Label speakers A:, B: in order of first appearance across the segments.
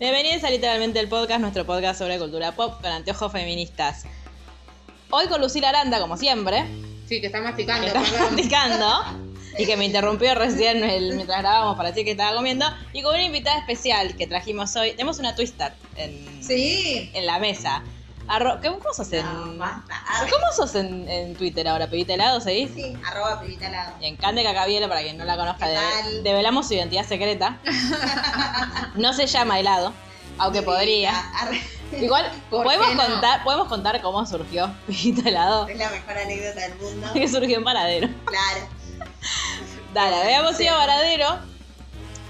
A: Bienvenidos a literalmente el podcast, nuestro podcast sobre cultura pop con anteojos feministas. Hoy con Lucila Aranda, como siempre,
B: Sí, que está
A: que
B: masticando.
A: está
B: perdón.
A: practicando y que me interrumpió recién el- mientras grabábamos para decir que estaba comiendo, y con una invitada especial que trajimos hoy. Tenemos una twister en,
B: Sí.
A: en la mesa. Arro- ¿Qué- ¿Cómo sos en,
B: No, basta.
A: ¿cómo sos en, en Twitter ahora? ¿Pedita helado? ¿Seguís?
B: Sí, arroba pibita al lado.
A: Y en Cande Cacabiela, para quien no la conozca,
B: ¿Qué
A: de-
B: tal?
A: develamos su identidad secreta. No se llama helado, aunque podría.
B: Arre-
A: Igual
B: ¿Por
A: podemos
B: qué no?
A: contar, podemos contar cómo surgió Pijita Helado,
B: Es la mejor anécdota del mundo.
A: que surgió en Varadero.
B: Claro.
A: Dale, habíamos
B: Sí.
A: ido a Varadero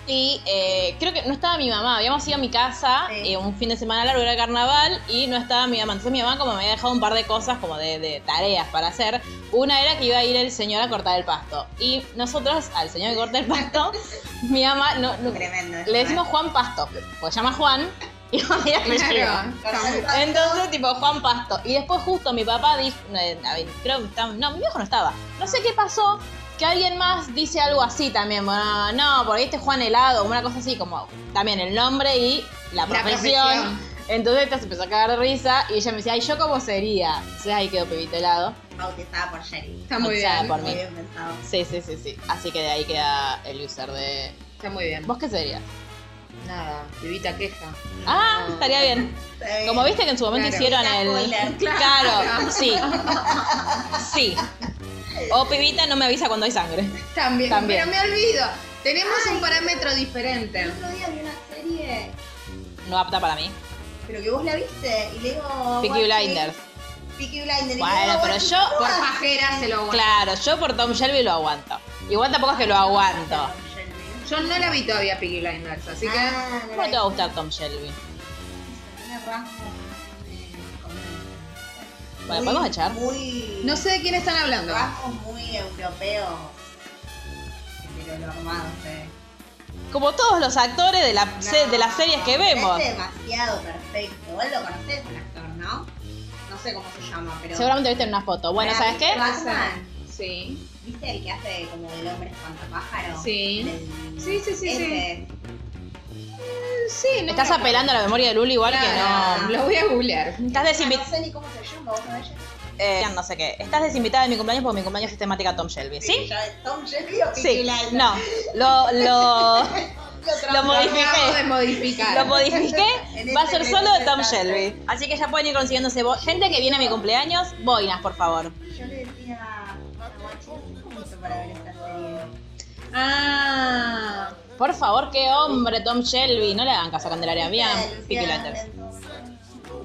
A: y eh, creo que no estaba mi mamá, habíamos ido a mi casa
B: Sí.
A: eh, un fin de semana largo, era carnaval, y no estaba mi mamá. Entonces mi mamá como me había dejado un par de cosas, como de, de tareas para hacer. Una era que iba a ir el señor a cortar el pasto. Y nosotros, al señor que corta el pasto, mi mamá no- no-
B: Tremendo.
A: le decimos Juan Pasto, pues llama Juan y Juan era apellido.
B: Claro. Estamos-
A: Entonces, tipo, Juan Pasto. Y después, justo mi papá dijo. eh, a ver, creo que estaba- No, mi viejo no estaba. No sé qué pasó. Que alguien más dice algo así también. Bueno, no, porque este Juan helado, una cosa así, como también el nombre y la
B: La
A: profesión. Entonces esta se empezó a cagar de risa y ella me decía, ay, ¿yo cómo sería? Entonces ahí quedó pebito helado.
B: Bautizada por Sherry.
C: Está muy
A: Bautizada
C: bien.
A: por
B: Muy
A: mí.
B: bien pensado.
A: Sí, sí, sí, sí. Así que de ahí queda el user de.
C: Está muy bien.
A: ¿Vos qué serías?
C: Nada, pibita queja.
A: Ah, estaría bien.
B: Está bien.
A: Como viste que en su momento
C: Claro.
A: hicieron
B: Pibita
A: el.
B: spoiler.
A: Claro, sí. Sí. O pibita no me avisa cuando hay sangre.
C: También,
A: También.
C: pero me olvido. Tenemos un parámetro diferente.
B: El otro día vi una serie,
A: No apta para mí.
B: pero que vos la viste. Y le digo.
A: Peaky
B: Guachi,
A: Blinders.
B: Peaky Blinders. Y
A: Bueno,
B: le digo,
A: pero
B: Guachi,
A: yo-
B: ¿cómo
C: Por
B: vas?
C: pajera se lo aguanto.
A: Claro, yo por Tom Shelby lo aguanto. Igual tampoco es que lo aguanto.
C: Yo no la vi todavía Piggy Blinders, así que.
B: Ah, no
A: ¿Cómo
B: la
A: te va a gustar Tom Shelby?
B: Tiene rasgos, eh, como-
A: Bueno,
B: muy-
A: ¿podemos echar?
B: Muy,
C: No sé de quién están hablando.
B: Rasgos muy europeos. Pero lo armado, eh.
A: Como todos los actores de, la, se-
B: No, Este
A: de las series que
B: me
A: vemos.
B: parece demasiado perfecto. Vos lo conocés al actor, ¿no? No sé cómo se llama, pero.
A: Seguramente viste en una foto. Bueno,
B: Para
A: ¿sabes
B: mí,
A: qué?
B: Batman,
C: Sí.
B: ¿viste el que hace como el hombre espantapájaro?
C: Sí.
B: Del-
C: Sí, sí, sí, sí.
B: Ese.
C: Sí, no.
A: Estás apelando a la memoria de Luli igual que
C: Claro,
A: no.
C: Lo voy a googlear.
A: Estás
B: Ah, No
A: desinvitada.
B: sé ni cómo se llama, vos sabés.
A: no sé qué. Estás desinvitada de mi cumpleaños porque mi cumpleaños es temática Tom Shelby. ¿Sí?
B: Ya es Tom Jerry o Peaky
A: Sí.
B: Blinders.
A: No. Lo, lo, lo
C: Acabo de
A: modifiqué.
C: modificar.
A: Lo modifiqué,
B: En
A: va a
B: este
A: ser
B: mes
A: solo de
B: está
A: Tom Shelby. Así que ya pueden ir consiguiéndose bo- Gente que viene a mi cumpleaños, boinas, por favor.
B: Yo le decía a Guachi, ¿cómo hizo para ver esta serie?
C: Ah.
A: Por favor, qué hombre, Tom Shelby. No le hagan caso a Candelaria, bien. Peaky Blinders.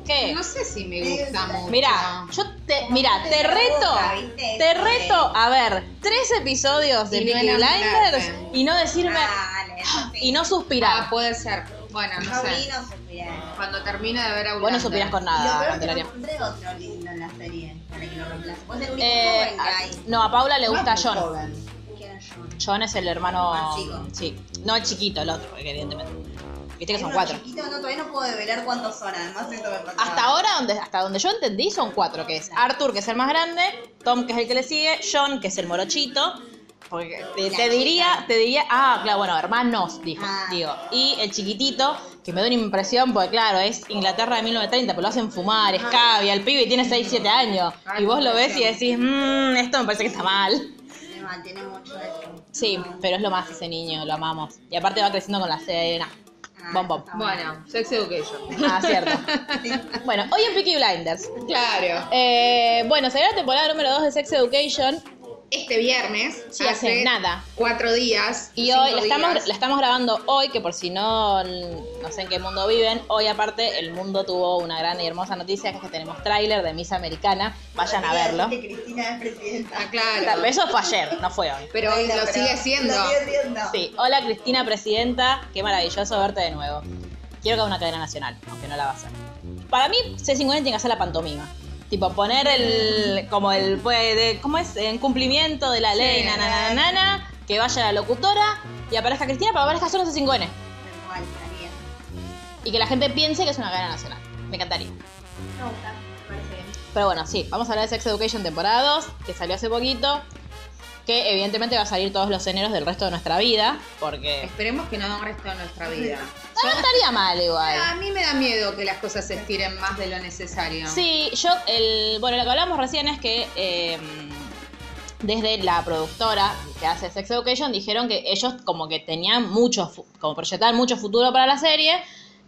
A: ¿Qué?
C: No sé si me gusta mucho. Ah,
A: Mirá, yo te, mirá, te reto, te reto a ver tres episodios de
C: Y no
A: Peaky Blinders
C: enamorarte.
A: y no decirme, y no
C: Ah,
A: suspirar.
C: puede ser.
A: Ah,
C: Bueno, no sé.
B: no suspirá.
C: Cuando termine de ver a
A: Vos no suspirás con nada,
B: Lo peor que no
A: Candelaria.
B: encontré otro lindo en la serie para que lo reemplace. Vos el único
A: Eh,
B: joven que hay.
A: no, a Paula le gusta
C: No,
A: John.
C: joven.
B: que era yo.
A: John es el hermano.
B: Ah, chico.
A: Sí. No el chiquito, el otro, evidentemente. Viste que
B: Hay
A: son
B: uno
A: cuatro.
B: chiquito, no, todavía no puedo develar cuántos son, además esto me pasaba.
A: Hasta ahora, donde, hasta donde yo entendí, son cuatro, que es Arthur, que es el más grande, Tom, que es el que le sigue, John, que es el morochito. Porque te,
B: La
A: te diría,
B: chica.
A: te diría, ah, claro, bueno, hermanos, dijo,
B: Ah.
A: digo. Y el chiquitito, que me da una impresión, porque claro, es Inglaterra de 1930, pero lo hacen fumar,
B: Ah.
A: es cabia, el pibe tiene 6, 7 años.
C: Ay,
A: Y vos
C: qué
A: lo ves y
C: impresión.
A: decís, mmm, esto me parece que está mal.
B: Me mantiene mucho eso.
A: Sí, pero es lo más ese niño, lo amamos. Y aparte va creciendo con la cena.
B: Ah,
A: Bom, bom.
B: está
C: Bueno, Sex Education.
A: Ah, cierto. Bueno, hoy en Peaky Blinders.
C: Claro.
A: Eh, bueno, sería la temporada número 2 de Sex Education
C: Este viernes,
A: Sí, hace nada.
C: cuatro días.
A: y hoy la
C: cinco
A: estamos,
C: días.
A: la estamos grabando hoy, que por si no, no sé en qué mundo viven, hoy aparte el mundo tuvo una gran y hermosa noticia, que es que tenemos tráiler de Misa Americana, vayan a
B: Podría
A: verlo.
B: decir que Cristina es presidenta.
C: Ah, claro.
A: Tal- Eso fue ayer, no fue hoy.
C: Pero
B: Bueno,
C: lo
B: pero
C: sigue siendo.
B: Lo sigue siendo.
A: Sí, hola Cristina Presidenta, qué maravilloso verte de nuevo. Quiero que haga una cadena nacional, aunque no la va a hacer. Para mí, C50 tiene que hacer la pantomima. Tipo, poner el. como el. pues, de- ¿Cómo es? En cumplimiento de la ley,
C: Sí.
A: na, na, na, na, na, que vaya la locutora y aparezca Cristina, pero aparezca solo C5N.
B: Tal cual, está bien.
A: Y que la gente piense que es una cadena nacional. Me encantaría.
B: Me gusta, me parece bien.
A: Pero bueno, sí, vamos a hablar de Sex Education temporada 2, que salió hace poquito. Que evidentemente va a salir todos los eneros del resto de nuestra vida, porque.
C: Esperemos que no da un resto de nuestra vida.
A: No, no estaría mal igual.
C: A mí me da miedo que las cosas se estiren más de lo necesario.
A: Sí, yo, el, bueno, lo que hablamos recién es que eh, desde la productora que hace Sex Education dijeron que ellos como que tenían mucho, fu- como proyectaban mucho futuro para la serie,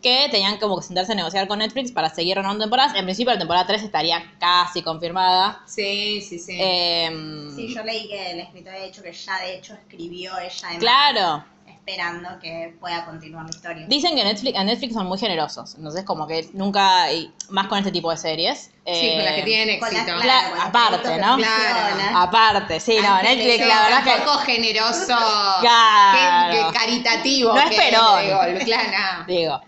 A: que tenían como que sentarse a negociar con Netflix para seguir renovando temporadas. En principio la temporada 3 estaría casi confirmada.
C: Sí, sí, sí.
A: Eh,
B: Sí, yo leí que el escritor de hecho que ya de hecho escribió ella además,
A: claro.
B: esperando que pueda continuar la historia.
A: Dicen que Netflix, a Netflix son muy generosos, entonces como que nunca, y más con este tipo de series.
C: sí, con las que
A: Eh,
C: tienen
B: Con
C: éxito.
B: las-
A: Claro,
B: con las
A: aparte,
B: fotos que
A: ¿no?
B: funciona.
A: Aparte, sí, no,
B: Antes de
A: Netflix
B: yo
A: la verdad que...
C: Tampoco generoso.
A: Claro.
C: Qué- qué caritativo.
A: No es
C: que
A: Perón.
C: digo, claro, no.
A: Digo.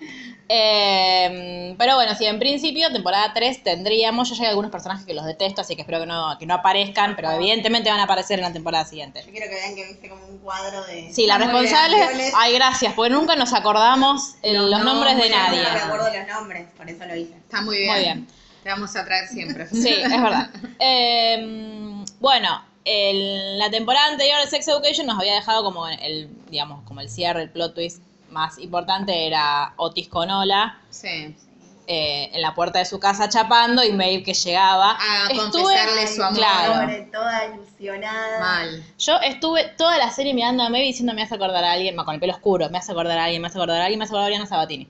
A: Eh, pero bueno, sí, en principio, temporada 3 tendríamos. Yo ya hay algunos personajes que los detesto, así que espero que no, que no aparezcan, pero evidentemente van a aparecer en la temporada
B: Yo
A: siguiente.
B: quiero que vean que viste como un cuadro de...
A: Sí, la
C: Ah, Muy bien,
A: responsable.
B: Violet.
A: Ay, gracias, porque nunca nos acordamos eh, los,
C: Los
A: nombres de
C: nombres,
B: Yo
A: nadie.
B: No me acuerdo de los nombres, por eso lo hice.
C: Está muy bien.
A: Muy bien.
C: Te vamos a traer siempre.
A: Sí, es verdad. Eh, bueno, el- la temporada anterior de Sex Education nos había dejado como el, digamos, como el cierre, el plot twist más importante era Otis con Ola.
C: Sí.
A: eh, en la puerta de su casa chapando y mail que llegaba.
C: A
A: Estuve-
C: confesarle su amor.
A: Claro.
B: Pobre, toda ilusionada.
C: Mal.
A: Yo estuve toda la serie mirando a Maeve diciendo me hace acordar a alguien, con el pelo oscuro, me hace acordar a alguien, me hace acordar a alguien, me hace acordar a Ariana Sabatini.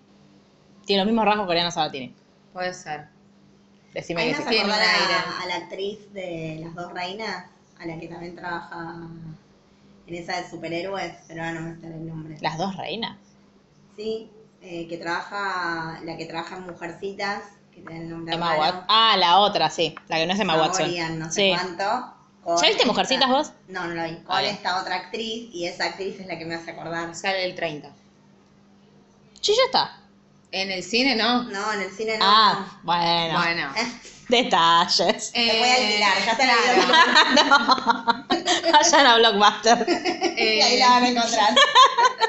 A: Tiene los mismos rasgos que Ariana Sabatini.
C: Puede ser.
A: Decime
B: Ahí
A: que
B: nos
A: sí.
C: tiene un
B: acordar a,
C: aire.
B: a la actriz de Las Dos Reinas, a la que también trabaja en esa de superhéroes, pero ahora no me sale el nombre.
A: Las dos reinas.
B: Sí, eh, que trabaja, la que trabaja en Mujercitas, que tiene el nombre
A: Emma
B: raro.
A: Watson. Ah, la otra, sí. La que no es Emma Watson.
B: Saborean, no sé
A: sí.
B: cuánto.
A: ¿Ya viste Mujercitas vos?
B: No, no la vi. Con
A: Ah, bien.
B: esta otra actriz, y esa actriz es la que me hace acordar.
C: Sale el 30.
A: Sí, ya está.
C: En el cine, ¿no?
B: No, en el cine no.
A: Ah, bueno.
C: Bueno. Eh,
A: Detalles.
B: Te voy a alquilar, ya te la
C: claro.
B: digo.
A: Vayan a Blockbuster.
B: Y ahí la van a encontrar.
C: Eh,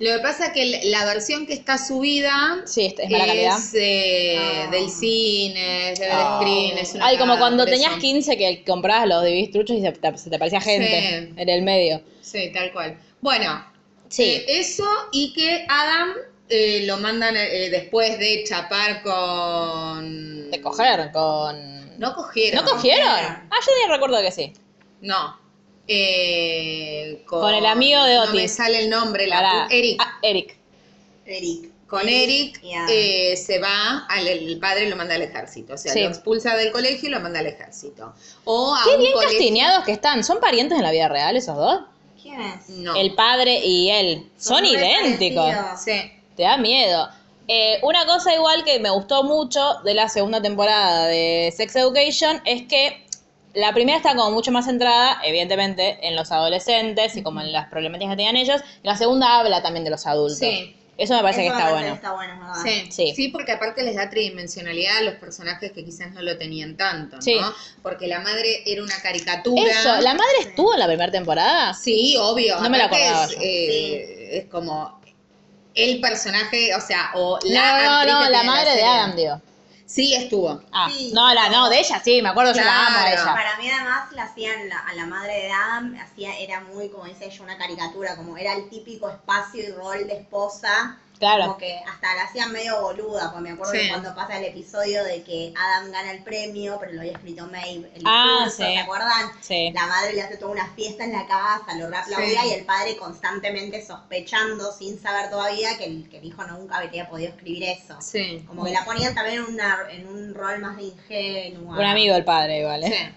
C: Lo que pasa es que la versión que está subida
A: Sí, este, es, es mala calidad.
C: es, eh,
B: Ah.
C: del cine, es de
A: Ah.
C: screen, es una
A: Ay, como
C: cagada,
A: cuando
C: por eso.
A: tenías 15 que comprabas los DVDs truchos y se te, se te aparecía gente
C: Sí.
A: en el medio.
C: Sí, tal cual. Bueno,
A: Sí.
C: eh, eso y que Adam eh, lo mandan eh, después de chapar con...
A: De coger con...
C: No cogieron.
A: ¿No cogieron?
B: cogieron.
A: Ah, yo tenía recuerdo que sí.
C: No. Eh,
A: Con el amigo de
C: No me
A: Otis.
C: sale el nombre, la
A: Pará.
C: pu- Eric.
A: Ah, Eric.
B: Eric.
C: Con Eric
B: y Adam.
C: eh, se va, al, el padre lo manda al ejército. O sea,
A: Sí.
C: lo expulsa del colegio y lo manda al ejército. O a
A: Qué
C: un
A: bien
C: colegio-
A: castineados que están. ¿Son parientes en la vida real esos dos?
B: ¿Quién es?
C: No.
A: ¿eh? El padre y él. Son,
B: re
A: idénticos.
B: parecidos.
C: Sí.
A: Te da miedo. Eh, una cosa igual que me gustó mucho de la segunda temporada de Sex Education es que la primera está como mucho más centrada, evidentemente, en los adolescentes y como en las problemáticas que tenían ellos. Y la segunda habla también de los adultos.
C: Sí.
A: Eso me parece
B: Eso
A: que está
B: me parece
A: bueno.
B: Está bueno, es ¿verdad?
C: Sí,
A: Sí.
C: sí. porque aparte les da tridimensionalidad a los personajes que quizás no lo tenían tanto, ¿no?
A: Sí.
C: Porque la madre era una caricatura.
A: Eso, ¿la madre estuvo en la primera temporada?
C: Sí, obvio.
A: No me la
C: Aparte
A: acordaba
C: Es,
A: yo.
C: eh, es como el personaje, o sea, o la
A: No,
C: actriz
A: no,
C: que
A: no, la
C: tiene
A: madre de
C: serie.
A: Adam, digo.
C: Sí, estuvo.
A: Ah,
B: Sí.
A: no, la, no, de ella sí, me acuerdo, yo la amo a
C: Claro.
A: ella.
B: Para mí además la hacían la- a la madre de Adam, hacía, era muy, como dice ella, una caricatura, como era el típico espacio y rol de esposa, como
A: Claro.
B: que hasta la hacían medio boluda, porque me acuerdo
C: Sí.
B: que cuando pasa el episodio de que Adam gana el premio, pero lo había escrito Maeve, el
A: Ah,
B: discurso,
A: sí.
B: ¿se acuerdan?
A: Sí.
B: La madre le hace toda una fiesta en la casa, lo reaplaudía
C: Sí.
B: y el padre constantemente sospechando, sin saber todavía, que el, que el hijo nunca habría podido escribir eso.
C: Sí.
B: Como que la ponían también en, una- en un rol más de ingenua.
A: Un amigo el padre, igual, ¿eh?
C: Sí.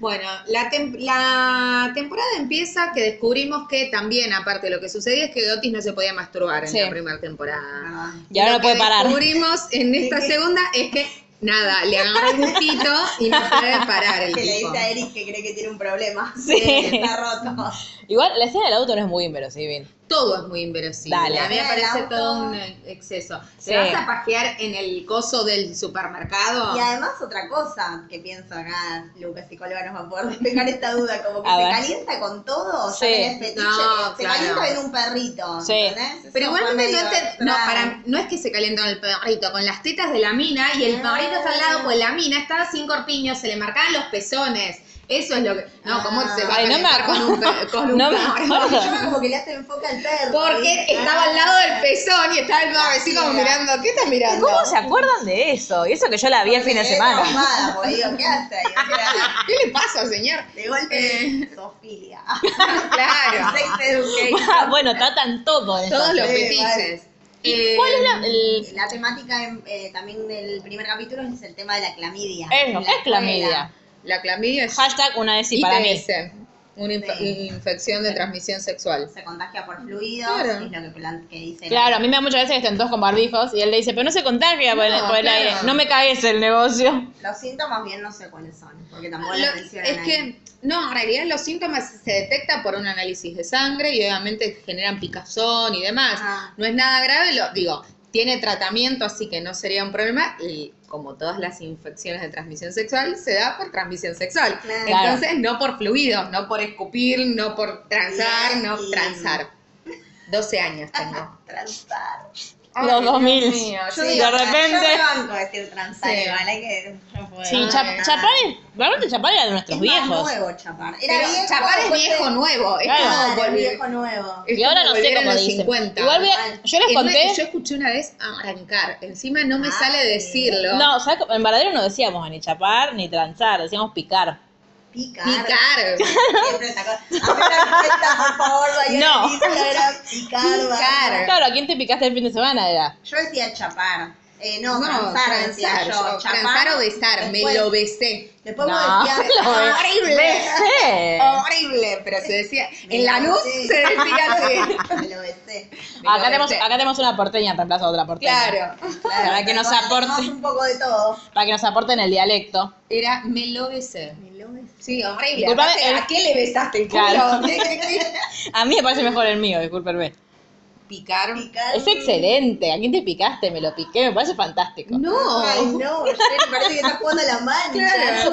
C: Bueno, la, tem- la temporada empieza que descubrimos que también, aparte de lo que sucedía, es que Otis no se podía masturbar en
A: Sí.
C: la primera temporada.
B: Ah.
A: Y ahora
C: Lo
A: no
C: que
A: puede parar.
C: descubrimos en esta segunda es que, nada, le agarró un gustito y no puede parar el
B: Que le
C: tipo.
B: dice a Eric que cree que tiene un problema.
A: Sí.
B: Que está roto.
A: Igual, la escena del auto no es muy inverosímil.
C: todo es muy inverosímil.
A: Dale.
C: a mí me
B: El
C: parece
B: auto.
C: todo un eh, exceso.
A: Sí.
C: ¿Te vas a pajear en el coso del supermercado?
B: Y además otra cosa que pienso acá, Lucas, psicóloga, nos va a poder despejar esta duda, como que
A: A
B: se
A: ver.
B: calienta con todo,
A: Sí.
B: ya tenés fetiche,
C: No,
B: se
C: claro.
B: calienta en un perrito,
A: Sí.
B: ¿entendés? Eso
C: Pero igual
B: fue
C: no, me-
B: medio
C: no enten- no,
B: extraño.
C: para- no es que se calienta con el perrito, con las tetas de la mina y el
B: Ah.
C: perrito está al lado, pues la mina estaba sin corpiños, se le marcaban los pezones. Eso es lo que. No, ¿cómo se va a
A: Ay, no me
C: calentar con un, pe- con un
A: No me
C: perro?
A: acuerdo.
B: Yo como que le hace enfoque al perro.
C: Porque
B: ¿viste?
C: estaba al lado del pezón y estaba el perro así como
B: Mira.
C: mirando. ¿Qué estás mirando?
A: ¿Cómo se acuerdan de eso? Y eso que yo la vi el fin de
B: Porque es
A: semana.
B: traumada, por Dios, ¿qué hace? ahí? O sea,
C: ¿Qué le pasa, señor?
B: De golpe, sofilia.
C: Claro.
B: Sex education.
A: Ah, bueno, tratan todo. en
C: Todos
A: esa
C: los
B: Sí,
C: fetiches. Eh,
A: ¿Cuál es la, el-
B: La temática em, eh, también del primer capítulo es el tema de la clamidia.
A: eso,
B: En la
A: es clamidia.
C: La clamidia es
A: Hashtag una vez y para mí.
C: ITS, una inf-
B: Sí.
C: infección de transmisión sexual.
B: se contagia por fluidos,
C: Claro.
B: es lo que, plan- que dice. la-
A: Claro, a mí me da muchas veces que están todos con barbijos y él le dice, pero no se contagia por, el-
C: No,
A: por el
C: claro.
A: aire, no me cagues el negocio.
B: Los síntomas bien no sé cuáles son, porque tampoco
C: Lo-
B: lo
C: es
B: mencionan ahí.
C: que, no, en realidad los síntomas se detectan por un análisis de sangre y obviamente generan picazón y demás.
B: Ah.
C: No es nada grave, lo digo, tiene tratamiento, así que no sería un problema. Y como todas las infecciones de transmisión sexual, se da por transmisión sexual.
B: Claro.
C: Entonces, no por fluidos, no por escupir, no por transar,
B: Bien.
C: no transar. 12 años tengo.
B: Transar.
C: Ay,
A: Los
C: Dios
A: 2000.
C: mío,
B: Yo
C: sí.
B: digo,
A: de
B: tra-
A: repente-
B: Yo me banco a decir transar,
C: Sí.
B: igual, hay que. no puedo.
A: Sí,
C: Ay.
A: Chap-
B: Nada.
A: Chapar es, realmente Chapar era de
B: Es
A: nuestros
B: más
A: viejos.
B: nuevo chapar. Era
C: Pero
B: viejo,
C: chapar es
B: después-
C: viejo nuevo. Es
A: Claro,
B: Claro,
C: como
B: era
C: volver-
B: viejo nuevo.
C: es
A: Y ahora
C: como
A: no sé
C: volver a
A: cómo
C: los
A: dicen.
C: 50.
A: Igual voy a-
B: Total.
A: yo les
C: Es más,
A: conté.
C: Yo escuché una vez arrancar. Encima no me
B: Ah,
C: sale
B: sí.
C: decirlo.
A: No, ¿sabes? cómo? en verdadero no decíamos ni chapar ni transar, decíamos picar.
B: Picar.
C: Picar.
B: Siempre esa cosa. Hacé la receta, por favor, vayan
A: No.
B: a Instagram. Picar.
C: Picar.
B: bárbaro.
A: Claro, ¿a quién te picaste el fin de semana? Era.
B: Yo decía chapar. Eh, no,
C: No,
B: transar, decía yo.
C: yo,
B: Chapar.
C: transar o besar.
B: Después-
C: Me lo besé.
B: Después
A: No,
B: vos decías.
A: lo
B: "Ah,
A: ves. Besé.
C: Oh, Horrible, pero se decía. En la luz se decía así.
B: Me lo besé.
C: Me
A: Ah, Acá
C: lo
A: tenemos,
C: besé.
A: acá tenemos una porteña en reemplazo de otra porteña.
C: este Claro.
B: Claro,
A: Para que nos
B: tenemos-
A: aporte.
B: tenemos un poco de todo.
A: Para que nos aporten el dialecto.
C: Era me lo besé.
B: Me lo besé.
C: Sí, horrible.
A: Disculpame,
C: Aparte,
A: el-
C: ¿A qué le besaste el culo?
A: Claro.
C: ¿Qué- qué- qué?
A: A mí me parece mejor el mío, discúlpenme.
C: Picar.
B: Picar.
A: Es excelente. ¿A quién te picaste? Me lo piqué, me parece fantástico.
C: No.
B: Ay, no, Jenny, parece que estás jugando a la mano.
C: Claro.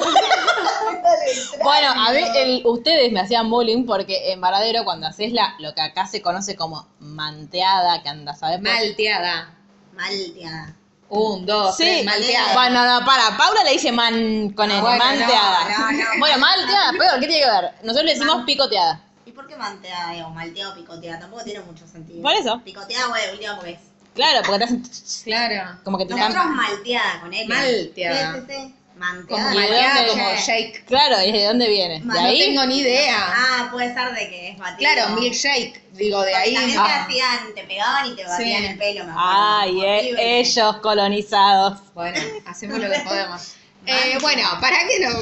A: Bueno, a ver, el- ustedes me hacían bullying porque en Varadero cuando haces la, lo que acá se conoce como manteada, que andas a ver por-
C: Malteada.
B: Malteada.
C: Un, dos,
A: Sí,
C: tres, malteada.
A: Bueno, no, para, Paula le dice man con N,
C: Bueno, no,
A: manteada.
B: Ah, no, no.
A: Bueno, malteada, pero ¿qué tiene que ver? Nosotros le decimos picoteada.
B: ¿Y por qué manteada digo, malteada o picoteada? Tampoco tiene mucho sentido.
A: Por eso.
B: Picoteada, bueno, última porque es.
A: Claro, porque te hacen
C: Claro.
A: como que te
B: Nosotros
A: están...
B: malteada con él.
C: Malteada.
B: Sí, sí, sí.
A: Como
B: Manteada.
A: ¿Y de
C: Malteada
A: dónde?
C: como
B: Che.
C: shake.
A: Claro, ¿y de dónde viene?
B: Man,
A: ¿De
B: no
C: No
A: ahí?
C: tengo ni idea.
B: Ah, puede ser de que es batido.
C: Claro, milkshake. Digo, de
B: Porque
C: ahí.
B: También te
C: Ah.
B: hacían, te pegaban y te batían el pelo. me acuerdo.
A: Ay, eh,
B: Horrible.
A: ellos colonizados.
C: Bueno, hacemos lo que podemos. Eh, bueno, para que no.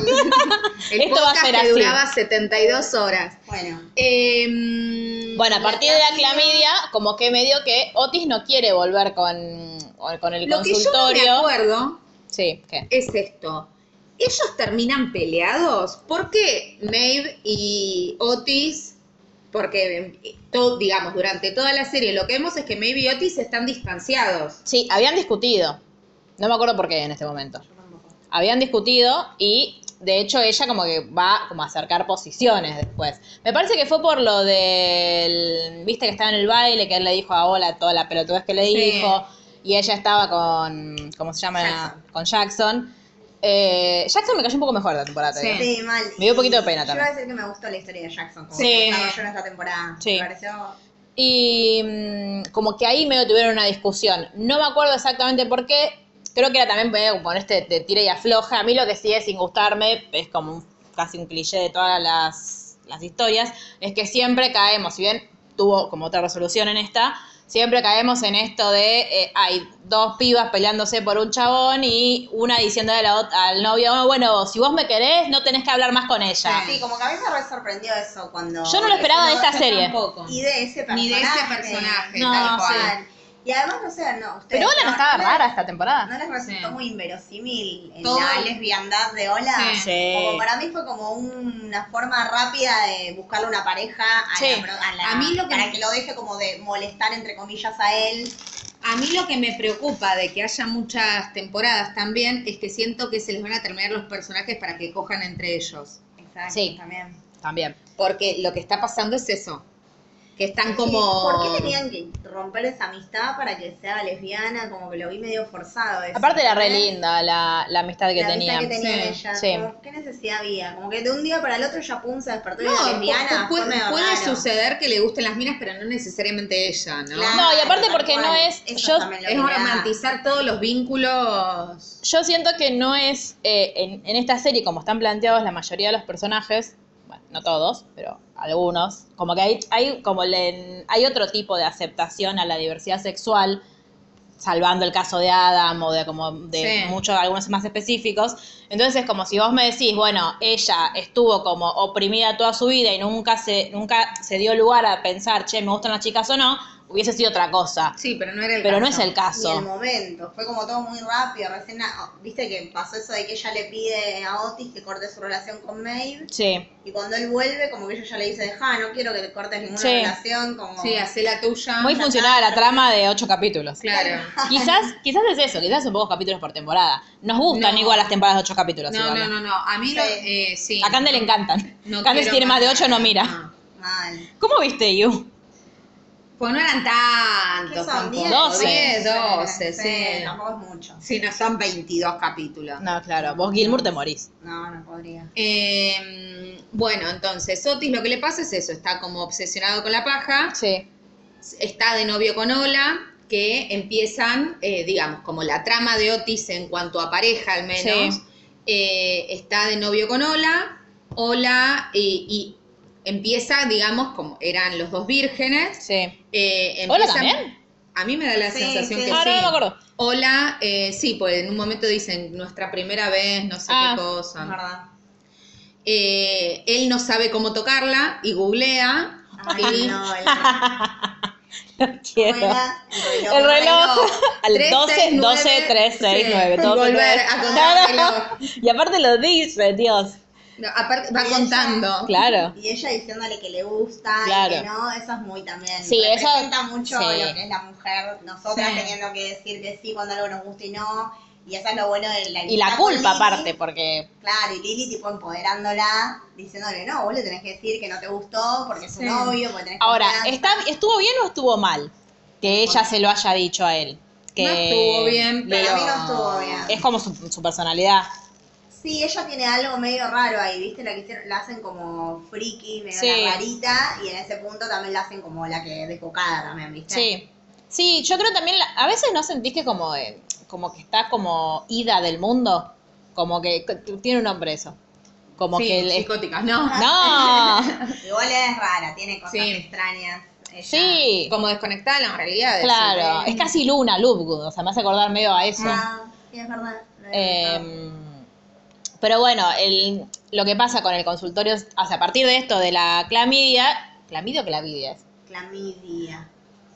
C: El
A: Esto va a
C: podcast
A: ser
C: que
A: así.
C: duraba 72 horas.
B: Bueno.
C: Eh,
A: Bueno, a partir de la clamidia, como que medio que Otis no quiere volver con, con el
C: lo que yo no
A: consultorio.
C: me acuerdo
A: Sí, ¿qué?
C: es esto. Ellos terminan peleados. ¿Por qué Maeve y Otis? Porque, eh, todo, digamos, durante toda la serie lo que vemos es que Maeve y Otis están distanciados.
A: Sí, habían discutido. No me acuerdo por qué en este momento. Habían discutido y de hecho ella como que va como a acercar posiciones después. Me parece que fue por lo del, viste que estaba en el baile, que él le dijo a Ola toda la pelotudez que le
C: Sí.
A: dijo y ella estaba con, ¿cómo se llama?
C: Jackson.
A: Con Jackson. Eh, Jackson me cayó un poco mejor la temporada. te
C: Sí.
A: digo.
B: Sí, mal.
A: Me dio un poquito de pena
B: Yo
A: también.
B: iba a decir que me gustó la historia de Jackson. Como
A: Sí.
B: sí. desarrolló en esta temporada.
A: Sí.
B: Me pareció.
A: Y mm, como que ahí medio tuvieron una discusión. No me acuerdo exactamente por qué. Creo que era también medio con este de tira y afloja. A mí lo que sigue sin gustarme, es como un- casi un cliché de todas las, las historias, es que siempre caemos, si bien tuvo como otra resolución en esta, siempre caemos en esto de eh, hay dos pibas peleándose por un chabón y una diciéndole a la ot- al novio, "Oh, bueno, si vos me querés, no tenés que hablar más con ella.
B: Sí, como que a mí me re sorprendió eso cuando.
A: Yo no lo esperaba de esta
C: yo
A: serie.
C: tampoco.
B: Y de ese personaje.
C: Ni de ese personaje,
A: No,
B: tal
A: sí.
B: cual. Y además, no sé, no, ustedes...
A: Pero Ola no estaba
B: les-
A: rara esta
B: No
A: temporada.
B: les resultó
C: Sí.
B: muy inverosímil en
C: Todo-
B: la lesbiandad de Ola.
C: Sí.
D: Sí.
B: Como para mí fue como una forma rápida de buscarle una pareja a,
A: Sí.
B: la pro- a la-
C: A mí lo que-
B: para que lo deje como de molestar entre comillas a él.
C: A mí lo que me preocupa de que haya muchas temporadas también es que siento que se les van a terminar los personajes para que cojan entre ellos.
B: Exacto,
A: Sí.
B: también.
A: También.
C: Porque lo que está pasando es eso. Que están como...
B: ¿Por qué tenían que romper esa amistad para que sea lesbiana? Como que lo vi medio forzado. eso,
A: Aparte era re
B: ¿no?
A: linda la, la amistad que
B: La
A: tenía.
B: amistad que tenía
C: sí,
B: ella.
A: sí.
B: Como, ¿Qué necesidad había? Como que de un día para el otro ya pum se despertó y
C: No,
B: era
C: pu-
B: lesbiana.
C: pu-
B: fue
C: puede,
B: medio
C: puede
B: raro.
C: suceder que le gusten las minas, pero no necesariamente ella, ¿no?
B: Claro,
A: No, y aparte
B: tal
A: porque no
B: cual.
A: es-
B: Eso
A: yo-
B: también lo
C: Es
B: que me da.
C: romantizar todos los vínculos.
A: Yo siento que no es, eh, en, en esta serie, como están planteados la mayoría de los personajes, bueno, no todos, pero algunos, como que hay, hay, como le- hay otro tipo de aceptación a la diversidad sexual, salvando el caso de Adam o de como de
C: Sí.
A: muchos, algunos más específicos. Entonces es como si vos me decís, bueno, ella estuvo como oprimida toda su vida y nunca se, nunca se dio lugar a pensar, che, me gustan las chicas o no, hubiese sido otra cosa.
C: Sí, pero no era el
A: Pero no es
C: caso.
A: el
B: ni el
A: caso.
B: momento, fue como todo muy rápido, recién, ah, viste que pasó eso de que ella le pide a Otis que corte su relación con Maeve,
A: Sí,
B: y cuando él vuelve, como que ella ya le dice, deja, no quiero que te cortes ninguna
A: Sí.
B: relación, como...
C: Sí, hace la tuya.
A: muy
B: Una
A: funcionada la trama de ocho capítulos.
C: Claro.
A: Quizás, quizás es eso, quizás son pocos capítulos por temporada. Nos gustan
C: No.
A: igual las temporadas de ocho capítulos.
C: No,
A: igual,
C: no,
A: ¿eh?
C: no, no. A mí lo, eh, sí.
A: A Cande le encantan.
C: No
A: Cande si
C: quiero
A: tiene más de ocho no mira.
C: No.
B: Mal.
A: ¿Cómo viste You?
C: Pues no eran tantos.
B: ¿Qué son?
C: tampoco.
B: 10,
A: 12.
C: 10, 12,
B: Sí,
C: sí.
B: Tampoco es mucho.
C: Sí, no son 22 capítulos.
A: No, claro, vos Gilmour te morís.
B: No, no podría.
C: Eh, bueno, entonces, Otis lo que le pasa es eso, está como obsesionado con la paja,
A: Sí.
C: está de novio con Ola, que empiezan, eh, digamos, como la trama de Otis en cuanto a pareja al menos,
A: Sí.
C: eh, está de novio con Ola, Ola y, y empieza, digamos, como eran los dos vírgenes.
A: Sí.
C: eh,
A: ¿Ola
C: empiezan-
A: también?
C: A mí me da la
B: Sí,
C: sensación
B: sí.
C: que
A: Ahora no
C: sí.
A: me acuerdo.
C: Ola, eh, sí, pues en un momento dicen nuestra primera vez, no sé
A: Ah,
C: qué cosa.
B: Es verdad.
C: Eh, él no sabe cómo tocarla y googlea.
B: Ay,
C: y
B: no, el-
A: No quiero.
B: Hola, el
A: El reloj. Al 12, 12, 3, 6, 9, 12,
C: Volver a contar el reloj.
A: Y aparte lo dice, Dios.
C: No, aparte,
B: Y
C: va
B: ella-
C: contando.
A: Claro.
B: Y ella diciéndole que le gusta, y
A: Claro.
B: que no, eso es muy también.
A: Sí, eso-
B: Representa mucho
A: sí.
B: lo que es la mujer, nosotras
C: Sí.
B: teniendo que decir que sí cuando algo nos gusta y no. Y eso es lo bueno de la
A: Y la
B: amistad con
A: culpa
B: Lili.
A: aparte, porque
B: Claro, y Lili tipo empoderándola, diciéndole, no, vos le tenés que decir que no te gustó porque es
C: Sí.
B: un novio, porque tenés
A: Ahora,
B: confianza".
A: ¿está, ¿estuvo bien o estuvo mal que ella se lo haya dicho a él? Que
C: No estuvo bien,
A: le-
B: Para mí no estuvo bien.
A: Es como su, su personalidad.
B: Sí, ella tiene algo medio raro ahí, ¿viste? La, que hicieron- la hacen como friki, medio
A: Sí.
B: la rarita, y en ese punto también la hacen como la que desbocada también, ¿viste?
A: Sí. Sí, yo creo también, la- a veces no sentís que como, eh, como que está como ida del mundo, como que c- tiene un nombre eso. Como
C: Sí,
A: que... le-
C: psicóticas, no.
A: no.
B: Igual es rara, tiene cosas
C: Sí.
B: extrañas. ella.
A: sí.
C: Como desconectada de la realidad.
A: Claro. Es casi Luna, Lovegood, o sea, me hace acordar medio a eso.
B: Ah, sí, es verdad. lo he pensado.
A: Eh, pero bueno, el, lo que pasa con el consultorio, es- o sea, a partir de esto de la clamidia, clamidia o clavidia es,
B: Clamidia.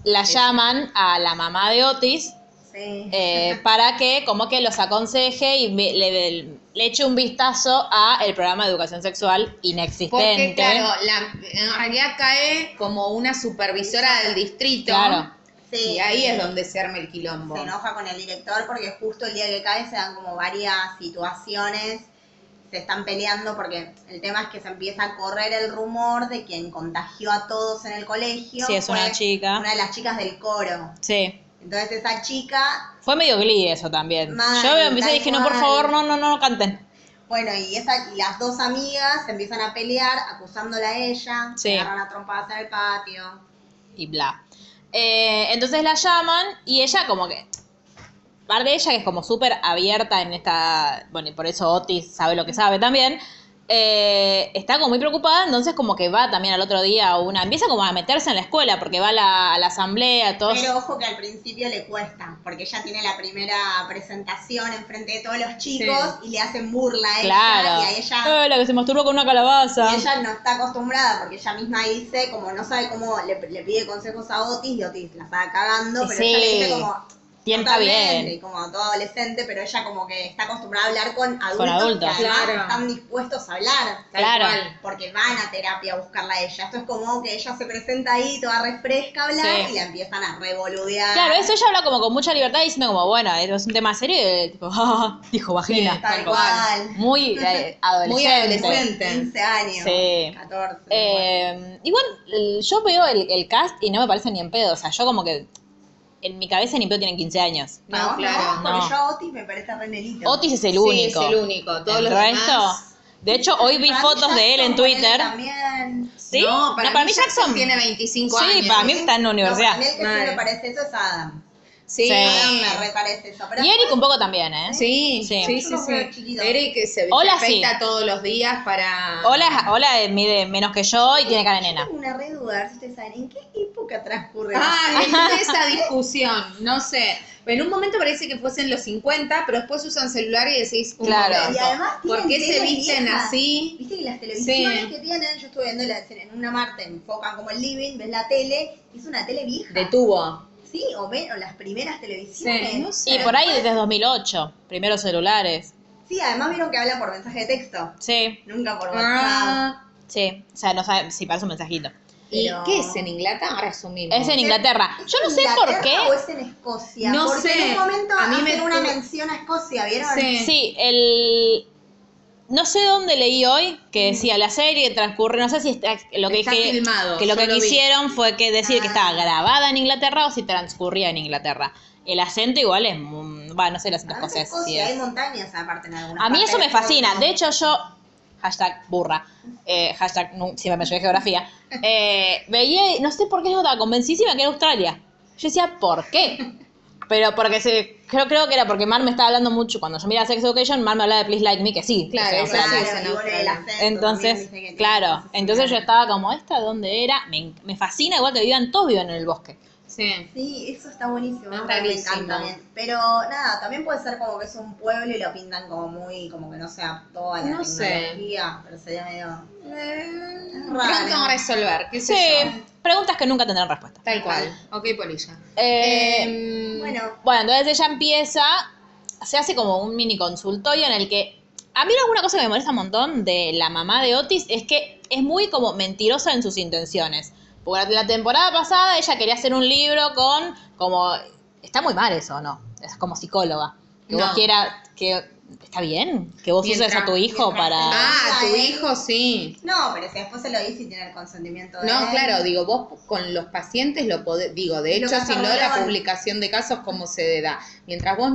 A: la llaman a la mamá de Otis
B: Sí.
A: eh, para que como que los aconseje y ve- le, le eche un vistazo a el programa de educación sexual
C: Porque,
A: inexistente.
C: claro, la- en realidad cae como una supervisora del distrito.
A: Claro.
B: Sí.
C: Y ahí es donde se arma el quilombo.
B: se enoja con el director porque justo el día que cae se dan como varias situaciones, se están peleando porque el tema es que se empieza a correr el rumor de quien contagió a todos en el colegio.
A: Sí, es
B: fue
A: una chica.
B: Una de las chicas del coro.
A: Sí.
B: Entonces esa chica,
A: Fue medio glee eso también.
B: Mal,
A: Yo empecé
B: tal
A: y dije, no, por
B: cual.
A: favor, no, no, no, no canten.
B: bueno, y esa y las dos amigas se empiezan a pelear acusándola a ella,
A: Sí.
B: se agarran a trompadas en el patio.
A: y bla. Eh, entonces la llaman y ella como que... Par de ella que es como súper abierta en esta... Bueno, y por eso Otis sabe lo que sabe también. eh, está como muy preocupada, entonces como que va también al otro día a una, empieza como a meterse en la escuela, porque va a la, a la asamblea, todos...
B: Pero ojo que al principio le cuesta, porque ella tiene la primera presentación enfrente de todos los chicos y le hacen burla a ella
A: claro.
B: y a ella,
A: Eh, la que se masturbó con una calabaza.
B: y ella no está acostumbrada porque ella misma dice, como no sabe cómo le, le pide consejos a Otis y Otis la está cagando, pero ella le dice
A: Sí.
B: como
A: Tienta
B: Totalmente,
A: bien.
B: Y como todo adolescente, pero ella como que está acostumbrada a hablar con adultos,
A: adultos.
B: que además
C: Claro.
B: están dispuestos a hablar.
C: Tal
A: Claro.
C: cual.
B: Porque van a terapia a buscarla a ella. Esto es como que ella se presenta ahí, toda refresca a hablar,
A: Sí.
B: y la empiezan a revoludear.
A: Claro, eso ella habla como con mucha libertad diciendo como, bueno, esto es un tema serio, y, eh, tipo, dijo vagina.
C: Sí,
B: Tal
C: tal
B: cual.
A: Muy eh, adolescente.
C: Muy adolescente.
B: 15 años.
A: Sí.
B: 14.
A: Eh, igual, el- yo veo el, el cast y no me parece ni en pedo. O sea, yo como que en mi cabeza ni pedo tienen 15 años.
B: bueno. ¿Para
C: no,
B: vos
C: claro,
B: Porque
A: no.
B: yo a Otis me parece re nenito.
A: Otis es el
C: Sí,
A: único.
C: es el único. Todos
A: El
C: los
A: resto-
C: demás-
A: De hecho, hoy vi
B: Para mí
A: fotos de él en
B: Jackson, ponele,
A: Twitter.
B: También.
A: ¿Sí?
C: No, para, mí, Jackson, tiene 25
A: Sí,
C: años.
A: para mí está en la
B: No,
A: universidad. Eh.
B: para mí el que
C: Mal.
B: sí me parece eso es Adam.
C: Sí.
A: Sí.
B: Adam me reparece eso. Pero
A: Y Eric un poco también, ¿eh?
C: Sí,
A: Sí.
C: sí, sí,
B: Yo los
C: sí.
B: veo chiquitos.
C: Eric se
A: Hola,
C: afecta
A: sí.
C: todos los días para...
A: Hola, hola eh, mide menos que yo y tiene cara de
B: Yo
A: nena.
B: Tengo una re duda, a ver si ustedes saben en qué época transcurre.
C: Ah, es esa discusión, no sé. En un momento parece que fuesen los 50, pero después usan celular y decís, un
A: Claro.
C: momento,
B: Y además tienen
C: ¿por qué se
B: tele
C: visten
B: vieja?
C: así?
B: Viste que las televisiones
C: Sí.
B: que tienen, yo estuve viendo la, en una Marte, enfocan como el living, ves la tele, y es una tele vieja.
C: De tubo.
B: Sí, o menos, las primeras televisiones.
C: Sí, no sé.
A: Y por ahí desde 2008, primeros celulares.
B: Sí, además vieron que hablan por mensaje de texto,
A: Sí,
B: nunca por WhatsApp.
C: Ah.
A: sí. O sea, no sabe si parece un mensajito.
C: ¿Y
B: Pero-
C: qué es en Inglaterra? Asumimos.
A: Es en Inglaterra. Yo no sé por
B: Inglaterra
A: qué.
B: ¿O es en Escocia?
C: No
B: Porque
C: sé.
B: en un momento
C: A
B: a
C: mí
B: mí
C: me-
B: una mención a Escocia, ¿vieron?
C: Sí.
A: Sí, el. No sé dónde leí hoy que decía la serie transcurre, no sé si está, lo que
C: Está
A: que-
C: filmado,
A: que lo
C: yo
A: que
C: lo vi.
A: quisieron fue que decir que
B: Ah.
A: estaba grabada en Inglaterra o si transcurría en Inglaterra. El acento igual es, mm, bueno, no sé el acento
B: Además,
A: escocés.
B: Escocia,
A: si
B: hay
A: es.
B: montañas aparte en algunas
A: A mí
B: partes,
A: eso me
B: pero
A: fascina.
B: no.
A: De hecho yo hashtag burra, eh, hashtag nu- siempre me llevé geografía. eh, veía, y no sé por qué yo estaba convencidísima que era Australia. Yo decía, ¿por qué? Pero porque se, creo, creo que era porque Mar me estaba hablando mucho. Cuando yo miraba Sex Education, Mar me hablaba de Please Like Me, que sí.
C: Claro,
A: o sea,
C: es
B: Claro,
C: así, es en
B: y bueno, el
C: Australia.
B: acento también
A: Entonces,
B: dice que tiene
A: claro,
B: cosas
A: entonces yo
B: similares.
A: estaba como, ¿esta dónde era? Me, en- me fascina igual que vivan, todos viven en el bosque.
C: Sí.
B: Sí, eso está buenísimo,
C: Es
B: ¿no? me
C: rarísimo.
B: encanta bien. Pero nada, también puede ser como que es un pueblo y lo pintan como muy, como que no se adaptó a la
C: No sé.
B: tecnología, pero sería medio...
C: Pronto a resolver, qué sé
A: Sí,
C: yo.
A: preguntas que nunca tendrán respuesta.
C: Tal cual. Ok, polilla.
A: Eh,
C: Em,
B: Bueno,
A: bueno, entonces ella empieza, se hace como un mini consultorio en el que... A mí alguna cosa que me molesta un montón de la mamá de Otis es que es muy como mentirosa en sus intenciones. Porque la la temporada pasada ella quería hacer un libro con como... Está muy mal eso, ¿no? Es como psicóloga. Que vos
C: No.
A: quieras que... ¿Está bien? Que vos uses a
C: Mientras-
A: tu hijo
B: mientras
A: para...
C: Ah, tu hijo sí.
B: no, pero si después se lo dice y tiene el consentimiento de
C: No,
B: él.
C: claro, digo, vos con los pacientes lo podés, digo, de
B: Lo
C: hecho,
B: que
C: si no, la
B: hablaban.
C: publicación de casos, ¿cómo se da? Mientras vos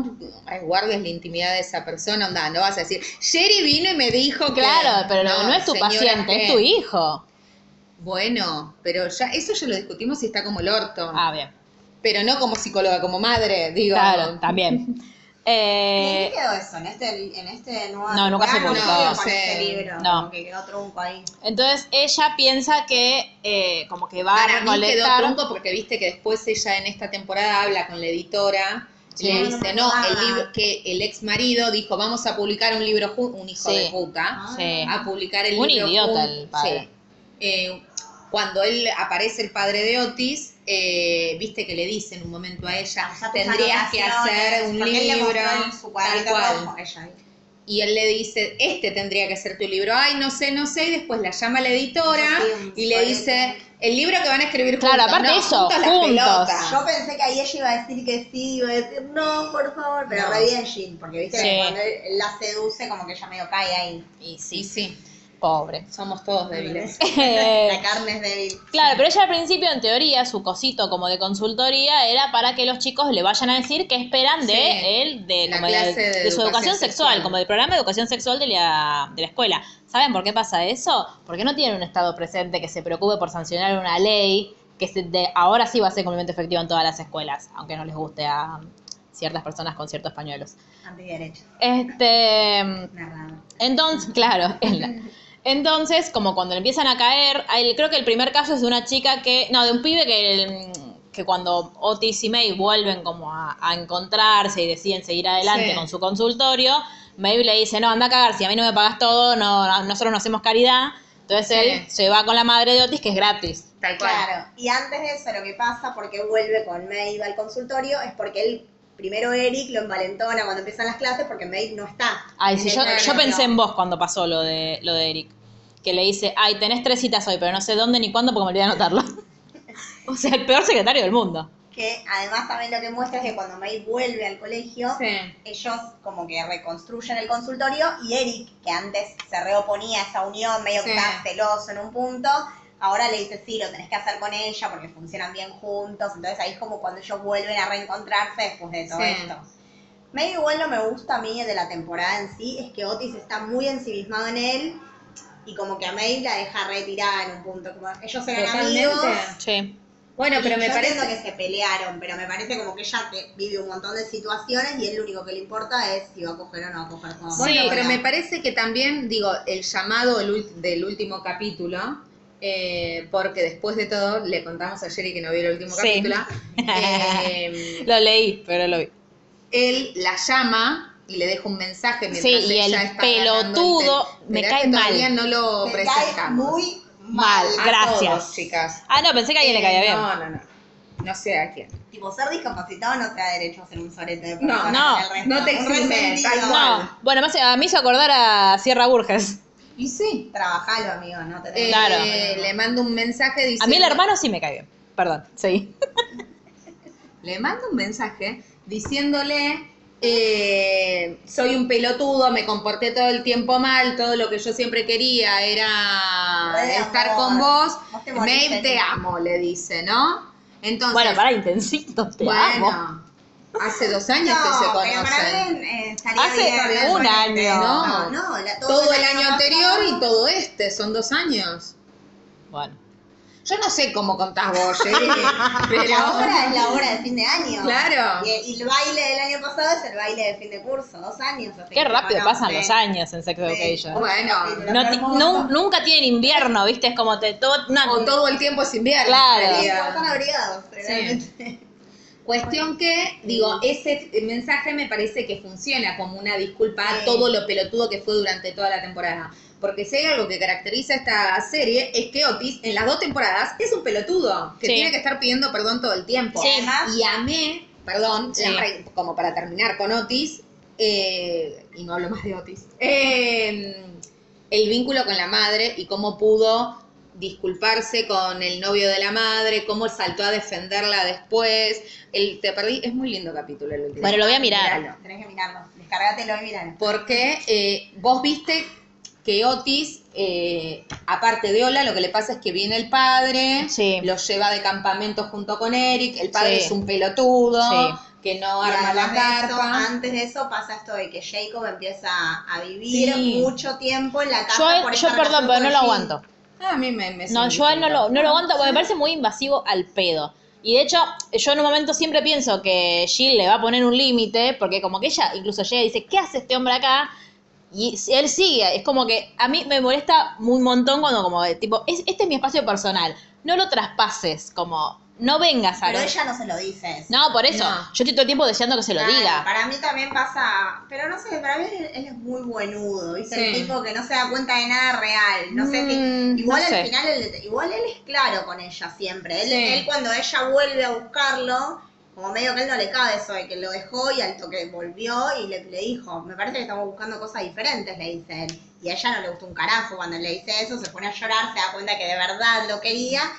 C: guardes la intimidad de esa persona, onda, no vas a decir, Sherry vino y me dijo que...
A: Claro, pero no, no es tu
C: señora,
A: paciente,
C: ¿qué?
A: es tu hijo.
C: Bueno, pero ya, eso ya lo discutimos y está como el orto.
A: Ah, bien.
C: Pero no como psicóloga, como madre, digo.
A: Claro, también.
B: ¿En
A: Eh,
B: qué quedó eso? ¿En este, en este nuevo
A: No, nunca se
B: Ah, no,
A: publicó.
B: con este
C: Sí.
B: libro,
A: No.
B: como que quedó trunco ahí.
A: entonces ella piensa que eh, como que va a
C: Para mí quedó
A: recolectar.
C: tronco porque viste que después ella en esta temporada habla con la editora y
A: Sí.
C: le dice, no,
B: Ah.
C: el libro, que el ex marido dijo, vamos a publicar un libro, ju- un hijo
A: Sí.
C: de puta.
B: Ah,
A: Sí.
C: a publicar el
A: Un
C: libro.
A: idiota
C: jun-
A: el padre.
C: Sí. Eh, cuando él aparece el padre de Otis, eh, viste que le dice en un momento a ella,
B: O sea, tus
C: tendrías que
B: anotaciones,
C: hacer un
B: porque él le
C: libro,
B: mostró en su
C: tal
B: cuadrito
C: cual.
B: rojo, ella.
C: Y él le dice, este tendría que ser tu libro. Ay, no sé, no sé. Y después la llama la editora
B: Yo sí, un
C: y le
B: cuadrito.
C: dice, el libro que van a escribir juntos.
A: Claro, aparte
C: No,
A: eso,
C: juntos. las
A: juntos.
C: pelotas.
B: Yo pensé que ahí ella iba a decir que sí, iba a decir no, por favor, pero
C: No.
B: re bien Jean, porque viste
A: Sí.
B: que cuando él la seduce como que ella medio cae ahí.
A: Y
C: Y
A: sí,
C: sí,
A: pobre.
C: somos todos débiles.
B: la carne es débil.
A: Eh. Claro, pero ella al principio, en teoría, su cosito como de consultoría era para que los chicos le vayan a decir qué esperan de
C: Sí.
A: él, de,
C: La
A: como de-
C: clase de
A: de su
C: educación
A: educación sexual,
C: sexual.
A: como del programa de educación sexual de la, de la escuela. ¿Saben por qué pasa eso? Porque no tienen un Estado presente que se preocupe por sancionar una ley que se- de- ahora sí va a ser completamente efectiva en todas las escuelas, aunque no les guste a, ciertas personas con ciertos pañuelos.
B: Antiderechos.
A: Este,
B: Narrado.
A: entonces, claro, es la- entonces, como cuando empiezan a caer, el- creo que el primer caso es de una chica que, no, de un pibe que, mm, que cuando Otis y May vuelven como a, a encontrarse y deciden seguir adelante
C: Sí.
A: con su consultorio, May le dice, no, anda a cagar, si a mí no me pagas todo, no, no- nosotros no hacemos caridad. Entonces él se va con la madre de Otis, que es gratis.
C: Tal cual.
B: Claro, y antes de eso lo que pasa, porque vuelve con Maeve al consultorio, es porque él, primero Eric lo envalentona cuando empiezan las clases porque Maeve no está.
A: Ay,
B: En
A: sí,
B: el
A: yo, yo
B: colegio.
A: pensé en vos cuando pasó lo de, lo de Eric. Que le dice, ay, tenés tres citas hoy, pero no sé dónde ni cuándo porque me olvidé de anotarlo. o sea, el peor secretario del mundo.
B: Que además también lo que muestra es que cuando Maeve vuelve al colegio,
C: Sí.
B: ellos como que reconstruyen el consultorio y Eric, que antes se reoponía a esa unión, medio que
C: Sí.
B: estaba celoso en un punto, ahora le dice, sí, lo tenés que hacer con ella porque funcionan bien juntos, entonces ahí es como cuando ellos vuelven a reencontrarse después de todo
C: Sí.
B: esto. Medio igual no me gusta a mí de la temporada en sí, es que Otis está muy ensimismado en él y como que a May la deja retirada en un punto. Como ellos eran
C: Totalmente.
B: amigos,
A: Sí.
C: Bueno, pero
B: y
C: me
B: yo entiendo
C: parece.
B: que se pelearon, pero me parece como que ella que vive un montón de situaciones y él lo único que le importa es si va a coger o no va a coger con
C: Bueno,
A: Sí.
C: pero me parece que también, digo, el llamado el ult- del último capítulo, eh, porque después de todo, le contamos a Jerry que no vio el último
A: Sí.
C: capítulo, eh,
A: Lo leí, pero lo vi.
C: él la llama y le deja un mensaje mientras
A: Sí, y
C: ella
A: el
C: está
A: pelotudo
C: agarrando el tel-
A: me
C: Verás
A: cae
C: que todavía
A: mal.
C: no lo
B: me cae
C: presentamos.
B: muy
A: Mal.
B: mal.
C: A
A: Gracias.
C: todos, chicas.
A: Ah, no, pensé que a alguien le caía
C: Eh,
A: bien.
C: No, no, no. No sé a quién.
B: Tipo, ser discapacitado no te da derecho a ser un sorete de
C: No,
B: persona
A: no,
B: con el resto.
C: no te
B: Un
C: exime,
B: resentido.
C: tal cual.
A: No, bueno, me hace- a mí hizo acordar a Sierra Burgess.
C: Y sí.
B: Trabajalo, amigo, no te
C: eh,
A: Claro.
C: Le mando un mensaje diciendo.
A: A mí el hermano sí me cae bien. Perdón, sí.
C: le mando un mensaje diciéndole, eh, soy un pelotudo, me comporté todo el tiempo mal, todo lo que yo siempre quería era
B: Re
C: estar
B: amor.
C: con vos,
B: Vos te morís
C: Maeve te
B: feliz".
C: amo, le dice, ¿no? Entonces,
A: Bueno, para intensito, te
C: bueno,
A: amo.
C: hace dos años
B: No,
C: que se
B: pero para
C: conocen.
B: mí eh, estaría
A: Hace
B: bien hablar
A: un
B: con este,
A: año.
B: No, no, la-
C: Todo el año anterior
B: pasado.
C: y todo este, son dos años.
A: Bueno.
C: Yo no sé cómo contás vos, Jerry, pero
B: La hora es la hora de fin de año.
C: Claro.
B: Y, y el baile del año pasado es el baile de fin de curso, dos años. así
A: Qué
B: que eh,
A: rápido
B: se
A: pasan
B: conocen.
A: los años en Sex
B: Sí.
A: Education.
C: Bueno,
A: No ti- nu- nunca tienen invierno, ¿viste? Es como te, todo, na-
C: o todo el tiempo es invierno.
A: Claro.
C: en
B: Sí,
C: realidad.
B: están abrigados, realmente.
C: Cuestión que,
A: Mm.
C: digo, ese mensaje me parece que funciona como una disculpa a
B: Sí.
C: todo lo pelotudo que fue durante toda la temporada. Porque si hay algo que caracteriza esta serie es que Otis en las dos temporadas es un pelotudo que
A: Sí.
C: tiene que estar pidiendo perdón todo el tiempo.
A: Sí.
C: Y amé, perdón,
A: Sí.
C: la re- como para terminar con Otis, eh, y no hablo más de Otis, eh, el vínculo con la madre y cómo pudo disculparse con el novio de la madre, cómo saltó a defenderla después. El te perdí, es muy lindo capítulo el último.
A: Bueno, lo voy a mirar.
C: Míralo.
B: Tenés que mirarlo. Descargatelo y miralo.
C: Porque eh, vos viste que Otis, eh, aparte de Ola, lo que le pasa es que viene el padre,
A: Sí.
C: lo lleva de campamento junto con Eric, el padre
A: Sí.
C: es un pelotudo,
A: Sí.
C: que no
B: Y
C: arma la
B: además de eso,
C: carpa.
B: antes de eso pasa esto de que Jacob empieza a vivir
A: Sí.
B: mucho tiempo en la casa.
A: Yo,
B: por
A: yo
B: esta
A: perdón,
B: relación
A: pero no
B: con
A: lo
B: Jim.
A: aguanto.
C: Ah, a mí me, me
A: No, yo a él no lo, no lo aguanto porque me parece muy invasivo al pedo. Y de hecho, yo en un momento siempre pienso que Jill le va a poner un límite, porque como que ella incluso llega y dice, ¿qué hace este hombre acá? Y si- él sigue, es como que a mí me molesta un montón cuando como, de, tipo, "Es- este es mi espacio personal, no lo traspases, como, no vengas a...
B: Pero
A: lo-".
B: ella no se lo dice. eso.
A: No, por eso,
C: No.
A: yo estoy todo el tiempo deseando que se lo
B: Claro,
A: diga.
B: Para mí también pasa, pero no sé, para mí él, él es muy buenudo, ¿viste? El
C: Sí.
B: tipo que no se da cuenta de nada real. No sé
A: Mm,
B: si. Igual
A: no
B: al
A: sé.
B: final, él, igual él es claro con ella siempre. Él,
C: Sí.
B: él cuando ella vuelve a buscarlo, como medio que él no le cabe eso de que lo dejó y al toque volvió y le, le dijo, me parece que estamos buscando cosas diferentes, le dice él. Y a ella no le gustó un carajo cuando le dice eso, se pone a llorar, se da cuenta que de verdad lo quería.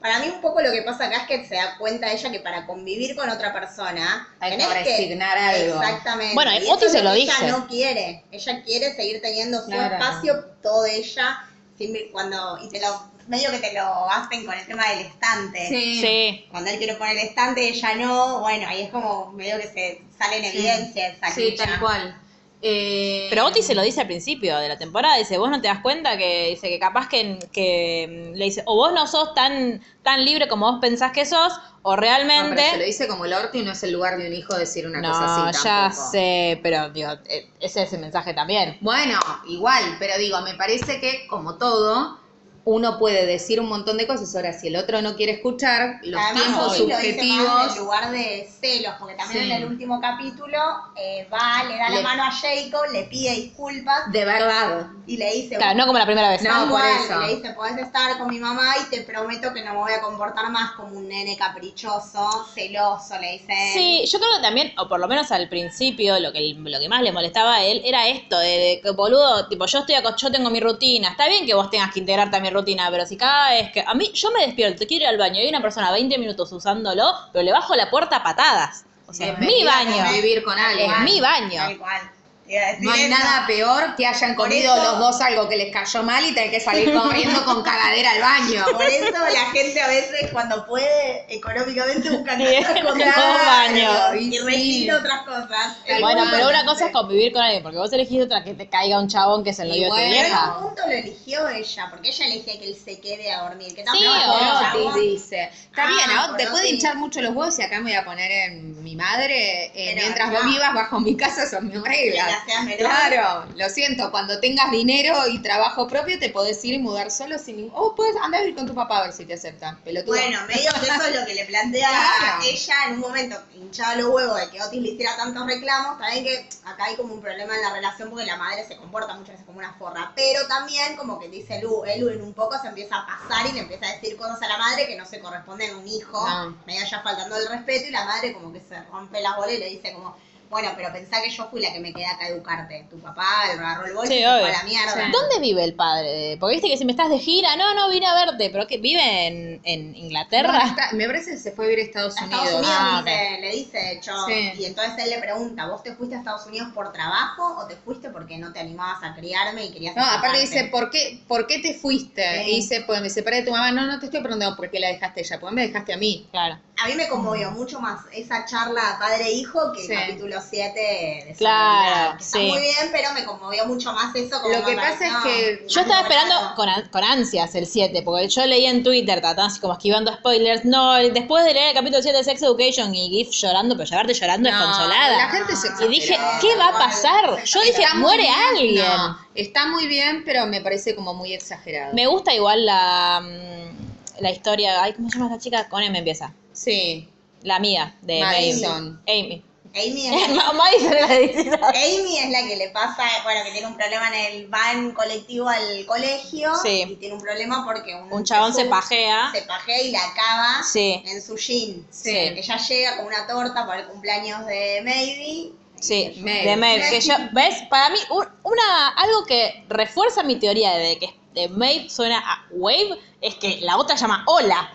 B: Para mí un poco lo que pasa acá es que se da cuenta ella que para convivir con otra persona
C: Hay que
B: tenés
C: resignar algo.
B: Exactamente.
A: Bueno,
B: Y
A: Oti
B: eso es
A: se
B: que
A: lo
B: ella
A: dice.
B: no quiere. Ella quiere seguir teniendo su
C: Claro.
B: espacio, todo de ella, sin, cuando, y te lo, medio que te lo hacen con el tema del estante.
C: Sí.
A: Sí,
B: Cuando él quiere poner el estante, ella no, bueno, ahí es como medio que se sale en
C: Sí.
B: evidencia esa
C: Sí,
B: lucha.
C: tal cual. Eh,
A: Pero Oti se lo dice al principio de la temporada, dice, vos no te das cuenta que dice que capaz que, que, mm, le dice, o vos no sos tan, tan libre como vos pensás que sos, o
C: No, pero Ah, se lo
A: realmente.
C: dice como el orto y no es el lugar de un hijo decir una
A: No,
C: cosa así.
A: ya
C: tampoco.
A: sé, pero digo, eh, ese es el mensaje también.
C: Bueno, igual, pero digo, me parece que, como todo, uno puede decir un montón de cosas. Ahora, si el otro no quiere escuchar, los
B: Además,
C: tiempos
B: Oti lo dice más en
C: subjetivos.
B: lugar de celos, porque también
C: Sí.
B: en el último capítulo eh, va, le da
C: Le-
B: la mano a Jacob, le pide disculpas
C: De verdad.
B: y le dice,
A: Claro, no como la primera vez.
C: No,
B: "Samuel",
C: por eso.
B: le dice, podés estar con mi mamá y te prometo que no me voy a comportar más como un nene caprichoso, celoso, le dice.
A: Sí, yo creo que también, o por lo menos al principio, lo que, lo que más le molestaba a él era esto, de, de que boludo, tipo, yo estoy acá, yo tengo mi rutina, está bien que vos tengas que integrarte a mi rutina, pero si cada vez que a mí, yo me despierto, quiero ir al baño, y hay una persona 20 minutos usándolo, pero le bajo la puerta a patadas. O sea, es mi baño.
C: Vivir con alguien.
A: Es mi baño.
B: Tal cual. Te iba a decir
C: No hay
B: eso.
C: nada peor que hayan
B: Por
C: comido
B: eso-
C: los dos algo que les cayó mal y tener que salir corriendo con cagadera al baño.
B: Por eso la gente a veces cuando puede económicamente busca
A: Sí,
B: cosas con
A: los
B: claro,
A: baños.
B: y
C: Sí.
B: retira otras cosas.
C: Tal
A: Bueno,
C: cual.
A: pero una cosa es convivir con alguien, porque vos elegís otra que te caiga un chabón que se lo
C: Y
A: dio a tu
C: bueno,
B: Pero en
A: vieja.
B: algún punto lo eligió ella, porque ella elegía que él se quede a dormir. Que
A: Sí,
B: también
A: o
B: no,
C: Pero Oti dice. Está
B: Ah,
C: bien, a vos
B: por
C: te puede
B: Oti.
C: hinchar mucho los huevos y acá me voy a poner en mi madre. eh,
B: Pero
C: mientras vos
B: no.
C: vivas bajo mi casa son mis reglas.
B: Mientras seas menor.
C: Claro, lo siento, cuando tengas dinero y trabajo propio te podés ir y mudar solo sin ningún... O puedes andar a vivir con tu papá a ver si te aceptan, pelotudo.
B: Bueno, medio que eso es lo que le plantea
C: Claro.
B: a ella en un momento, hinchaba los huevos de que Otis le hiciera tantos reclamos, también que acá hay como un problema en la relación porque la madre se comporta muchas veces como una forra, pero también como que dice Lu, Lu en un poco se empieza a pasar y le empieza a decir cosas a la madre que no se corresponden a un hijo,
C: No.
B: medio ya faltando el respeto y la madre como que se rompe las bolas y le dice como, bueno, pero pensá que yo fui la que me quedé acá a educarte, tu papá le agarró el bolso
A: Sí,
B: y se fue
A: obvio.
B: a la mierda.
C: Sí.
A: ¿Dónde vive el padre? Porque viste que si me estás de gira, no, no, vine a verte, pero que vive en, en Inglaterra.
C: No, está- me parece que se fue a vivir a Estados
B: A
C: Unidos.
B: Estados Unidos
A: Ah,
B: dice- le dice yo,
C: Sí.
B: y entonces él le pregunta, ¿vos te fuiste a Estados Unidos por trabajo o te fuiste porque no te animabas a criarme y querías
C: No, aparte
B: escaparte?"
C: dice, ¿por qué, ¿por qué te fuiste?
B: Sí.
C: Y dice, pues me separé de tu mamá. No, no te estoy preguntando por qué la dejaste a ella, por qué me dejaste a mí.
A: Claro.
B: A mí me conmovió mucho más esa charla padre-hijo que
C: Sí.
B: el capítulo 7 de Soledad,
A: Claro,
B: que está
A: sí.
B: muy bien, pero me conmovió mucho más eso. Como
C: Lo que
B: me
C: pasa es
B: pareció-
C: que
A: Yo estaba esperando
B: Claro.
A: con, an- con ansias el 7, porque yo leía en Twitter, tratando así como esquivando spoilers. No, el- después de leer el capítulo 7 de Sex Education y GIF llorando, pero llorarte llorando es
C: No,
A: consolada.
C: La gente se
A: Y dije,
C: exageró.
A: ¿qué va a pasar? Yo dije,
C: Está muy
A: muere
C: bien,
A: alguien.
C: no, está muy bien, pero me parece como muy exagerado.
A: Me gusta igual la, mm, la historia. Ay, ¿Cómo se llama la chica? Con M empieza.
C: Sí.
A: La amiga de
C: Madison.
A: Amy.
B: Amy es,
A: Amy. Madison era de-
B: Amy es la que le pasa, bueno, que tiene un problema en el van colectivo al colegio
A: Sí.
B: y tiene un problema porque un,
A: Un chabón se
B: sube-
A: pajea.
B: se pajea y la acaba
A: Sí.
B: en su jean.
A: Sí.
B: Ella llega con una torta para el cumpleaños de Maybe.
A: Sí,
C: Maeve.
A: de Maeve, que yo, ¿ves? Para mí, un- una, algo que refuerza mi teoría de que de Maeve suena a Wave es que la otra llama Hola.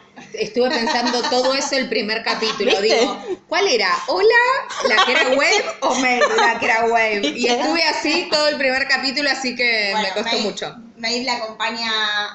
C: Estuve pensando todo eso el primer capítulo.
A: ¿Viste?
C: Digo, ¿cuál era? ¿Hola? ¿La que era wave o Mail? La que era wave. Y estuve así todo el primer capítulo, así que Eh, me
B: Bueno,
C: costó
B: Maeve-
C: mucho.
B: Maeve la acompaña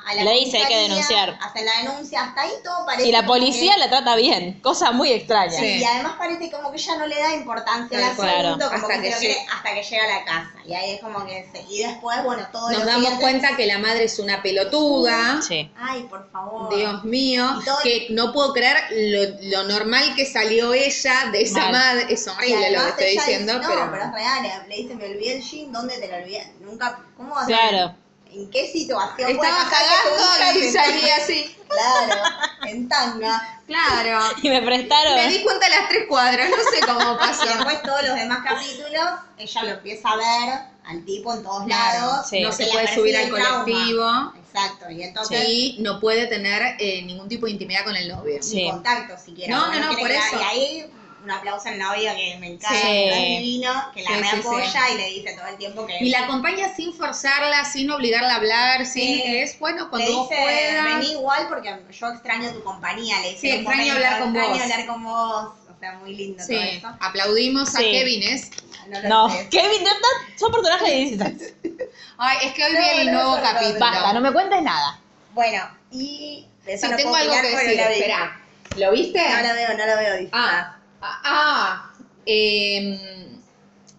B: a la
A: Le dice, hay que
B: comisaría,
A: denunciar.
B: Hacen la denuncia, hasta ahí todo parece.
A: Y la
B: como
A: policía
B: que-
A: la trata bien, cosa muy extraña.
C: Sí.
B: Y además parece como que ella no le da importancia al
C: Tal cual.
B: asunto,
C: Claro,
B: como
C: hasta
B: que
C: que
B: se lo quiere-
C: llega.
B: hasta que llega a la casa. Y ahí es como que se- Y después, bueno, todos
C: Nos
B: los
C: damos
B: días-
C: cuenta que la madre es una pelotuda.
A: Sí.
B: Ay, por favor.
C: Dios mío,
B: Y todo-
C: que no puedo creer lo, lo normal que salió ella de esa
A: Mal.
C: madre. Es
B: Y
C: horrible lo
B: además
C: que estoy
B: ella
C: diciendo,
B: dice,
C: pero.
B: No, pero es real. eh, Le dice, me olvidé el jean, ¿dónde te lo olvidé? Nunca. ¿Cómo vas a-
A: Claro.
B: ¿En qué situación?
C: Estaba
B: puede pasar que tu hija
C: cagando y
B: se-
C: salí así.
B: Claro, en tanga.
C: Claro.
A: Y me prestaron.
C: Me di cuenta a las tres cuadras, no sé cómo
B: Y
C: pasó.
B: después todos los demás capítulos, ella lo empieza a ver al tipo en todos lados.
A: sí.
C: No
B: y
C: se
B: le
C: puede
B: persigue
C: subir al
B: el trauma.
C: colectivo.
B: Exacto, y entonces
C: Y no puede tener eh, ningún tipo de intimidad con el novio.
A: Sí.
B: ni contacto siquiera.
C: No,
B: porque
C: no, no,
B: quiere
C: por
B: que la-
C: eso.
B: Y ahí un aplauso al novio que me encanta,
A: Sí.
B: que es divino, que la
C: Sí, sí,
B: reapoya
C: sí.
B: y le dice todo el tiempo que
C: Y la acompaña sin forzarla, sin obligarla a hablar, sin
B: Sí.
C: es bueno
B: le
C: cuando vos
B: dice,
C: puedas.
B: vení igual porque yo extraño tu compañía, le dice.
C: Sí,
B: en un
C: extraño hablar con
B: extraño
C: vos.
B: hablar con vos. O sea, muy lindo todo
C: Sí.
B: eso.
C: Aplaudimos a
A: Sí.
C: Kevin, es.
B: No lo
A: No,
B: sé.
A: Kevin, no, no, son personajes distintos.
C: Ay, es que hoy
B: No,
C: vi el
B: no,
C: nuevo
B: no, no,
C: capítulo.
A: Basta, no me cuentes nada.
B: Bueno, y de eso
C: Sí,
B: no
C: tengo
B: puedo
C: algo que
B: opinar porque
C: decir,
B: no la vi.
C: espera. ¿Lo viste?
B: No la veo, no la veo. dice.
C: Ah, ah, ah, em,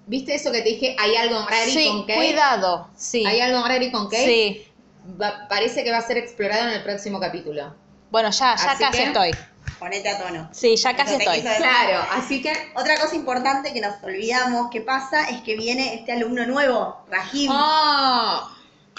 C: ¿Viste eso que te dije? Hay algo raro y con
A: Sí,
C: Kate.
A: cuidado. Sí.
C: Hay algo raro y con Kate.
A: Sí.
C: Va- parece que va a ser explorado en el próximo capítulo.
A: Bueno, ya, ya
C: Así
A: casi
C: que-
A: estoy.
B: Ponete a tono.
A: Sí, ya
B: Eso
A: casi
B: te
A: estoy.
B: quiso decir.
C: Claro, así que
B: Otra cosa importante que nos olvidamos que pasa es que viene este alumno nuevo, Rajim.
A: Ah,
C: ¡Oh!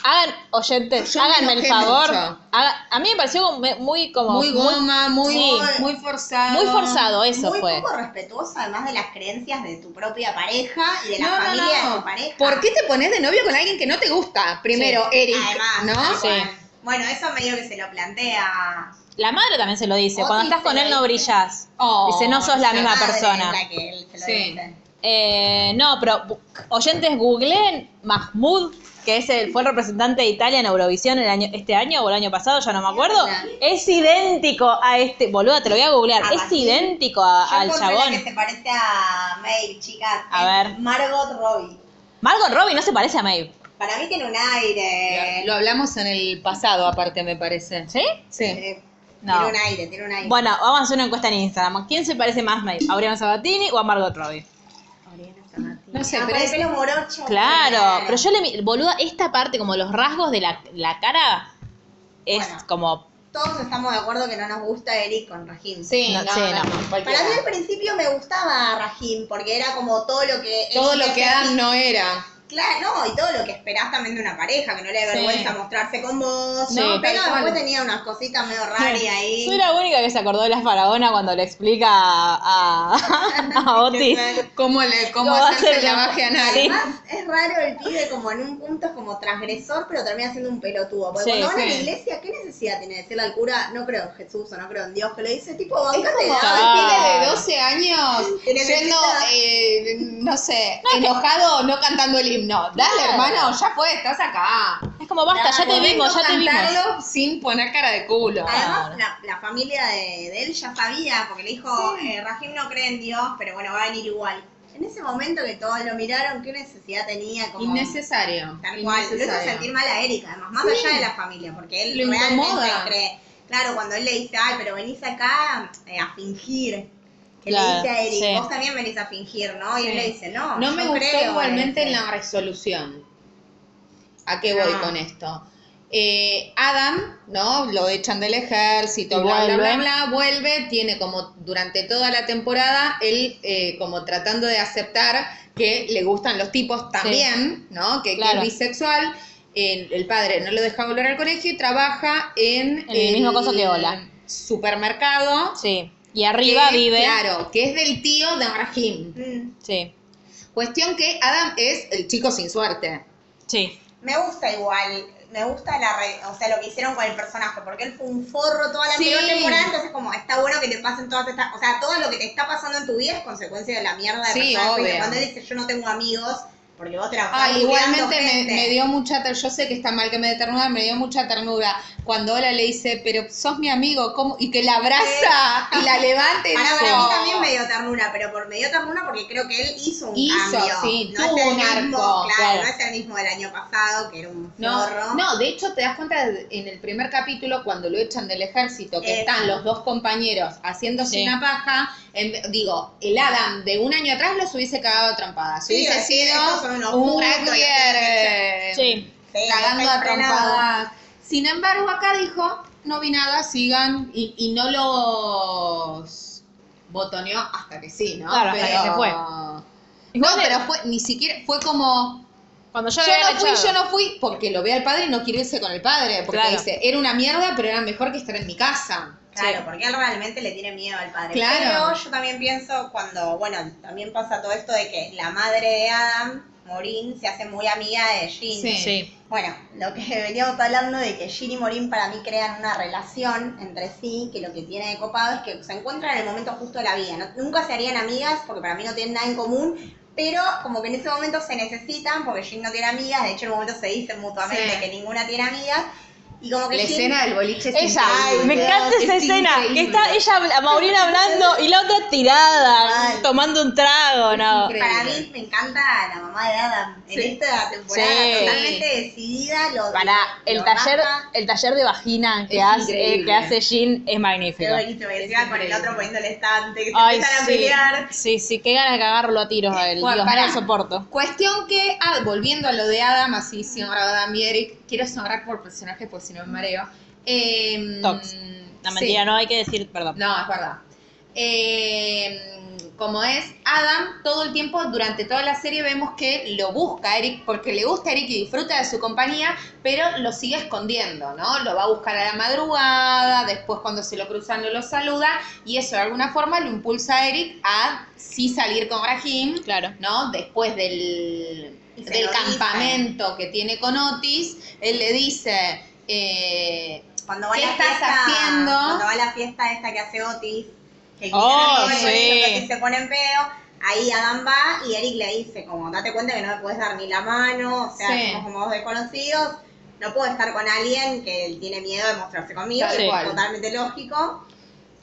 A: Hagan, oyentes,
C: Yo me
A: háganme el
C: enojé
A: favor.
C: mucho.
A: Haga- a mí me pareció como me- muy como.
C: Muy goma, muy,
A: sí.
C: muy forzado.
A: muy forzado, eso
B: Muy
A: fue.
B: poco respetuoso, además de las creencias de tu propia pareja y de la
C: No, no,
B: familia de
C: no.
B: tu pareja.
C: ¿Por qué te pones de novio con alguien que no te gusta? Primero, Eric,
B: Además,
C: ¿no?
B: tal cual. Bueno, eso medio que se lo plantea.
A: La madre también se lo dice.
B: Otis
A: Cuando estás
B: se
A: con
B: lo
A: él no
B: dice.
A: brillas.
C: Oh,
A: Dice, no sos la
C: esa
A: misma
B: madre
A: persona.
B: es la que él se lo
C: Sí.
B: dice.
A: Eh, no, pero bu- oyentes, googleen Mahmoud, que es el, fue el representante de Italia en Eurovisión el año, este año o el año pasado, ya no me acuerdo. Es idéntico a este. Boluda, te lo voy a googlear.
B: Ah,
A: es
B: sí.
A: idéntico a-
B: Yo
A: al
B: encontré la
A: chabón.
B: que se parece a Maeve, chicas.
A: A
B: Es
A: ver.
B: Margot Robbie.
A: Margot Robbie no se parece a Maeve.
B: Para mí tiene un aire.
C: Eh, Lo, lo hablamos en el pasado, aparte, me parece.
A: ¿Sí?
C: Sí.
B: Eh,
A: No.
B: Tiene un aire, tiene un aire.
A: Bueno, vamos a hacer una encuesta en Instagram. ¿Quién se parece más a Maeve? ¿Aurelio Sabatini o a Margot Robbie?
B: Oriana Sabatini.
C: No sé,
B: Ah,
C: pero
B: con
C: es-
B: el pelo morocho.
A: Claro, pero yo le mi- boluda, esta parte, como los rasgos de la, la cara, es
B: Bueno.
A: como.
B: Todos estamos de acuerdo que no nos gusta Eric con Rajim.
C: Sí,
A: No,
C: no,
A: sí, no.
C: no, no, cualquiera.
B: Para mí al principio me gustaba Rajim, porque era como todo lo que...
C: Todo
B: él
C: lo que
B: es-
C: Adam no era.
B: Claro, no, y todo lo que esperás también de una pareja, que no le da
C: Sí.
B: vergüenza mostrarse con vos.
A: Sí,
B: pero
C: tal
B: después
C: cual.
B: tenía unas cositas medio raras ahí.
A: Soy la única que se acordó de la faraona cuando le explica a, a- a Otis.
C: Cómo, le, cómo
A: Lo va a
C: hacerse
A: hacer
C: la
A: la-
C: magia anal.
A: Sí.
B: Además, es raro el pibe como en un punto es como transgresor, pero termina siendo un pelotudo. Porque
A: Sí,
B: cuando van a la
C: sí.
B: iglesia, ¿qué necesidad tiene de decirle al cura, no creo en Jesús o no creo en Dios? Que le dice, tipo, bancate
C: Como
B: la-
A: Ah.
C: un pibe de 12 años
B: Que necesita-
C: yendo, eh, no sé, enojado, no cantando el himno. Dale,
A: Claro.
C: hermano, ya fue, estás acá.
A: Es como basta, ya te
C: Claro,
A: vimos, ya te
C: momento
A: vimos.
C: cantarlo sin poner cara de culo.
B: Además, la, la familia de, de él ya sabía, porque le dijo, eh, Rajim no cree en Dios, pero bueno, va a venir igual. En ese momento que todos lo miraron, ¿qué necesidad tenía? Como,
C: Innecesario.
B: Tal cual. Lo hizo
C: innecesario.
B: sentir mal a Erika, además, más allá de la familia, porque él
C: Lo
B: realmente
C: incomoda.
B: cree. Claro, cuando él le dice, ay, pero venís acá eh, a fingir. Que
A: Claro,
B: le dice a Eric,
A: sí.
B: vos también venís a fingir, ¿no? Y
C: Sí.
B: él le dice,
A: Ah,
B: no.
C: No me
B: yo
C: gustó
B: creo
C: igualmente
B: en este".
C: la resolución. ¿A qué voy
A: Ah.
B: No.
C: con esto? Eh, Adam, ¿no? Lo echan del ejército,
A: Y
C: bla, bla, bla,
A: vuelve.
C: bla, vuelve, tiene como durante toda la temporada él eh, como tratando de aceptar que le gustan los tipos también, ¿no? Que, que
A: Claro.
C: es bisexual. Eh, el padre no lo deja volver al colegio y trabaja en
A: En el mismo coso que Ola.
C: Supermercado.
A: Sí. Y arriba
C: que,
A: vive.
C: Claro, que es del tío de Rahim.
B: Mm,
A: Sí.
C: Cuestión que Adam es el chico sin suerte.
A: Sí.
B: Me gusta igual, me gusta la re- o sea, lo que hicieron con el personaje, porque él fue un forro toda la
C: Sí.
B: anterior temporada, entonces como está bueno que te pasen todas estas, o sea, todo lo que te está pasando en tu vida es consecuencia de la mierda de
C: Sí,
B: personaje.
C: obvio.
B: Cuando él dice, yo no tengo amigos, porque vos te la
C: Ah,
B: pasás
C: igualmente
B: buleando
C: me,
B: gente".
C: me dio mucha ternura. Yo sé que está mal que me dé ternura, me dio mucha ternura. Cuando Ola le dice, pero sos mi amigo, ¿cómo? Y que la abraza y la levanta. y
B: Ahora,
C: dice,
B: Eh. para mí también me dio ternura, pero por me dio ternura porque creo que él hizo un
C: Hizo,
B: cambio.
C: sí,
B: no
C: tuvo
B: es el
C: un
B: mismo,
C: arco,
B: claro,
A: claro.
B: no es el mismo del año pasado, que era un forro.
C: No, no, de hecho te das cuenta de- en el primer capítulo cuando lo echan del ejército, que
B: Eh.
C: están los dos compañeros haciéndose
A: Sí.
C: una paja, en- digo, el Adam de un año atrás los hubiese cagado a trompadas,
B: Sí,
C: hubiese
B: sí, estos son unos
C: sido un
B: putos,
C: rugby,
B: los
C: eh,
A: Sí.
B: Sí,
C: cagando
B: está
C: a
B: entrenado.
C: trompadas. Sin embargo, acá dijo, no vi nada, sigan, y, y no los botoneó hasta que sí, ¿no?
A: Claro, hasta que se fue.
C: No,
A: Igual de-
C: pero fue, ni siquiera, fue como,
A: Cuando yo,
C: yo,
A: le había
C: no fui,
A: echado.
C: yo no fui, porque lo ve al padre y no quiere irse con el padre, porque
A: Claro.
C: dice, era una mierda, pero era mejor que estar en mi casa.
B: Claro,
A: Sí.
B: porque él realmente le tiene miedo al padre.
C: Claro.
B: Pero yo también pienso cuando, bueno, también pasa todo esto de que la madre de Adam, Morín, se hace muy amiga de Jean.
C: Sí.
A: Sí.
B: Bueno, lo que veníamos hablando de que Jean y Morín para mí crean una relación entre sí, que lo que tiene de copado es que se encuentran en el momento justo de la vida. No- nunca se harían amigas porque para mí no tienen nada en común, pero como que en ese momento se necesitan porque Jean no tiene amigas, de hecho en un momento se dicen mutuamente
C: Sí.
B: que ninguna tiene amigas. Y como que
C: La
B: Jim-
C: escena del boliche es
A: Ella,
C: increíble.
A: me encanta esa
C: Es
A: escena. Que
C: increíble.
A: está ella, habla- Maurina hablando y la otra tirada,
B: Mal.
A: tomando un trago, ¿no?
C: increíble.
B: Para mí me encanta la mamá de Adam en
C: Sí.
B: esta temporada
A: Sí.
B: totalmente decidida. Lo,
A: Para el
B: lo
A: taller,
B: baja.
A: el taller de vagina que
C: Es
A: hace,
C: increíble.
A: eh, que hace Jean es
B: Qué
A: magnífico.
B: buenísimo, y encima ah, con el
C: increíble.
B: otro poniendo el estante, que se
A: Ay,
B: empiezan a
A: sí.
B: pelear.
A: Sí, sí, qué ganas de cagarlo a tiros a él.
C: Bueno,
A: Dios,
C: pará.
A: no lo soporto.
C: Cuestión que, ah, volviendo a lo de Adam, así sin Adam y Eric, quiero sonar por personaje porque si no me mareo. Eh,
A: Tox. No,
C: sí.
A: mentira, no hay que decir, perdón.
C: No, es verdad. Eh, como es, Adam todo el tiempo, durante toda la serie, vemos que lo busca Eric porque le gusta a Eric y disfruta de su compañía, pero lo sigue escondiendo, ¿no? Lo va a buscar a la madrugada, después cuando se lo cruzan no lo saluda, y eso de alguna forma lo impulsa a Eric a sí salir con Rahim,
A: Claro.
C: ¿no? Después del,
B: Y se
C: del
B: lo dice.
C: campamento que tiene con Otis, él le dice. eh,
B: Cuando va
C: ¿Qué
B: a la
C: estás
B: fiesta,
C: haciendo?
B: Cuando va a la fiesta esta que hace Otis, que
A: Oh,
B: quieren todo el
A: sí.
B: mundo, que se ponen feo, ahí Adam va y Eric le dice, como, date cuenta que no me puedes dar ni la mano, o sea,
C: Sí.
B: somos como dos desconocidos, no puedo estar con alguien que tiene miedo de mostrarse conmigo,
C: Tal
B: que es
C: cual.
B: totalmente lógico.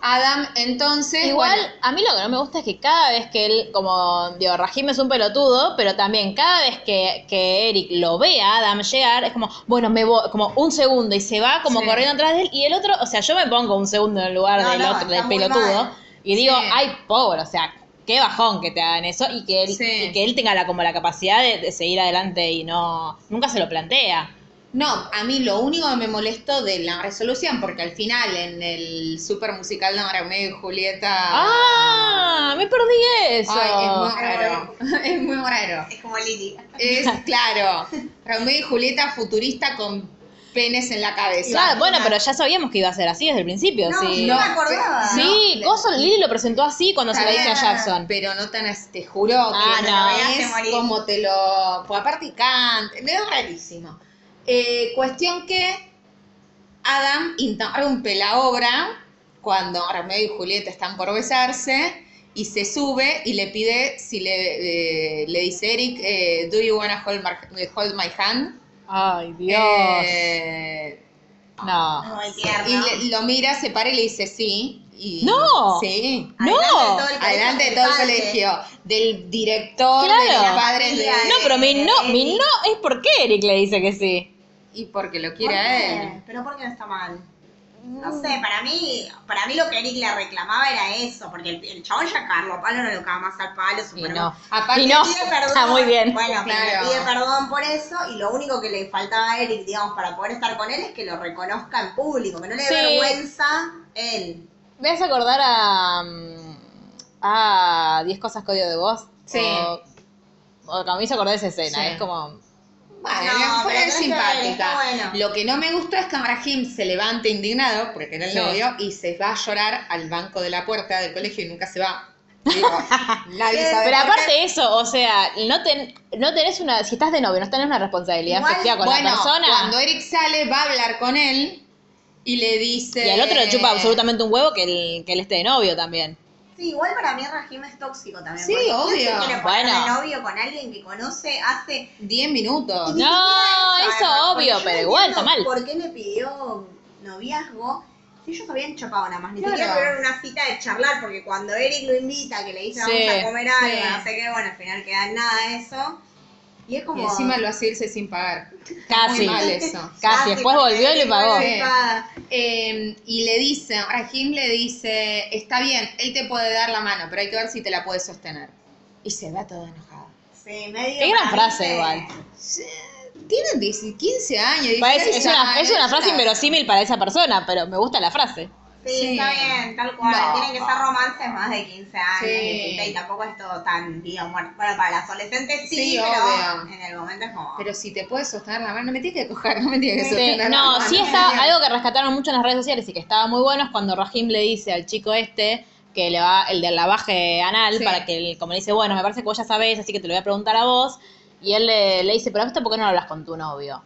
C: Adam, entonces.
A: Igual,
C: bueno,
A: a mí lo que no me gusta es que cada vez que él, como digo, Rajim es un pelotudo, pero también cada vez que, que Eric lo ve a Adam llegar, es como, bueno, me voy, como un segundo, y se va como
C: Sí.
A: corriendo atrás de él, y el otro, o sea, yo me pongo un segundo en el lugar
B: No,
A: del
B: no,
A: otro,
B: está
A: del
B: muy
A: pelotudo,
B: mal.
A: y digo,
C: Sí.
A: ay, pobre, o sea, qué bajón que te hagan eso, y que él,
C: Sí.
A: y que él tenga la, como la capacidad de, de seguir adelante y no, nunca se lo plantea.
C: No, a mí lo único que me molestó de la resolución, porque al final en el super musical de Romeo y Julieta.
A: ¡Ah! Me perdí eso.
C: Ay, es
A: Ah.
C: muy raro. es muy raro.
B: Es como Lili.
C: Es claro. Romeo y Julieta futurista con penes en la cabeza.
A: Claro, bueno, pero ya sabíamos que iba a ser así desde el principio.
B: No,
A: sí.
B: no me
C: No,
B: acordaba.
A: Sí,
C: No,
A: Coso Lily lo presentó así cuando se lo dice a
B: Claro.
A: Jackson.
C: Pero no tan así, te juro que
A: Ah, no.
B: Me hace
C: no
B: morir.
C: es como te lo. Pues aparte canta, me da rarísimo. Eh, cuestión que Adam interrumpe la obra cuando Romeo y Julieta están por besarse y se sube y le pide si le, eh, le dice Eric, eh, do you wanna hold my, hold my hand?
A: Ay, Dios.
C: Eh,
A: No.
B: Muy tierno.
C: y le- lo mira, se para y le dice sí. y-
A: ¡No!
C: Sí.
A: ¡No!
B: Adelante de todo el colegio
C: Adelante de todo el
B: culpable.
C: colegio, del director,
A: Claro.
C: de los padres de...
B: No,
A: No, pero mi no, mi no es porque Eric le dice que sí.
C: Y porque lo
B: ¿Por
C: quiere a
B: qué?
C: él.
B: Pero ¿por qué no está mal? No
A: Mm.
B: sé, para mí, para mí lo que Eric le reclamaba era eso, porque el, el chabón ya Carlos Palo no lo caga más al palo,
A: Y
B: super
A: no.
C: Aparte,
A: Y no.
B: pide perdón.
A: Ah, muy bien.
B: Bueno, pero
C: Claro.
B: le pide perdón por eso y lo único que le faltaba a Eric, digamos, para poder estar con él es que lo reconozca en público, que no le dé
A: Sí.
B: vergüenza él.
A: ¿Me vas a acordar a. mm, a 10 cosas código de voz?
C: Sí.
A: O, o como me hizo acordar esa escena.
C: Sí.
A: Es como.
C: Bueno,
B: No,
C: fuera
B: pero tenés que ver,
C: simpática.
B: está bueno.
C: Lo que no me gustó es que Abraham se levante indignado, porque era el
A: Sí.
C: novio, y se va a llorar al banco de la puerta del colegio y nunca se va. Digo, nadie sabe
A: Pero
C: por qué.
A: aparte eso, o sea, no, ten, no tenés una. Si estás de novio, no tenés una responsabilidad
B: Igual,
A: afectiva con la persona.
C: cuando Eric sale, va a hablar con él y le dice...
A: Y al otro le chupa absolutamente un huevo que, el, que él esté de novio también.
B: Sí, igual para mí Rajim es tóxico también.
C: Sí,
B: porque ¿quién
C: obvio.
B: se quiere poner de
A: Bueno.
B: novio con alguien que conoce hace
C: 10 minutos.
B: Ni
A: No,
B: siquiera
A: eso
B: además, porque
A: obvio,
B: yo no
A: pero igual,
B: entiendo
A: está mal.
B: ¿Por qué le pidió noviazgo? Si ellos habían chapado nada más, ni
C: Claro.
B: siquiera tuvieron una cita de charlar, porque cuando Eric lo invita, que le dice
A: Sí,
B: vamos a comer algo,
C: sí.
B: no sé qué, bueno, al final queda en nada de eso. Y es como.
C: Y encima lo hace irse sin pagar. Está
A: Casi.
C: Muy mal eso.
A: Ah, Casi, después volvió y le pagó.
B: Sí.
C: Eh, y le dice, Rahim le dice, está bien, él te puede dar la mano, pero hay que ver si te la puede sostener. Y se va todo enojado.
B: Sí, medio.
A: Qué gran
B: para mí
A: frase
B: que-
A: igual.
C: Tienen 10 15 años.
A: Parece-
C: 16
A: es, una,
C: años,
A: es una frase
C: está-
A: inverosímil para esa persona, pero me gusta la frase.
B: Sí,
C: Sí.
B: está bien, tal cual.
C: No.
B: Tienen que ser romances más de 15 años,
C: Sí.
B: 16, y tampoco es todo tan, digamos, bueno, bueno, para las adolescentes sí,
C: Sí,
B: pero
C: obvio.
B: en el momento es como.
C: Pero si te puede sostener la mano, no me tienes que coger, no me tienes que
A: Sí,
C: sostener la
A: no,
C: mano.
A: sí
C: me
A: estaba,
C: tienes que-
A: algo que rescataron mucho en las redes sociales y que estaba muy bueno es cuando Rahim le dice al chico este que le va el del lavaje anal
C: Sí.
A: para que, él- como le dice, bueno, me parece que vos ya sabés, así que te lo voy a preguntar a vos. Y él le, le dice, pero esto, ¿por qué no lo hablas con tu novio?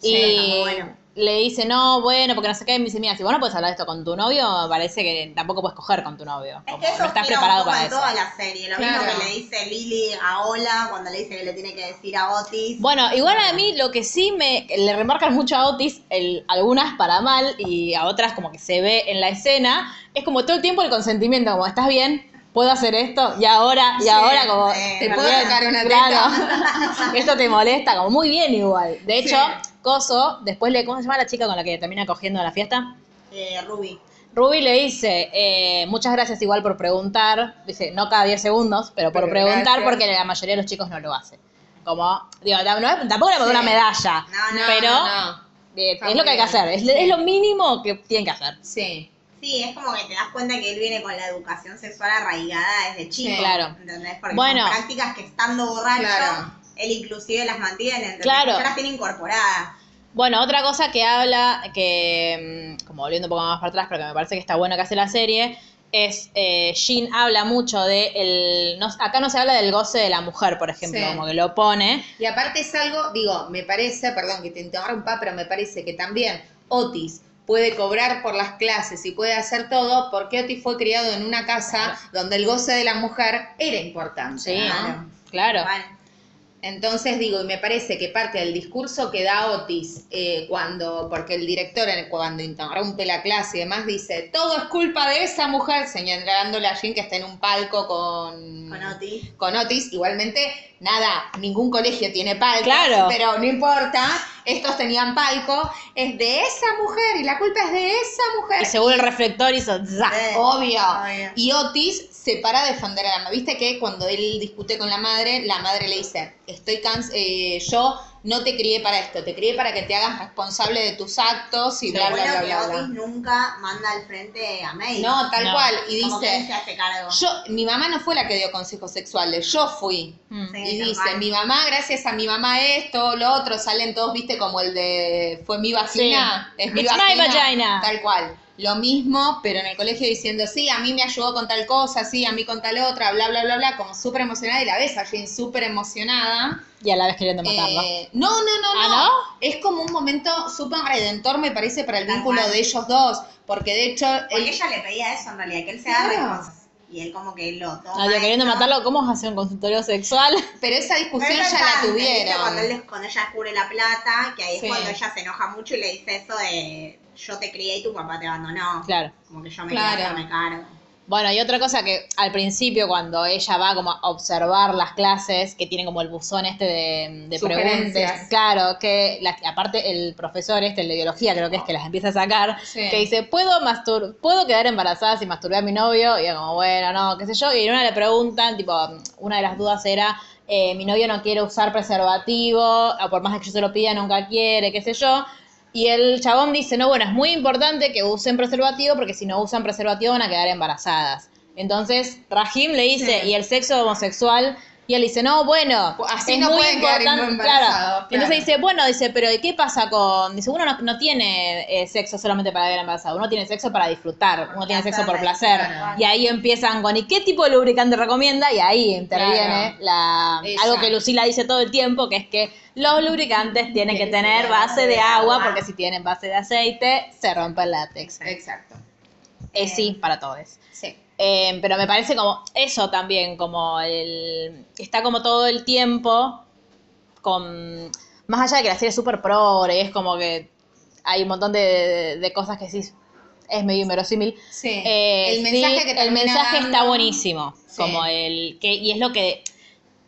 B: Sí,
A: y
B: está muy bueno.
A: le dice, no, bueno, porque no sé qué, y me dice, mira, si vos no puedes hablar de esto con tu novio, parece que tampoco puedes coger con tu novio.
B: Es
A: Como,
B: que eso
A: no estás
B: gira
A: preparado
B: un poco
A: para
B: en
A: eso.
B: toda la serie. Lo
C: Claro.
B: mismo que le dice Lily a Ola cuando le dice que le tiene que decir a Otis.
A: Bueno, igual a mí lo que sí me le remarcan mucho a Otis, el- algunas para mal y a otras como que se ve en la escena, es como todo el tiempo el consentimiento, como estás bien, puedo hacer esto y ahora y
B: Sí,
A: ahora como
B: eh,
C: Te
B: Está
C: puedo
B: bien,
C: tocar una teta.
A: claro, esto te molesta, como muy bien igual. De hecho,
C: Sí.
A: Coso, después le ¿cómo se llama la chica con la que termina cogiendo en la fiesta?
B: Eh, Ruby.
A: Ruby le dice, eh, muchas gracias igual por preguntar, dice, no cada 10 segundos, pero por
C: Pero
A: preguntar
C: gracias.
A: porque la mayoría de los chicos no lo hace. Como, digo, tam- no es- tampoco le pongo
C: Sí.
A: una medalla,
B: No, no,
A: pero
C: No,
A: eh,
C: Está
A: es lo que
C: muy
A: hay que
C: bien.
A: hacer, es, es lo mínimo que tienen que hacer.
C: sí.
B: Sí, es como que te das cuenta que él viene con la educación sexual arraigada desde chico.
A: Sí, claro.
B: ¿Entendés? Porque
A: Bueno.
B: son prácticas que estando borracho,
C: Claro.
B: él inclusive las mantiene. ¿entendés?
A: Claro.
B: Ya las tiene incorporadas.
A: Bueno, otra cosa que habla, que mm, como volviendo un poco más para atrás, pero que me parece que está bueno que hace la serie, es eh, Jean habla mucho de el, no- acá no se habla del goce de la mujer, por ejemplo,
C: Sí.
A: como que lo pone.
C: Y aparte es algo, digo, me parece, perdón que te interrumpa, pero me parece que también Otis puede cobrar por las clases y puede hacer todo porque Otis fue criado en una casa donde el goce de la mujer era importante.
A: Sí,
C: ¿no?
B: Claro.
A: claro.
B: Igual.
C: Entonces digo, y me parece que parte del discurso que da Otis eh, cuando, porque el director en- cuando interrumpe la clase y demás dice, todo es culpa de esa mujer, señalándole a Jean que está en un palco con,
B: Con
A: Mm.
B: Otis.
C: con Otis. Igualmente, nada, ningún colegio tiene palco,
A: Claro.
C: pero no importa, estos tenían palco, es de esa mujer y la culpa es de esa mujer.
A: Y según el reflector hizo ¡za!
B: Sí.
C: Obvio.
A: Ah,
B: Obvio.
C: Y Otis se para a defender a la madre. Viste que cuando él discute con la madre, la madre le dice, estoy cans eh, yo no te crié para esto, te crié para que te hagas responsable de tus actos y bla,
B: Lo
C: bla,
B: bueno
C: bla,
B: que
C: bla, bla.
B: Otis nunca manda al frente a May.
C: No, tal
A: No.
C: cual. Y
B: Como que él se
C: dice,
B: hace cargo.
C: yo, mi mamá no fue la que dio consejos sexuales, yo fui.
A: Mm.
B: Sí,
C: Y
B: tal
C: dice,
B: cual.
C: mi mamá, gracias a mi mamá esto, lo otro, salen todos, viste, como el de, fue mi vagina, es mi
A: It's my vagina.
C: tal cual. Lo mismo, pero en el colegio diciendo, sí, a mí me ayudó con tal cosa, sí, a mí con tal otra, bla, bla, bla, bla, como súper emocionada y la ves a Jean súper emocionada.
A: Y a la vez queriendo matarlo.
C: Eh, no, no, no,
A: ¿Ah,
C: no. Es como un momento súper redentor, me parece, para el
B: Tal
C: vínculo
B: cual.
C: de ellos dos, porque de hecho...
B: Porque
A: eh,
C: el-
B: ella le pedía eso en realidad, que él se haga
C: Claro.
B: responsable. Y él como que lo toma.
A: Ah, digo, queriendo
B: eso.
A: matarlo, ¿cómo hace un consultorio sexual?
C: pero esa
B: Pero
C: discusión
B: es
C: Pues ya la
B: bastante,
C: tuvieron.
B: ¿viste? Cuando, él les- cuando ella descubre la plata, que ahí es
C: Sí.
B: cuando ella se enoja mucho y le dice eso de yo te crié y tu papá te abandonó.
A: Claro.
B: Como que yo me
C: Claro.
B: quiero hacerme cargo.
A: Bueno, y otra cosa que al principio cuando ella va como a observar las clases, que tienen como el buzón este de, de
C: Sugerencias.
A: preguntas, claro, que la- aparte el profesor este, el de biología creo que es que las empieza a sacar,
C: Sí.
A: que dice, ¿puedo mastur puedo quedar embarazada si masturbé a mi novio? Y yo como, bueno, no, qué sé yo, y en una le preguntan, tipo, una de las dudas era, eh, mi novio no quiere usar preservativo, o por más que yo se lo pida, nunca quiere, qué sé yo. Y el chabón dice, no, bueno, es muy importante que usen preservativo porque si no usan preservativo van a quedar embarazadas. Entonces, Rahim le dice,
C: Sí.
A: ¿y el sexo homosexual? Y él dice, no, bueno,
C: Así
A: es
C: no
A: muy
C: pueden quedar
A: importante,
C: embarazados,
A: claro.
C: claro.
A: Entonces dice, bueno, dice, pero ¿y qué pasa con...? Dice, uno no, no tiene eh, sexo solamente para quedar embarazado, uno tiene sexo para disfrutar, uno tiene sexo por placer.
B: Claro.
A: Y ahí empiezan con, ¿y qué tipo de lubricante recomienda? Y ahí interviene la,
C: Claro. Ella.
A: algo que Lucila dice todo el tiempo, que es que los lubricantes tienen que tener base de agua, porque si tienen base de aceite, se rompe el látex.
C: Exacto.
A: Es sí, para todos.
C: Sí.
A: Eh, pero me parece como eso también, como el. Está como todo el tiempo con. Más allá de que la serie es súper progre, es como que hay un montón de, de cosas que sí es medio inverosímil.
C: Sí.
A: Eh,
C: el mensaje
A: sí,
C: que
A: el
C: termina
A: mensaje
C: dando-
A: está buenísimo.
C: Sí.
A: Como el. que Y es lo que.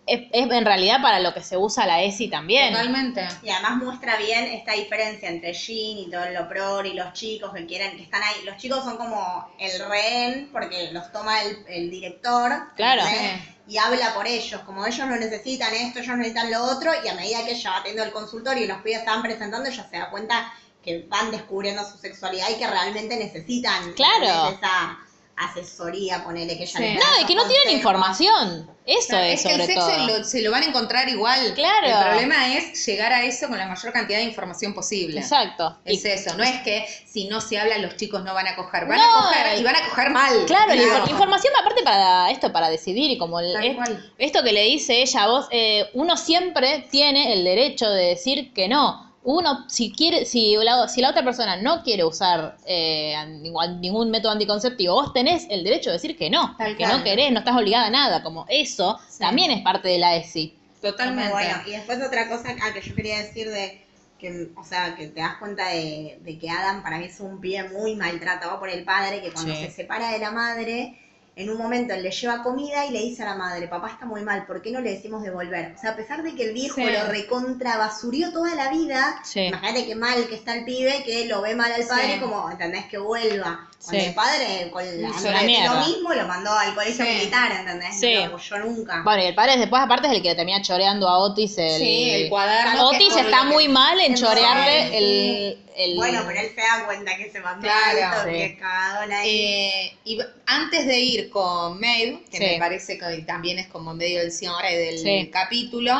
A: Es, es en realidad para lo que se usa la ESI también.
C: Totalmente.
B: Y además muestra bien esta diferencia entre Jean y todo lo pro y los chicos que quieren, que están ahí. Los chicos son como el rehén porque los toma el, el director.
A: Claro.
B: ¿entendés? Y habla por ellos, como ellos no necesitan esto, ellos necesitan lo otro, y a medida que ella va teniendo el consultorio y los pibes estaban presentando, ella se da cuenta que van descubriendo su sexualidad y que realmente necesitan
A: Claro.
B: ¿entendés? esa asesoría, ponele que ella
C: Sí.
B: les da
A: No,
B: esos
A: y que no tienen
B: consejos.
A: información. Eso
C: Claro,
A: es,
C: es que el
A: sobre
C: sexo
A: todo.
C: lo- se lo van a encontrar igual.
A: Claro.
C: El problema es llegar a eso con la mayor cantidad de información posible.
A: Exacto. Y
C: Es eso, no es que si no se habla los chicos no van a coger, van
A: No,
C: a coger y van a coger mal.
A: Claro, la
C: Digo,
A: infor- información aparte para esto, para decidir, y como el-
C: Tal
A: est-
C: cual.
A: esto que le dice ella a vos, eh, uno siempre tiene el derecho de decir que no. uno, si quiere, si la, si la otra persona no quiere usar eh, an- igual- ningún método anticonceptivo, vos tenés el derecho de decir que no,
B: Tal
A: que
B: cual.
A: no querés, no estás obligada a nada, como eso también es parte de la ESI.
C: Totalmente.
B: Bueno, y después otra cosa ah, que yo quería decir de que, o sea, que te das cuenta de, de que Adam para mí es un pibe muy maltratado por el padre, que cuando
A: Sí.
B: se separa de la madre, en un momento él le lleva comida y le dice a la madre, papá está muy mal, ¿por qué no le decimos devolver? O sea, a pesar de que el viejo
C: Sí.
B: lo recontra basurió toda la vida,
A: Sí.
B: imagínate qué mal que está el pibe, que lo ve mal al padre y como, ¿entendés? Que vuelva. Cuando
A: Sí.
B: el padre, con la,
A: Hizo la mierda.
B: lo mismo, lo mandó al colegio
C: Sí.
B: militar, ¿entendés?
A: Sí.
B: No lo apoyó nunca.
A: Bueno, y el padre después aparte es el que le termina choreando a Otis el...
C: Sí, el cuaderno.
A: Otis
B: que-
A: está muy mal en
B: Sí.
A: chorearle el... el-
B: Bueno, pero él se da cuenta que se mandó
C: Claro,
B: alto,
A: sí.
B: que cagadón ahí.
C: Eh, y b- antes de ir con Maeve, que
A: Sí.
C: me parece que también es como medio del cierre del
A: Sí.
C: capítulo,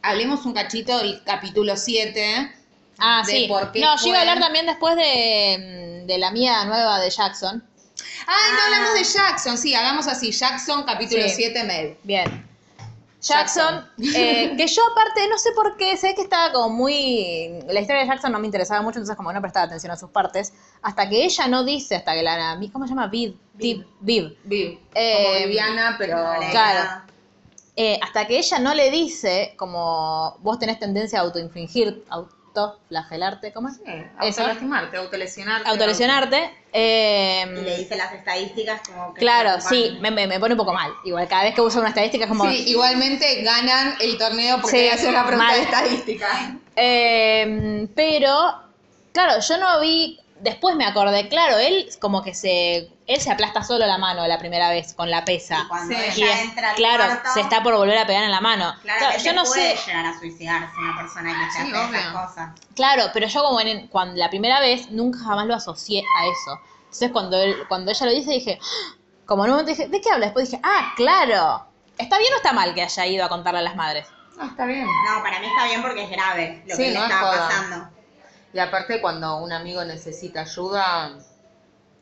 C: hablemos un cachito del capítulo 7.
A: Ah,
C: de
A: sí.
C: por qué
A: no, yo iba a
C: fue.
A: hablar también después de, mm, de la amiga nueva de Jackson.
C: Ay, Ah, no hablamos de Jackson, sí, hagamos así, Jackson, capítulo
A: Ah. Sí.
C: 7, Maeve.
A: Bien. Jackson, eh, que yo aparte, no sé por qué, sé que estaba como muy... La historia de Jackson no me interesaba mucho, entonces como no prestaba atención a sus partes, hasta que ella no dice, hasta que la... ¿Cómo se llama? Viv. Viv. Viv.
C: Viv,
A: Eh,
C: como Viviana, pero...
B: Vale,
A: claro.
B: nada.
A: Eh, hasta que ella no le dice, como vos tenés tendencia a autoinfligir, autoflagelarte, ¿cómo es? Eso.
C: eh, autolastimarte, autolesionarte.
A: Autolesionarte. eh,
B: Y le dice las estadísticas como que.
A: claro,
B: se
A: sí,
B: ocupan.
A: me, me- me pone un poco mal. Igual, cada vez que uso una estadística es como...
C: Sí, igualmente ganan el torneo porque
A: Sí,
C: le hacen una pregunta
A: mal.
C: de estadística.
A: Eh, pero, claro, yo no vi. Después me acordé, claro, él como que se. Él se aplasta solo la mano la primera vez con la pesa.
B: Y cuando
C: Sí.
A: Y
B: ella
A: es-
B: entra al
A: claro,
B: cuarto,
A: se está por volver a pegar en la mano. Claro,
B: claramente
A: yo no
B: puede
A: sé.
B: llegar a suicidarse una persona que se
C: Sí,
B: hace esas
C: obvio.
B: cosas.
A: Claro, pero yo como en, cuando la primera vez nunca jamás lo asocié a eso. Entonces cuando él, cuando ella lo dice dije, ¡Ah! como en un momento dije, ¿de qué habla? Después dije, ah, claro. ¿Está bien o está mal que haya ido a contarle a las madres?
C: No, Ah, está bien.
B: No, para mí está bien porque es grave lo
C: Sí,
B: que le
C: no es
B: está
C: joda.
B: pasando.
C: Y aparte cuando un amigo necesita ayuda,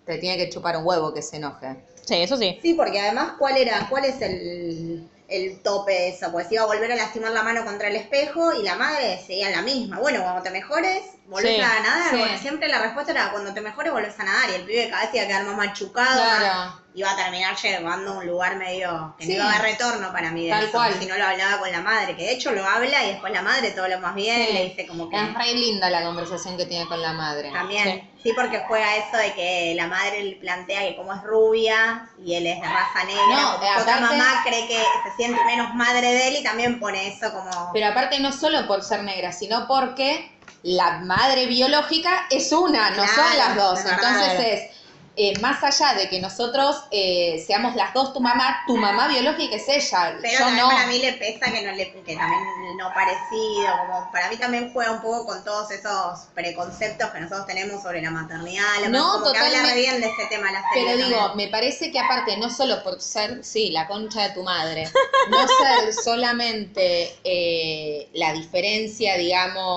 C: te tiene que chupar un huevo que se enoje.
A: Sí, eso sí.
B: Sí, porque además, ¿cuál era? ¿Cuál es el, el tope de eso? Pues iba a volver a lastimar la mano contra el espejo y la madre seguía la misma. Bueno, cuando te mejores, volvés
A: Sí,
B: a nadar.
C: sí.
B: Bueno, siempre la respuesta era cuando te mejores, volvés a nadar. Y el pibe cada vez iba a quedar más machucado.
C: Claro.
B: más- Iba a terminar llegando a un lugar medio que
C: Sí.
B: no iba a haber retorno para mí. de
C: Tal
B: eso,
C: cual.
B: Si no lo hablaba con la madre, que de hecho lo habla y después la madre todo lo más bien
C: Sí.
B: le dice como que.
C: Es re linda la conversación que tiene con la madre.
B: También, sí. porque juega eso de que la madre le plantea que como es rubia y él es de raza negra,
C: No,
B: como
C: eh,
B: que otra
C: aparte-
B: mamá cree que se siente menos madre de él y también pone eso como...
C: Pero aparte no solo por ser negra, sino porque la madre biológica es una, no
B: Claro,
C: son las dos.
B: es verdad.
C: Entonces es, eh, más allá de que nosotros eh, seamos las dos tu mamá, tu mamá biológica es ella.
B: Pero
C: yo
B: también
C: no.
B: para mí le pesa que no le que también no parecido, como para mí también juega un poco con todos esos preconceptos que nosotros tenemos sobre la maternidad, la
C: No,
B: como que habla
C: totalmente.
B: re bien de ese tema la serie
C: Pero digo,
B: también.
C: me parece que aparte, no solo por ser, sí, la concha de tu madre, no ser solamente eh, la diferencia,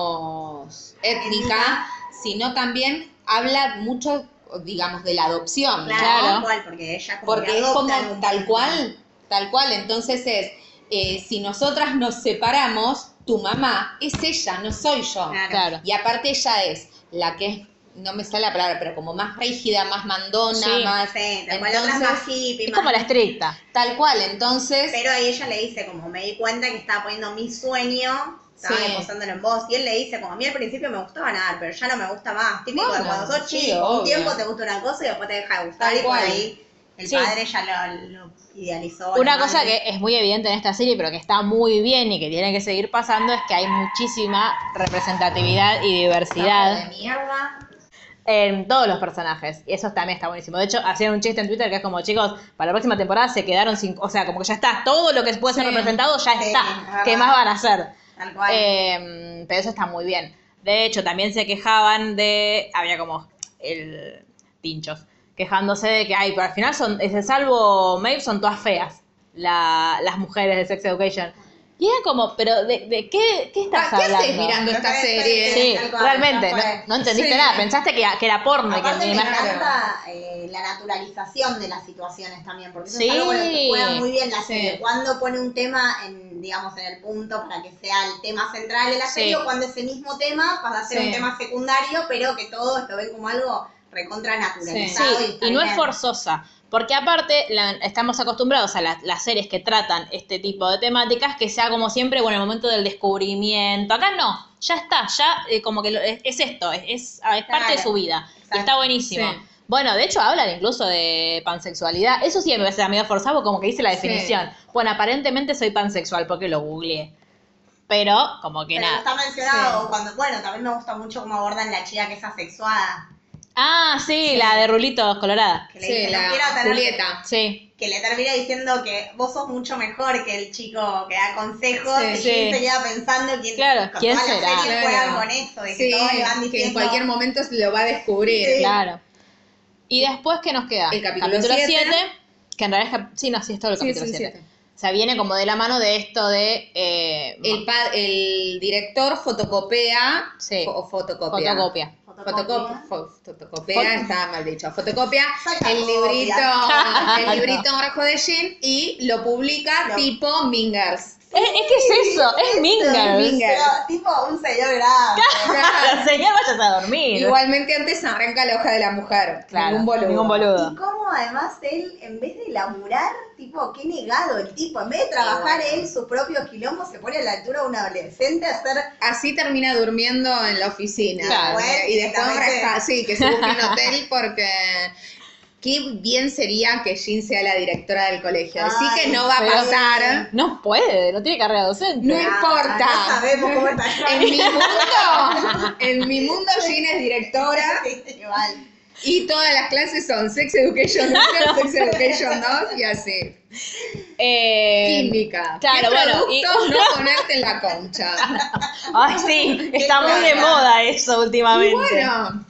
C: digamos, étnica, sino también habla mucho, digamos, de la adopción, ¿no?
B: claro,
A: claro.
B: tal cual, porque ella como que
C: Porque es
B: adopta
C: como
B: en un
C: tal
B: punto.
C: cual, tal cual. Entonces es, eh, si nosotras nos separamos, tu mamá es ella, no soy yo.
B: Claro.
A: Claro.
C: Y aparte ella es la que es, no me sale la palabra, pero como más rígida, más mandona,
A: Sí,
C: más...
B: Sí, tal cual, otras
C: entonces,
B: más hippie,
A: Es
B: más
A: como la estricta.
C: tal cual, entonces...
B: Pero ahí ella le dice, como me di cuenta que estaba poniendo mi sueño, estaba
C: Sí.
B: depositándolo en vos. Y él le dice, como a mí al principio me gustaba nadar, pero ya no me gusta más. Típico de
C: Bueno,
B: cuando sos
C: sí,
B: chico,
C: obvio.
B: un tiempo te gusta una cosa y después te deja de gustar.
C: Tal
B: y por
C: cual.
B: ahí el
A: Sí.
B: padre ya lo, lo idealizó.
A: Una
B: la
A: cosa
B: madre.
A: que es muy evidente en esta serie, pero que está muy bien y que tiene que seguir pasando, es que hay muchísima representatividad y
C: Cámara
A: diversidad
C: de mierda.
A: en todos los personajes. Y eso también está buenísimo. De hecho, hacían un chiste en Twitter que es como, chicos, para la próxima temporada se quedaron sin... O sea, como que ya está, todo lo que puede ser
C: Sí,
A: representado ya
B: sí, es
A: está.
B: verdad.
A: ¿Qué más van a hacer?
B: Tal cual.
A: Eh, pero eso está muy bien. De hecho, también se quejaban de. Había como el pinchos. Quejándose de que, ay, pero al final son, ese salvo Maeve son todas feas. la- las mujeres de Sex Education. Y era como, pero ¿de, de qué, qué
C: Ah,
A: estás
C: ¿Qué
A: hablando?
C: haces mirando esta serie?
A: Sí,
B: Tal cual,
A: realmente,
B: tal
A: no,
B: cual.
A: no entendiste
C: Sí.
A: nada, pensaste que, que era porno. y que
B: Aparte
A: ni
B: me
A: más-
B: encanta eh, la naturalización de las situaciones también, porque eso
A: Sí.
B: es algo con lo que juega muy bien la
C: Sí.
B: serie. Cuando pone un tema en, digamos, en el punto para que sea el tema central de la
A: Sí.
B: serie, o cuando ese mismo tema pasa a ser
C: Sí.
B: un tema secundario, pero que todos lo ven como algo recontra naturalizado.
A: Sí,
B: está
A: y no es
B: bien.
A: forzosa. Porque aparte la- estamos acostumbrados a la- las series que tratan este tipo de temáticas que sea como siempre, bueno, el momento del descubrimiento. Acá no, ya está, ya eh, como que lo- es, es esto, es, es- ah, es parte de
B: Claro,
A: su vida. Y
B: exacto.
A: está buenísimo.
C: Sí.
A: Bueno, de hecho hablan incluso de pansexualidad. Eso sí me parece medio forzado, porque como que dice la
C: Sí.
A: definición. Bueno, aparentemente soy pansexual porque lo googleé. Pero como que
B: Pero
A: nada.
B: está mencionado cuando, bueno, también me gusta mucho cómo abordan la chica que es asexuada,
A: Ah, sí, la de Rulitos Colorada.
B: que le
C: Sí,
B: dice, "No
C: la
B: quiero tener-
C: Julieta.
A: Sí.
B: que le termina diciendo que vos sos mucho mejor que el chico que da consejos
C: Sí,
B: y
A: sí.
B: Jim se queda pensando quién,
A: Claro,
B: con
A: ¿quién
B: todas las
A: será?
B: series
C: Claro.
B: juegan con eso, de que
C: Sí,
B: todos le van
C: que en
B: diciendo
C: cualquier momento lo va a descubrir.
B: Sí.
A: Claro. Y después, ¿qué nos queda?
C: El capítulo siete.
A: 7, que en realidad es cap- sí, no, sí, es todo el
C: Sí,
A: capítulo
C: sí,
A: 7.
C: siete.
A: O sea, viene como de la mano de esto de... eh,
C: El, pa- el director fotocopea
A: Sí.
C: fo- o fotocopia.
A: fotocopia.
C: Fotocop- fo- fotocopea, está mal dicho. Fotocopia
B: Saca
C: el
B: copia.
C: librito, el librito Rojo de Jim y lo publica
B: No.
C: tipo Mingers.
A: Es, es que es eso, es Minga.
C: Mingers.
B: Pero, tipo un señor grave.
A: Claro, señor, vayas a dormir.
C: Igualmente antes arranca la hoja de la mujer.
A: Claro,
C: ningún boludo.
A: Ningún
B: Y cómo además él, en vez de laburar, tipo, qué negado el tipo, en vez de trabajar él su propio quilombo, se pone a la altura de un adolescente a hacer
C: Así termina durmiendo en la oficina.
B: Claro.
C: Eh, Y después
B: Directamente.
C: arranca- sí, que se busque un hotel porque qué bien sería que Jean sea la directora del colegio. Así
B: Ay,
C: que no va a
A: pero-
C: pasar.
A: No puede, no tiene carrera docente.
C: No
B: Ah,
C: importa.
B: no sabemos cómo está
C: En mi mundo, en mi mundo Jean es directora
B: Igual.
C: y todas las clases son Sex Education 1, Sex Education 2 y así.
A: Eh,
C: Química.
A: claro,
C: ¿Qué
A: bueno, y-
C: productos no ponerte en la concha?
A: Ay, sí, está muy de
B: cosa.
A: moda eso
C: Y
A: últimamente.
C: bueno.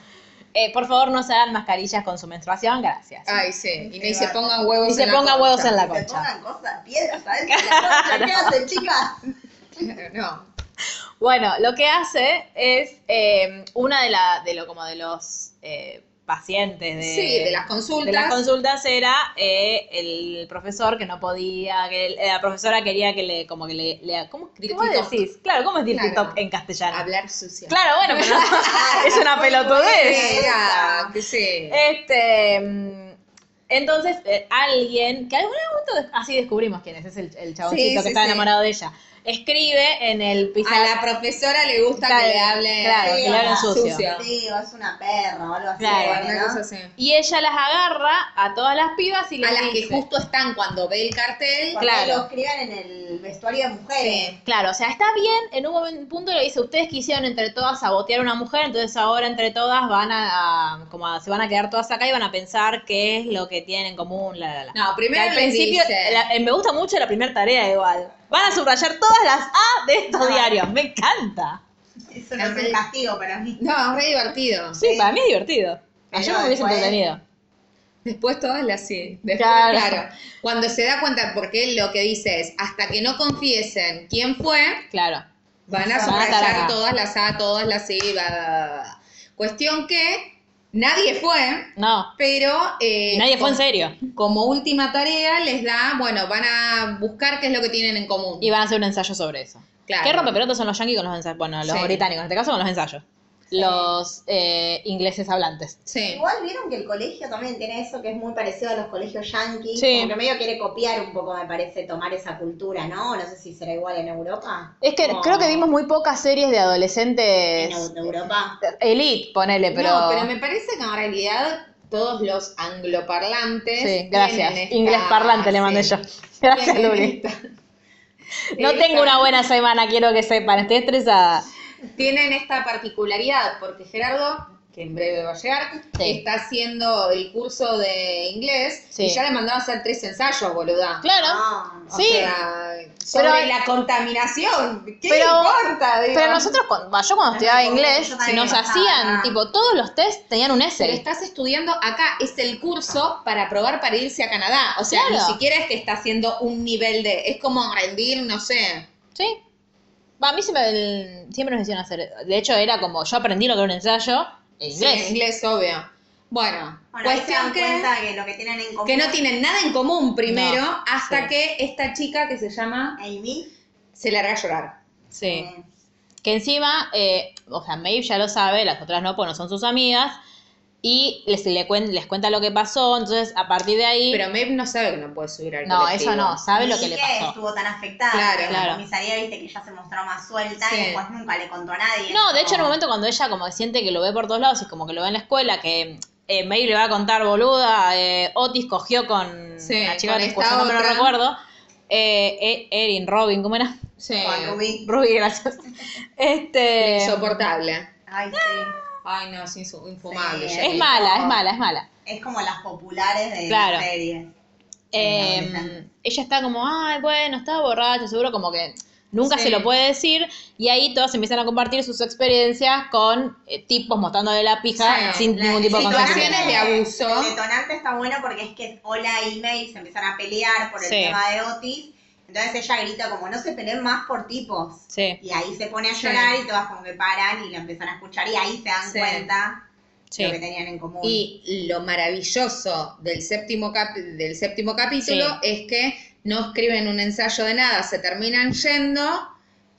A: Eh, por favor, no se hagan mascarillas con su menstruación, gracias.
C: Ay, sí. Y me se pongan huevos
A: Y se
C: en la
A: pongan
C: concha.
A: huevos en la
B: Que
A: concha.
B: pongan cosas, piedras, ¿sabes? ¿Qué hacen, chicas?
C: No.
A: Bueno, lo que hace es eh, una de la, de lo como de los eh, pacientes de,
C: Sí, de las consultas.
A: de las consultas era eh, el profesor que no podía, que el- la profesora quería que le, como que le, le- ¿cómo, ¿cómo
C: Dirty top.
A: decís? Claro, ¿cómo es dirty
C: Claro.
A: top en castellano?
C: Hablar sucio.
A: Claro, bueno, pero no- es una pelotudez.
C: Era, ah, que sí.
A: Este, mm, entonces, eh, alguien, que algún momento así descubrimos quién es, es el, el chaboncito
C: Sí,
A: que
C: sí,
A: está
C: sí.
A: enamorado de ella, escribe en el
C: A
A: pizarrón.
C: la profesora le gusta
A: Claro,
C: que le hable
A: ah, claro,
B: que le hablen
A: sucio.
B: Sí, o es una perra o algo así.
A: Claro,
B: ¿no?
C: Una cosa así.
A: Y ella las agarra a todas las pibas y les
C: A las que
A: dice-
C: justo están cuando ve el cartel.
B: Cuando
A: Claro.
B: lo escriban en el vestuario de mujeres.
C: Sí.
A: Claro, o sea, está bien, en un momento- punto le dice, ustedes quisieron entre todas sabotear a una mujer, entonces ahora entre todas van a, a- como a- se van a quedar todas acá y van a pensar qué es lo que tienen en común, la, la, la.
C: No,
A: Que
C: primero
A: al
C: les
A: principio,
C: dice.
A: la- eh, me gusta mucho la primera tarea igual. Van a subrayar todas las A de estos
C: Ah.
A: diarios, me encanta.
B: Eso no es un castigo para mí.
C: No, es re divertido.
A: Sí, para mí es divertido.
B: Pero
A: Ayer me hubiese
B: después-
A: entretenido.
C: Después todas las sí. Después,
A: Claro.
C: claro. Cuando se da cuenta, porque él lo que dice es, hasta que no confiesen quién fue,
A: Claro.
C: van a
A: Van a estar acá.
C: subrayar todas las A, todas las C, bla, bla, bla, bla. Cuestión que nadie fue,
A: No,
C: pero... eh,
A: nadie fue en
C: con-
A: serio.
C: Como última tarea les da, bueno, van a buscar qué es lo que tienen en común.
A: Y van a hacer un ensayo sobre eso.
C: Claro.
A: ¿Qué rompepelotas son los yanquis con los ensayos? Bueno, los
C: Sí.
A: británicos en este caso con los ensayos. Los eh, ingleses hablantes.
C: Sí.
B: Igual vieron que el colegio también tiene eso que es muy parecido a los colegios yanquis.
A: Sí.
B: Como que medio quiere copiar un poco, me parece, tomar esa cultura, ¿no? No sé si será igual en Europa.
A: Es que
B: Como
A: creo que vimos muy pocas series de
B: En
A: adolescentes.
B: Eu- Europa.
A: Elite, ponele, pero.
C: No, pero me parece que en realidad todos los angloparlantes.
A: Sí, gracias.
C: tienen esta-
A: Inglés parlante le mandé
C: sí.
A: yo. Gracias,
C: Tienen
A: Luli.
C: esta-
A: No
C: esta-
A: tengo una buena semana, quiero que sepan. Estoy estresada.
C: Tienen esta particularidad, porque Gerardo, que en breve va a llegar,
A: Sí.
C: está haciendo el curso de inglés
A: Sí.
C: y ya le mandaron a hacer tres ensayos, boluda.
A: Claro.
B: No.
C: O
A: Sí.
C: sea, sobre
A: Pero-
C: la contaminación. ¿Qué
A: pero-
C: importa? digo?
A: Pero nosotros, cuando, bah, yo cuando estudiaba
B: Ay, como
A: inglés,
B: yo también
A: nos
B: pasaba,
A: hacían,
B: ah.
A: tipo, todos los test tenían un
C: Pero
A: essay.
C: estás estudiando acá, es el curso para probar para irse a Canadá. O sea,
A: Claro.
C: ni siquiera es que está haciendo un nivel de. Es como rendir, no sé,
A: Sí. Va, a mí siempre, el- siempre nos hicieron hacer. De hecho, era como yo aprendí lo que era un ensayo en
C: Sí,
A: inglés.
C: en inglés, obvio. Bueno,
B: Bueno, ahí se
C: cuestión
B: este dan
C: que,
B: cuenta que lo que tienen en común.
C: que no tienen nada en común primero,
A: No,
C: hasta
A: sí.
C: que esta chica que se llama
B: Amy.
C: se larga a llorar.
A: Sí.
B: eh,
A: Que encima, eh, o sea, Maeve ya lo sabe, las otras no, pues no son sus amigas. Y les, le cuen- les cuenta lo que pasó. Entonces, a partir de ahí.
C: Pero Maeve no sabe que no puede subir al
A: no,
C: colectivo.
A: eso no, sabe lo que le
B: ni
A: pasó.
B: estuvo tan afectada.
C: Claro,
B: porque
A: claro.
B: La comisaría, viste, que ya se mostró más suelta
C: Sí.
B: y después nunca le contó a nadie.
A: No, de hecho,
B: Es Ah.
A: en un
B: como-
A: momento cuando ella como que siente que lo ve por todos lados y como que lo ve en la escuela, que eh, Maeve le va a contar, boluda, eh, Otis cogió con
C: Sí,
A: la chica
C: con
A: que
C: esta
A: cogió, no me lo
C: otra.
A: recuerdo. Eh, eh, Erin, Robin, ¿cómo era?
C: Sí.
B: Con Ruby.
A: Ruby, gracias. Este.
C: Insoportable.
B: Ay, sí.
C: Ay, no, es insu- infumable.
B: Sí.
A: Es
C: Jenny.
A: mala, es mala, es mala.
B: Es como las populares de
A: Claro.
B: las series.
A: Eh,
B: Sí, adolescente.
A: ella está como, ay, bueno, estaba borracha, seguro como que nunca
C: Sí.
A: se lo puede decir. Y ahí todas empiezan a compartir sus experiencias con eh, tipos mostrándole la pija
C: Sí,
A: sin
B: La-
A: ningún tipo de
B: el
A: consentimiento.
C: situaciones de
B: detonante-
C: abuso.
B: El detonante está bueno porque es que Ola y May se empiezan a pelear por el
A: Sí.
B: tema de Otis. Entonces ella grita como, no se peleen más por tipos.
A: Sí,
B: Y ahí se pone a
C: Sí.
B: llorar y todas como que paran y la empiezan a escuchar y ahí se dan
C: Sí.
B: cuenta
A: sí.
B: lo que tenían en común.
C: Y lo maravilloso del séptimo, cap- del séptimo capítulo es que no escriben un ensayo de nada, se terminan yendo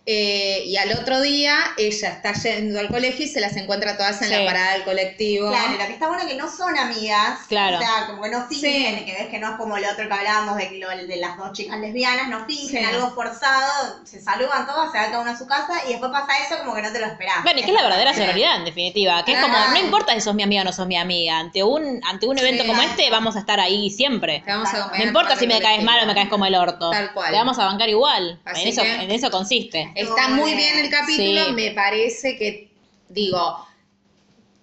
C: eh, y al otro día ella está yendo al colegio y se las encuentra todas en
A: Sí.
C: la parada del colectivo.
B: Claro, y lo que está bueno es que no son amigas.
A: Claro.
B: O sea, como que no fingen,
C: Sí.
B: que ves que no es como el otro que hablábamos de, que lo- de las dos chicas lesbianas, no fingen
C: Sí.
B: algo forzado, se saludan todas, se va cada una a su casa y después pasa eso como que no te lo esperás.
A: Bueno, y que es la verdadera
B: sorpresa.
A: sororidad, en definitiva. Que es
C: Claro.
A: como, no importa si sos mi amiga o no sos mi amiga. Ante un, ante un evento
C: Sí.
A: como este, vamos a estar ahí siempre.
C: Te vamos a acompañar
A: No importa
C: para
A: si
C: el
A: me caes
C: colectivo.
A: mal o me caes como el orto.
C: Tal cual.
A: Te vamos a bancar igual.
C: Así
A: En eso,
C: que-
A: en eso consiste.
C: Está muy bien el capítulo,
A: Sí.
C: me parece que, digo,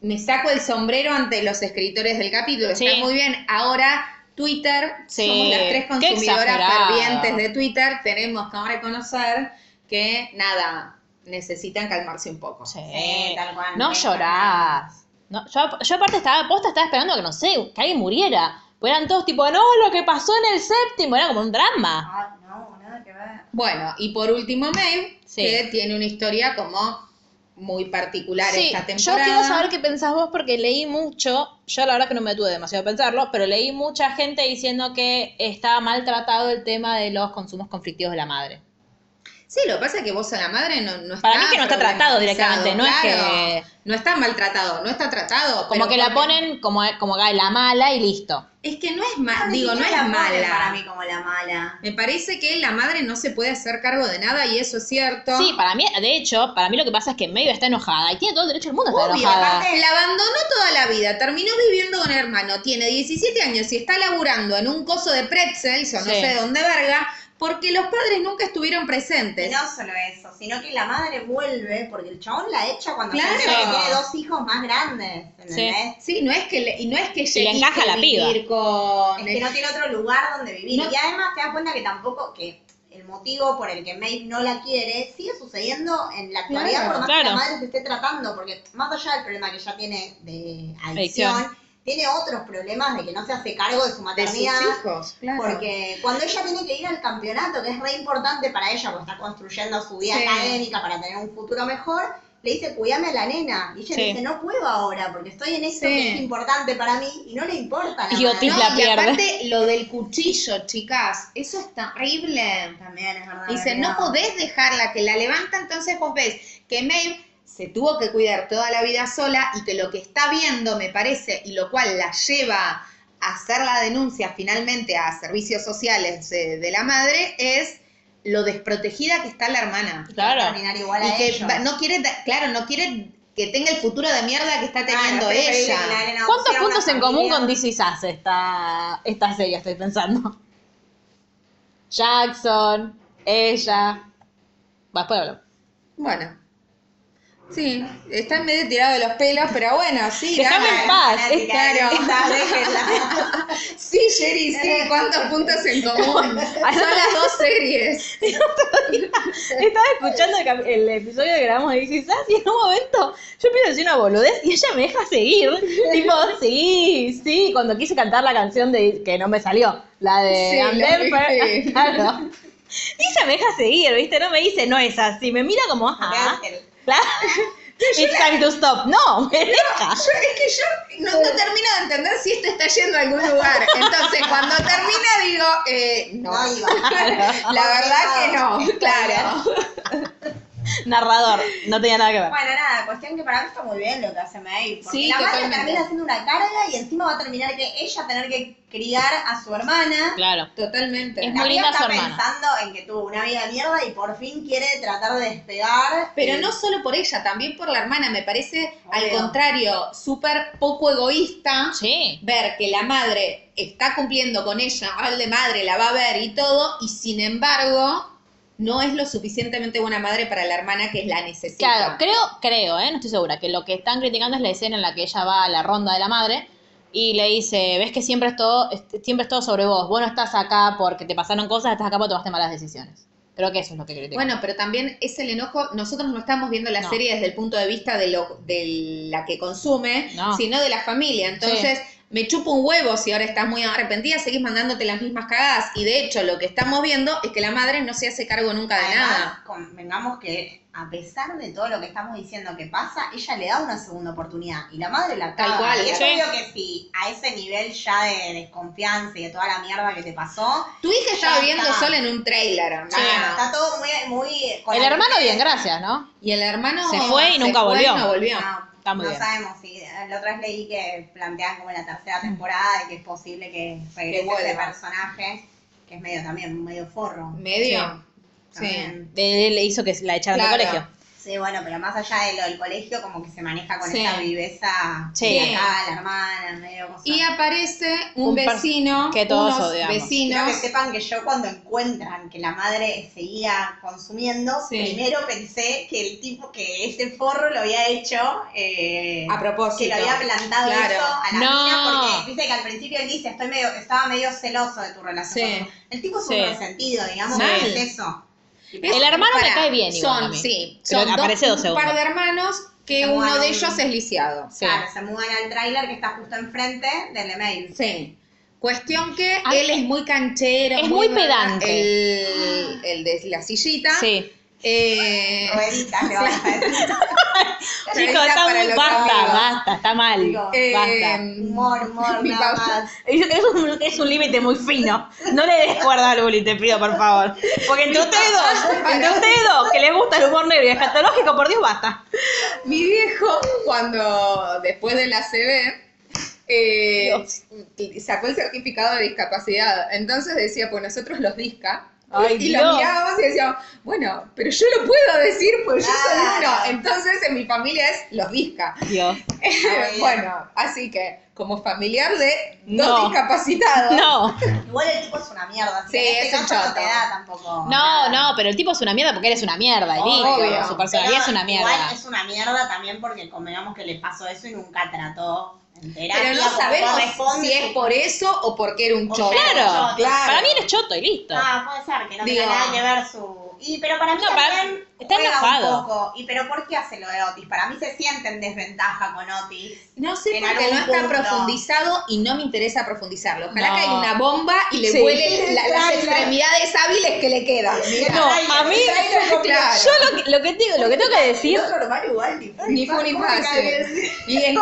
C: me saco el sombrero ante los escritores del capítulo,
A: Sí.
C: está muy bien. Ahora, Twitter,
A: Sí,
C: somos las tres
A: qué
C: consumidoras
A: exagerado.
C: fervientes de Twitter, tenemos que reconocer que, nada, necesitan calmarse un poco.
A: Sí.
B: Sí, tal cual.
A: No
B: Es
A: llorás. No, yo, yo aparte estaba, posta estaba esperando que no sé, que alguien muriera. Pues eran todos tipo, no, lo que pasó en el séptimo, era como un drama.
B: Ay, no, nada que ver.
C: Bueno, y por último, Maeve,
A: Sí.
C: que tiene una historia como muy particular
A: Sí,
C: esta
A: yo
C: temporada.
A: quiero saber qué pensás vos porque leí mucho, yo la verdad que no me tuve demasiado a pensarlo, pero leí mucha gente diciendo que estaba maltratado el tema de los consumos conflictivos de la madre.
C: Sí, lo que pasa es que vos a la madre no, no está
A: Para mí que no está tratado
C: problematizado,
A: directamente, no es que-
C: No está maltratado, no está tratado.
A: Como
C: pero
A: que la
C: porque-
A: ponen como, como la mala y listo.
C: Es que no es
B: Ah,
C: mala,
B: ni
C: digo, no es
B: siquiera la ponen
C: mala.
B: Para mí como la mala.
C: Me parece que la madre no se puede hacer cargo de nada y eso es cierto.
A: Sí, para mí, de hecho, para mí lo que pasa es que medio está enojada y tiene todo el derecho del mundo a estar
B: Obvio,
A: enojada.
B: aparte-
C: La abandonó toda la vida, terminó viviendo con un hermano, tiene 17 años y está laburando en un coso de pretzels o no
A: Sí.
C: sé dónde verga, porque los padres nunca estuvieron
B: Y
C: presentes.
B: no solo eso, sino que la madre vuelve porque el chabón la echa cuando se
C: Claro.
B: entera que tiene dos hijos más grandes. ¿Entendés?
C: Sí, no es que le, y no es que
A: le
C: llegue
A: encaja la piba.
C: vivir con
B: Es que no tiene otro lugar donde vivir.
C: No.
B: Y además te das cuenta que tampoco, que el motivo por el que Maeve no la quiere sigue sucediendo en la actualidad
C: Claro.
B: por más que
A: Claro.
B: la madre se esté tratando, porque más allá del problema que ya tiene de adicción,
A: Adicción.
B: tiene otros problemas de que no se hace cargo de su
C: de sus
B: maternidad.
C: hijos, claro.
B: Porque cuando ella tiene que ir al campeonato, que es re importante para ella, porque está construyendo su vida
C: Sí.
B: académica para tener un futuro mejor, le dice, cuidame a la nena. Y ella
A: Sí.
B: le dice, no puedo ahora, porque estoy en esto
C: Sí.
B: que es importante para mí, y no le importa. a La
A: Y
B: madre.
A: Otis la
C: y
A: pierde.
C: aparte lo del cuchillo, chicas, eso es terrible.
B: También es verdad.
C: Dice, no
B: verdad.
C: podés dejarla, que la levanta, entonces vos ves que Maeve se tuvo que cuidar toda la vida sola y que lo que está viendo, me parece, y lo cual la lleva a hacer la denuncia finalmente a servicios sociales eh, de, la madre, es lo desprotegida que está la hermana.
B: Va a
A: Claro.
B: terminar igual
C: Y
B: a
C: que
B: ellos.
C: va- no quiere, da- claro, no quiere que tenga el futuro de mierda que está
B: Claro,
C: teniendo
B: es preferible
C: ella.
B: que Ah, la nena
A: ¿Cuántos
B: pusiera una
A: puntos en común
B: familia?
A: con DC Sass esta, esta serie, estoy pensando? Jackson, ella. Va, después hablamos.
C: Bueno. Sí, está medio tirado de los pelos, pero bueno, sí,
A: Déjame
C: nada.
A: en paz,
B: Fanática
A: es
B: de
C: claro.
B: esta, déjenla.
C: Sí, Jerry, sí, ¿cuántos puntos en común? Son las dos series.
A: Estaba escuchando el, cap- el episodio que grabamos de DC Sass y en un momento yo empiezo a decir una boludez y ella me deja seguir. tipo, sí, sí. Cuando quise cantar la canción de que no me salió, la de
C: Sí,
A: I'm
C: la
A: Denver,
C: viste.
A: claro. Y ella me deja seguir, ¿viste? No me dice, no es así. Me mira como, "Ah". ajá.
B: Ángel.
A: Claro. It's time to stop. No, me deja.
C: Yo- es que yo no, no termino de entender si esto está yendo a algún lugar. Entonces, cuando termina, digo, eh, no.
B: No iba.
C: La verdad que no, claro.
A: Narrador, no tenía nada que ver.
B: Bueno, nada, cuestión que para mí está muy bien lo que hace May. Porque
C: Sí,
B: la madre
C: totalmente.
B: termina haciendo una carga y encima va a terminar que ella tener que criar a su hermana.
A: Claro.
C: Totalmente.
A: Es
B: La
A: muy
B: piba
A: linda
B: está
A: su hermana.
B: pensando en que tuvo una vida de mierda y por fin quiere tratar de despegar.
C: Pero no solo por ella, también por la hermana. Me parece, al
B: Obvio.
C: contrario, súper poco egoísta
A: Sí.
C: ver que la madre está cumpliendo con ella, al de madre la va a ver y todo, y sin embargo, no es lo suficientemente buena madre para la hermana que la necesita.
A: Claro, creo, creo, ¿eh? no estoy segura, que lo que están criticando es la escena en la que ella va a la ronda de la madre y le dice, ves que siempre es todo, es- siempre es todo sobre vos, vos no estás acá porque te pasaron cosas, estás acá porque tomaste malas decisiones. Creo que eso es lo que critican.
C: Bueno, pero también es el enojo. Nosotros no estamos viendo la
A: No.
C: serie desde el punto de vista de, lo, de la que consume,
A: No.
C: sino de la familia. Entonces, me chupo un huevo si ahora estás muy arrepentida, seguís mandándote las mismas cagadas. Y de hecho, lo que estamos viendo es que la madre no se hace cargo nunca de
B: Además,
C: nada.
B: convengamos que a pesar de todo lo que estamos diciendo que pasa, ella le da una segunda oportunidad y la madre la
C: Tal
B: caga.
C: cual,
B: y es
C: sí.
B: obvio que si a ese nivel ya de desconfianza y de toda la mierda que te pasó,
C: Tu hija estaba
B: Ya
C: viviendo
B: está.
C: sola en un trailer, hermano.
B: está todo muy... muy con
A: el
B: la
A: hermano
B: diferencia.
A: bien, gracias, ¿no?
C: Y el hermano
A: Se fue y nunca
C: fue
A: volvió.
C: no volvió.
B: No,
A: Está muy
B: no
A: bien.
B: sabemos si la otra vez leí que plantean como en la tercera temporada de que es posible que
C: Mm. Que
B: regrese
C: vuelva.
B: ese personaje, que es medio también, medio forro.
C: Medio. Sí.
B: También.
A: Le, le hizo que la echaran
C: Claro.
A: del colegio.
B: Sí, bueno, pero más allá de lo del colegio, como que se maneja con
C: Sí.
B: esa viveza
A: Sí.
B: que acá la hermana, medio cosa.
C: Y aparece un,
A: Un per-
C: vecino.
A: que todos
C: unos
A: odiamos.
B: Quiero
C: vecinos.
B: que sepan que yo cuando encuentran que la madre seguía consumiendo,
C: Sí.
B: primero pensé que el tipo, que ese forro lo había hecho eh,
C: A propósito.
B: que lo había plantado
C: Claro.
B: eso a la
A: No.
B: mina porque dice que al principio él dice estoy medio, estaba medio celoso de tu relación.
C: Sí.
B: con- El tipo es
A: Sí.
B: un resentido, digamos,
A: Mal.
B: que es eso.
A: El hermano me
C: Pará,
A: cae bien igual
C: son,
A: a mí.
C: sí,
A: Pero
C: son dos-
A: aparece dos
C: un
A: segundos.
C: par de hermanos que
B: Como
C: uno
B: hay
C: de
B: un-
C: ellos es lisiado.
A: Sí.
B: Claro, se mudan al tráiler que está justo enfrente del email.
C: Sí. Cuestión que
A: Ay,
C: él es muy canchero.
A: Ah, es muy pedante.
C: El, el de la sillita.
A: Sí.
C: Eh,
B: Rueditas, le vamos a decir.
A: Chicos,
C: Revista
A: está
C: para
A: muy-
C: los
A: basta,
C: amigos.
A: basta, está mal.
B: Digo,
C: eh,
A: basta.
B: Humor, humor,
C: Mi
B: nada
C: pausa.
B: más.
A: Es, es un, es un límite muy fino. No le des cuerda al bullying, te pido, por favor. Porque entre ustedes dos, entre ustedes dos, que les gusta el humor negro y escatológico, por Dios, basta.
C: Mi viejo, cuando después de la CB, eh, sacó el certificado de discapacidad. Entonces decía, pues nosotros los disca.
A: Ay,
C: y
A: Dios.
C: lo mirábamos y decíamos, bueno, pero yo lo puedo decir, pues yo soy uno.
B: Claro.
C: Entonces en mi familia es los disca.
A: Dios.
B: bien.
C: bueno, así que como familiar de dos
A: No.
C: discapacitados.
A: No,
B: Igual el tipo es una mierda, así
C: Sí,
B: que en este
C: es un
B: caso no
C: choto.
B: te da tampoco.
A: no,
B: nada.
A: no, pero el tipo es una mierda porque él es una mierda, el
C: Obvio.
A: Su personalidad
B: Pero
A: es una mierda.
B: Igual es una mierda también porque convengamos que le pasó eso y nunca trató en terapia.
C: Pero no
B: como
C: sabemos
B: corresponde.
C: si es por eso o porque era un
B: O
C: choto.
B: sea,
A: Claro,
B: Claro.
A: para mí eres choto y listo.
B: Ah, puede ser, que no
C: Digo-
B: tenga nada que ver su. Y pero para mí
A: No, para-
B: también
A: está
B: juega
A: enojado.
B: un poco. Y pero ¿por qué hace lo de Otis? Para mí se siente en desventaja con Otis.
C: No sé
B: En
C: porque no
B: algún
C: está
B: punto.
C: profundizado y no me interesa profundizarlo. Ojalá
A: No.
C: que haya una bomba y le
A: Sí.
C: vuelen la- las
B: Claro.
C: extremidades hábiles que le quedan. Mira.
A: No, a mí,
C: Claro.
A: yo lo que, lo que tengo, lo que tengo que decir,
B: otro lugar igual, ni fu
C: Ni fue ni
B: ¿cómo
C: fa,
B: te
C: sí.
B: cae bien?
C: Y en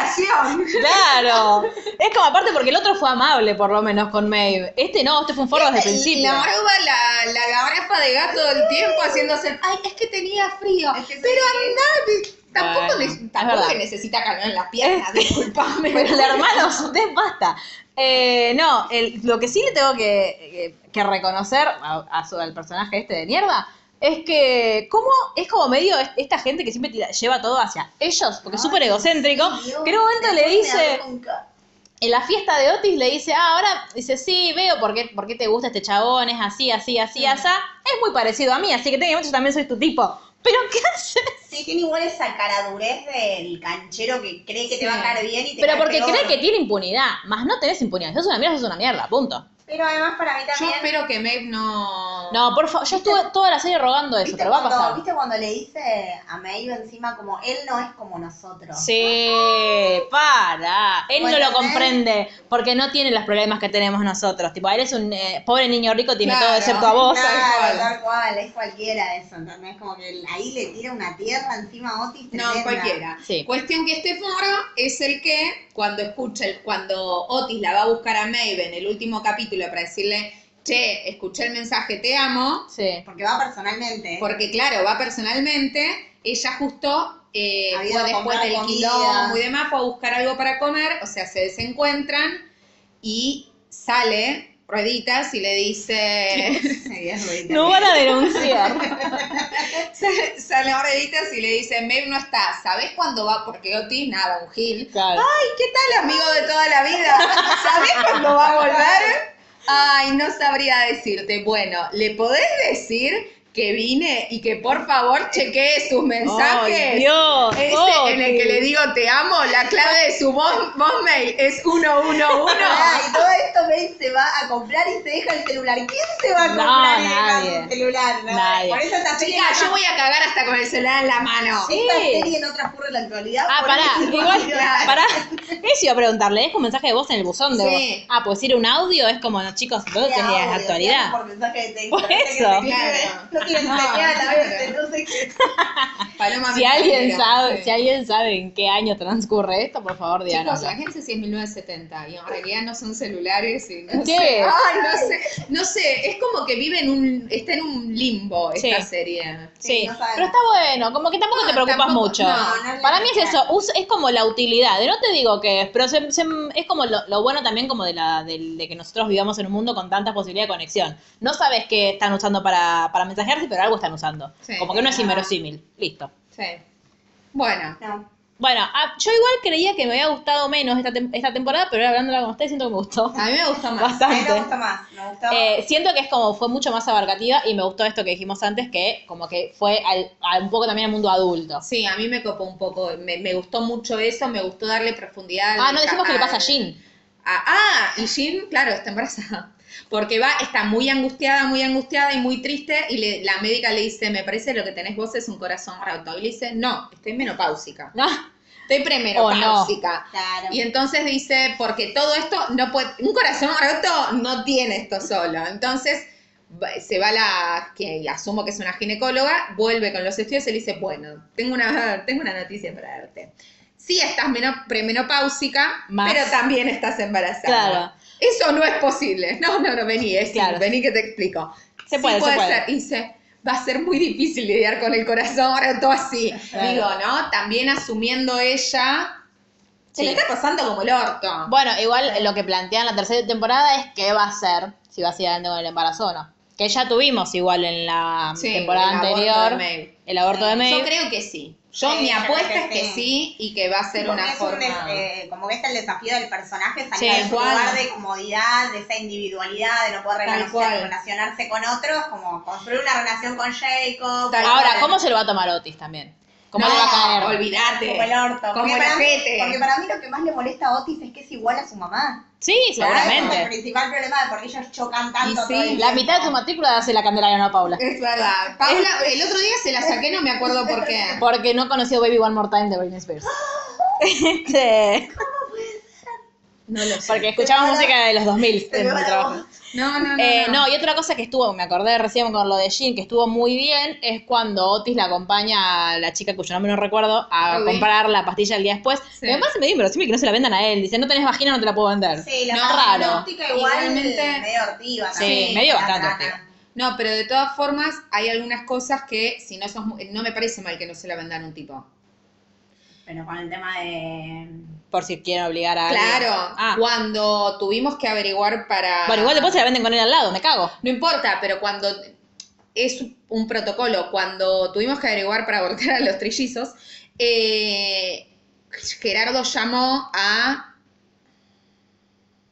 C: comparación.
A: claro. Es como aparte porque el otro fue amable, por lo menos, con Maeve. Este no, este fue un forro desde el principio.
C: La barba, la, la garrafa de gato todo el tiempo haciéndose. Ay, es que tenía frío.
B: Es que soy
C: pero andá, tampoco,
A: Bueno,
C: le-
A: es
C: tampoco
A: verdad.
C: que necesita calor en las piernas, disculpame.
A: Pero el hermano, ustedes basta. Eh, no, el- lo que sí le tengo que, que- que reconocer a- a su- al personaje este de mierda es que cómo es como medio es- esta gente que siempre tira- lleva todo hacia ellos, porque es súper egocéntrico, que en un momento le dice, en la fiesta de Otis le dice, ah, ahora, dice, sí, veo por qué, por qué te gusta este chabón, es así, así, así, así, es muy parecido a mí, así que técnicamente yo también soy tu tipo. Pero ¿qué haces?
B: Sí, tiene igual esa caradurez del canchero que cree que te va a caer bien y te
A: Pero
B: cae
A: porque
B: peor.
A: cree que tiene impunidad, más no tenés impunidad, sos una mierda, sos una mierda, punto.
B: Pero además para mí
C: Yo
B: también.
C: espero que Maeve no,
B: como...
A: No, por favor, yo estuve toda la serie rogando eso,
B: ¿Viste
A: pero va a
B: cuando,
A: pasar.
B: ¿Viste cuando le dice a Maeve encima como él no es como nosotros?
A: Sí, para. Él
B: Bueno,
A: no lo
B: ¿eh?
A: comprende porque no tiene los problemas que tenemos nosotros. Tipo, él es un eh, pobre niño rico, tiene todo
C: Claro,
A: excepto a vos.
B: Claro,
C: tal cual.
B: tal cual, es cualquiera eso, ¿entendés? Como que ahí le tira una tierra encima a Otis
C: No,
B: tremenda.
C: cualquiera.
A: Sí.
C: Cuestión que este foro es el que cuando escucha, el- cuando Otis la va a buscar a Maeve en el último capítulo para decirle, che, escuché el mensaje, te amo,
A: Sí.
B: Porque va personalmente.
C: porque claro, va personalmente, ella justo eh,
B: Había
C: fue
B: ido a
C: después
B: comprar
C: del
B: comida.
C: quilombo y demás, fue a buscar algo para comer, o sea, se desencuentran y sale rueditas y le dice,
A: No van a denunciar.
C: sale, sale rueditas y le dice, Maeve no está, ¿sabés cuándo va? Porque Otis, nada, un gil,
A: Claro.
C: Ay, ¿qué tal, amigo de toda la vida? ¿Sabés cuándo va a volver? Ay, no sabría decirte. Bueno, ¿le podés decir que vine y que por favor chequee sus mensajes?
A: Ay, Dios.
C: Ese
A: Otis.
C: Este, en el que le digo te amo, la clave de su voz, voz mail es 111.
B: Ah, y todo esto Maeve se va a comprar y se deja el celular. ¿Quién se va a
A: No,
B: comprar y deja
A: nadie.
B: su celular? No,
A: Nadie.
B: Por eso esta serie,
C: Chica, yo voy a cagar hasta con el celular en la mano.
B: esta
A: Sí.
B: serie no transcurre en la actualidad.
A: Ah,
B: por
A: pará,
B: eso-
A: igual,
C: Claro.
A: pará. Eso iba a preguntarle, ¿es un mensaje de voz en el buzón de
C: Sí.
A: voz? Ah, pues ir un audio es como, no, chicos, todo
B: Audio,
A: tenía la actualidad.
B: Por mensaje de texto.
A: Por
B: Parece que
A: eso.
B: se escribe, No
C: Claro.
B: tiene
C: No,
B: señal a
C: claro.
B: veces, no sé qué.
C: Paloma
A: Si alguien
C: mensajera,
A: sabe,
C: sí.
A: si alguien sabe en qué año transcurre esto, por favor, díganos.
C: Chicos, la agencia sí es 1970 y en realidad no son celulares y no
A: ¿Qué?
C: sé. Ay, no sé. No sé, es como que vive en un, está en un limbo esta
A: Sí.
C: serie.
A: Sí,
B: Sí, no saben.
A: pero está bueno, como que tampoco
C: No,
A: te preocupas
C: tampoco-
A: mucho.
C: no,
B: no es la
A: Para mí es
B: realidad.
A: eso, us- es como la utilidad, no te digo que es, pero se- se- es como lo, lo bueno también como de, la, del- de que nosotros vivamos en un mundo con tantas posibilidades de conexión. No sabes qué están usando para, para mensajearse, pero algo están usando.
C: Sí.
A: como que no es inverosímil. Listo.
C: Sí. Bueno,
B: No.
A: Bueno, ah, yo igual creía que me había gustado menos esta, tem- esta temporada, pero ahora hablándola con ustedes siento que me gustó
C: a mí me gustó
B: A mí me
C: más.
A: bastante.
B: gusta más. Me gustó.
A: Eh, siento que es como fue mucho más abarcativa y me gustó esto que dijimos antes, que como que fue al, a un poco también al mundo adulto.
C: Sí, a mí me copó un poco. Me, me gustó mucho eso, me gustó darle profundidad. al-
A: Ah, no dijimos que le pasa a
C: al-
A: Jin.
C: Ah, ah, y Jean, claro, está embarazada. Porque va, está muy angustiada, muy angustiada y muy triste. Y le- la médica le dice, me parece lo que tenés vos es un corazón roto. Y le dice, no, estoy menopáusica.
A: No,
C: Estoy premenopáusica.
B: Claro.
C: Y entonces dice, porque todo esto no puede, un corazón roto no tiene esto solo. Entonces va- se va la, que asumo que es una ginecóloga, vuelve con los estudios y le dice, bueno, tengo una, tengo una noticia para darte. Sí estás meno- premenopáusica,
A: Más.
C: pero también estás embarazada.
A: Claro.
C: Eso no es posible. No, no, no, vení, es
A: Claro.
C: vení que te explico.
A: Se puede, se puede.
C: ser. Y dice, va a ser muy difícil lidiar con el corazón roto así.
A: Claro.
C: Digo, ¿no? También asumiendo ella... Se
A: Sí.
C: le está pasando como el orto.
A: Bueno, igual lo que plantean en la tercera temporada es qué va a ser si va a seguir adelante con el embarazo o no. Que ya tuvimos igual en la
C: Sí,
A: temporada
C: el aborto
A: anterior
C: de Maeve.
A: el aborto de Maeve.
C: Yo creo que sí. Yo
B: Sí,
C: mi
B: yo creo
C: apuesta
B: que
C: es que
B: sí.
C: sí y que va a ser
B: Porque
C: una
B: es un des-
C: forma.
B: eh, como que es el desafío del personaje salir
A: Sí,
B: de su
C: cual.
B: lugar de comodidad, de esa individualidad, de no poder
C: Tal
B: relacion-
C: cual.
B: relacionarse con otros, como construir una relación con Jacob.
C: Tal
B: como-
A: Ahora, ¿cómo se lo va a tomar Otis también? ¿Cómo
C: No,
A: le va a caer?
C: Olvídate.
B: Como el orto.
C: Como
B: Porque
C: el
B: para mí-
C: ojete.
B: Porque para mí lo que más le molesta a Otis es que es igual a su mamá.
A: Sí,
B: Es el
A: seguramente.
B: principal problema de por qué ellos chocan tanto.
C: Y sí,
B: todo el
A: La
B: tiempo.
A: mitad de su matrícula la hace la Candelaria, no a Paula.
C: Es verdad. Paula, el otro día se la saqué, no me acuerdo por qué.
A: Porque no conoció Baby One More Time de Britney Spears. Este,
C: No lo sé.
A: porque escuchaba música de los 2000
B: Te
A: en
B: veo
A: mi
B: la
A: trabajo.
B: voz.
C: No, no, no.
A: Eh,
C: no.
A: no, y otra cosa que estuvo, me acordé recién con lo de Jean, que estuvo muy bien, es cuando Otis la acompaña a la chica cuyo nombre no recuerdo a
C: Ruby.
A: comprar la pastilla el día después.
C: Sí.
A: Me parece medio inverosímil que no se la vendan a él. Dice, no tenés vagina, no te la puedo vender.
B: Sí, la
C: No,
B: parte
A: raro.
B: diagnóstica igual
C: Igualmente-
B: medio hortiva.
A: Sí,
B: también,
A: medio
B: la
A: bastante
B: trata.
A: hortiva.
C: No, pero de todas formas, hay algunas cosas que si no sos mu- no me parece mal que no se la vendan a un tipo.
B: Pero con el tema de...
A: Por si quieren obligar a alguien.
C: Claro.
A: Ah.
C: Cuando tuvimos que averiguar para.
A: Bueno, igual después se la venden con él al lado, me cago.
C: No importa, pero cuando es un protocolo, cuando tuvimos que averiguar para abortar a los trillizos, eh, Gerardo llamó a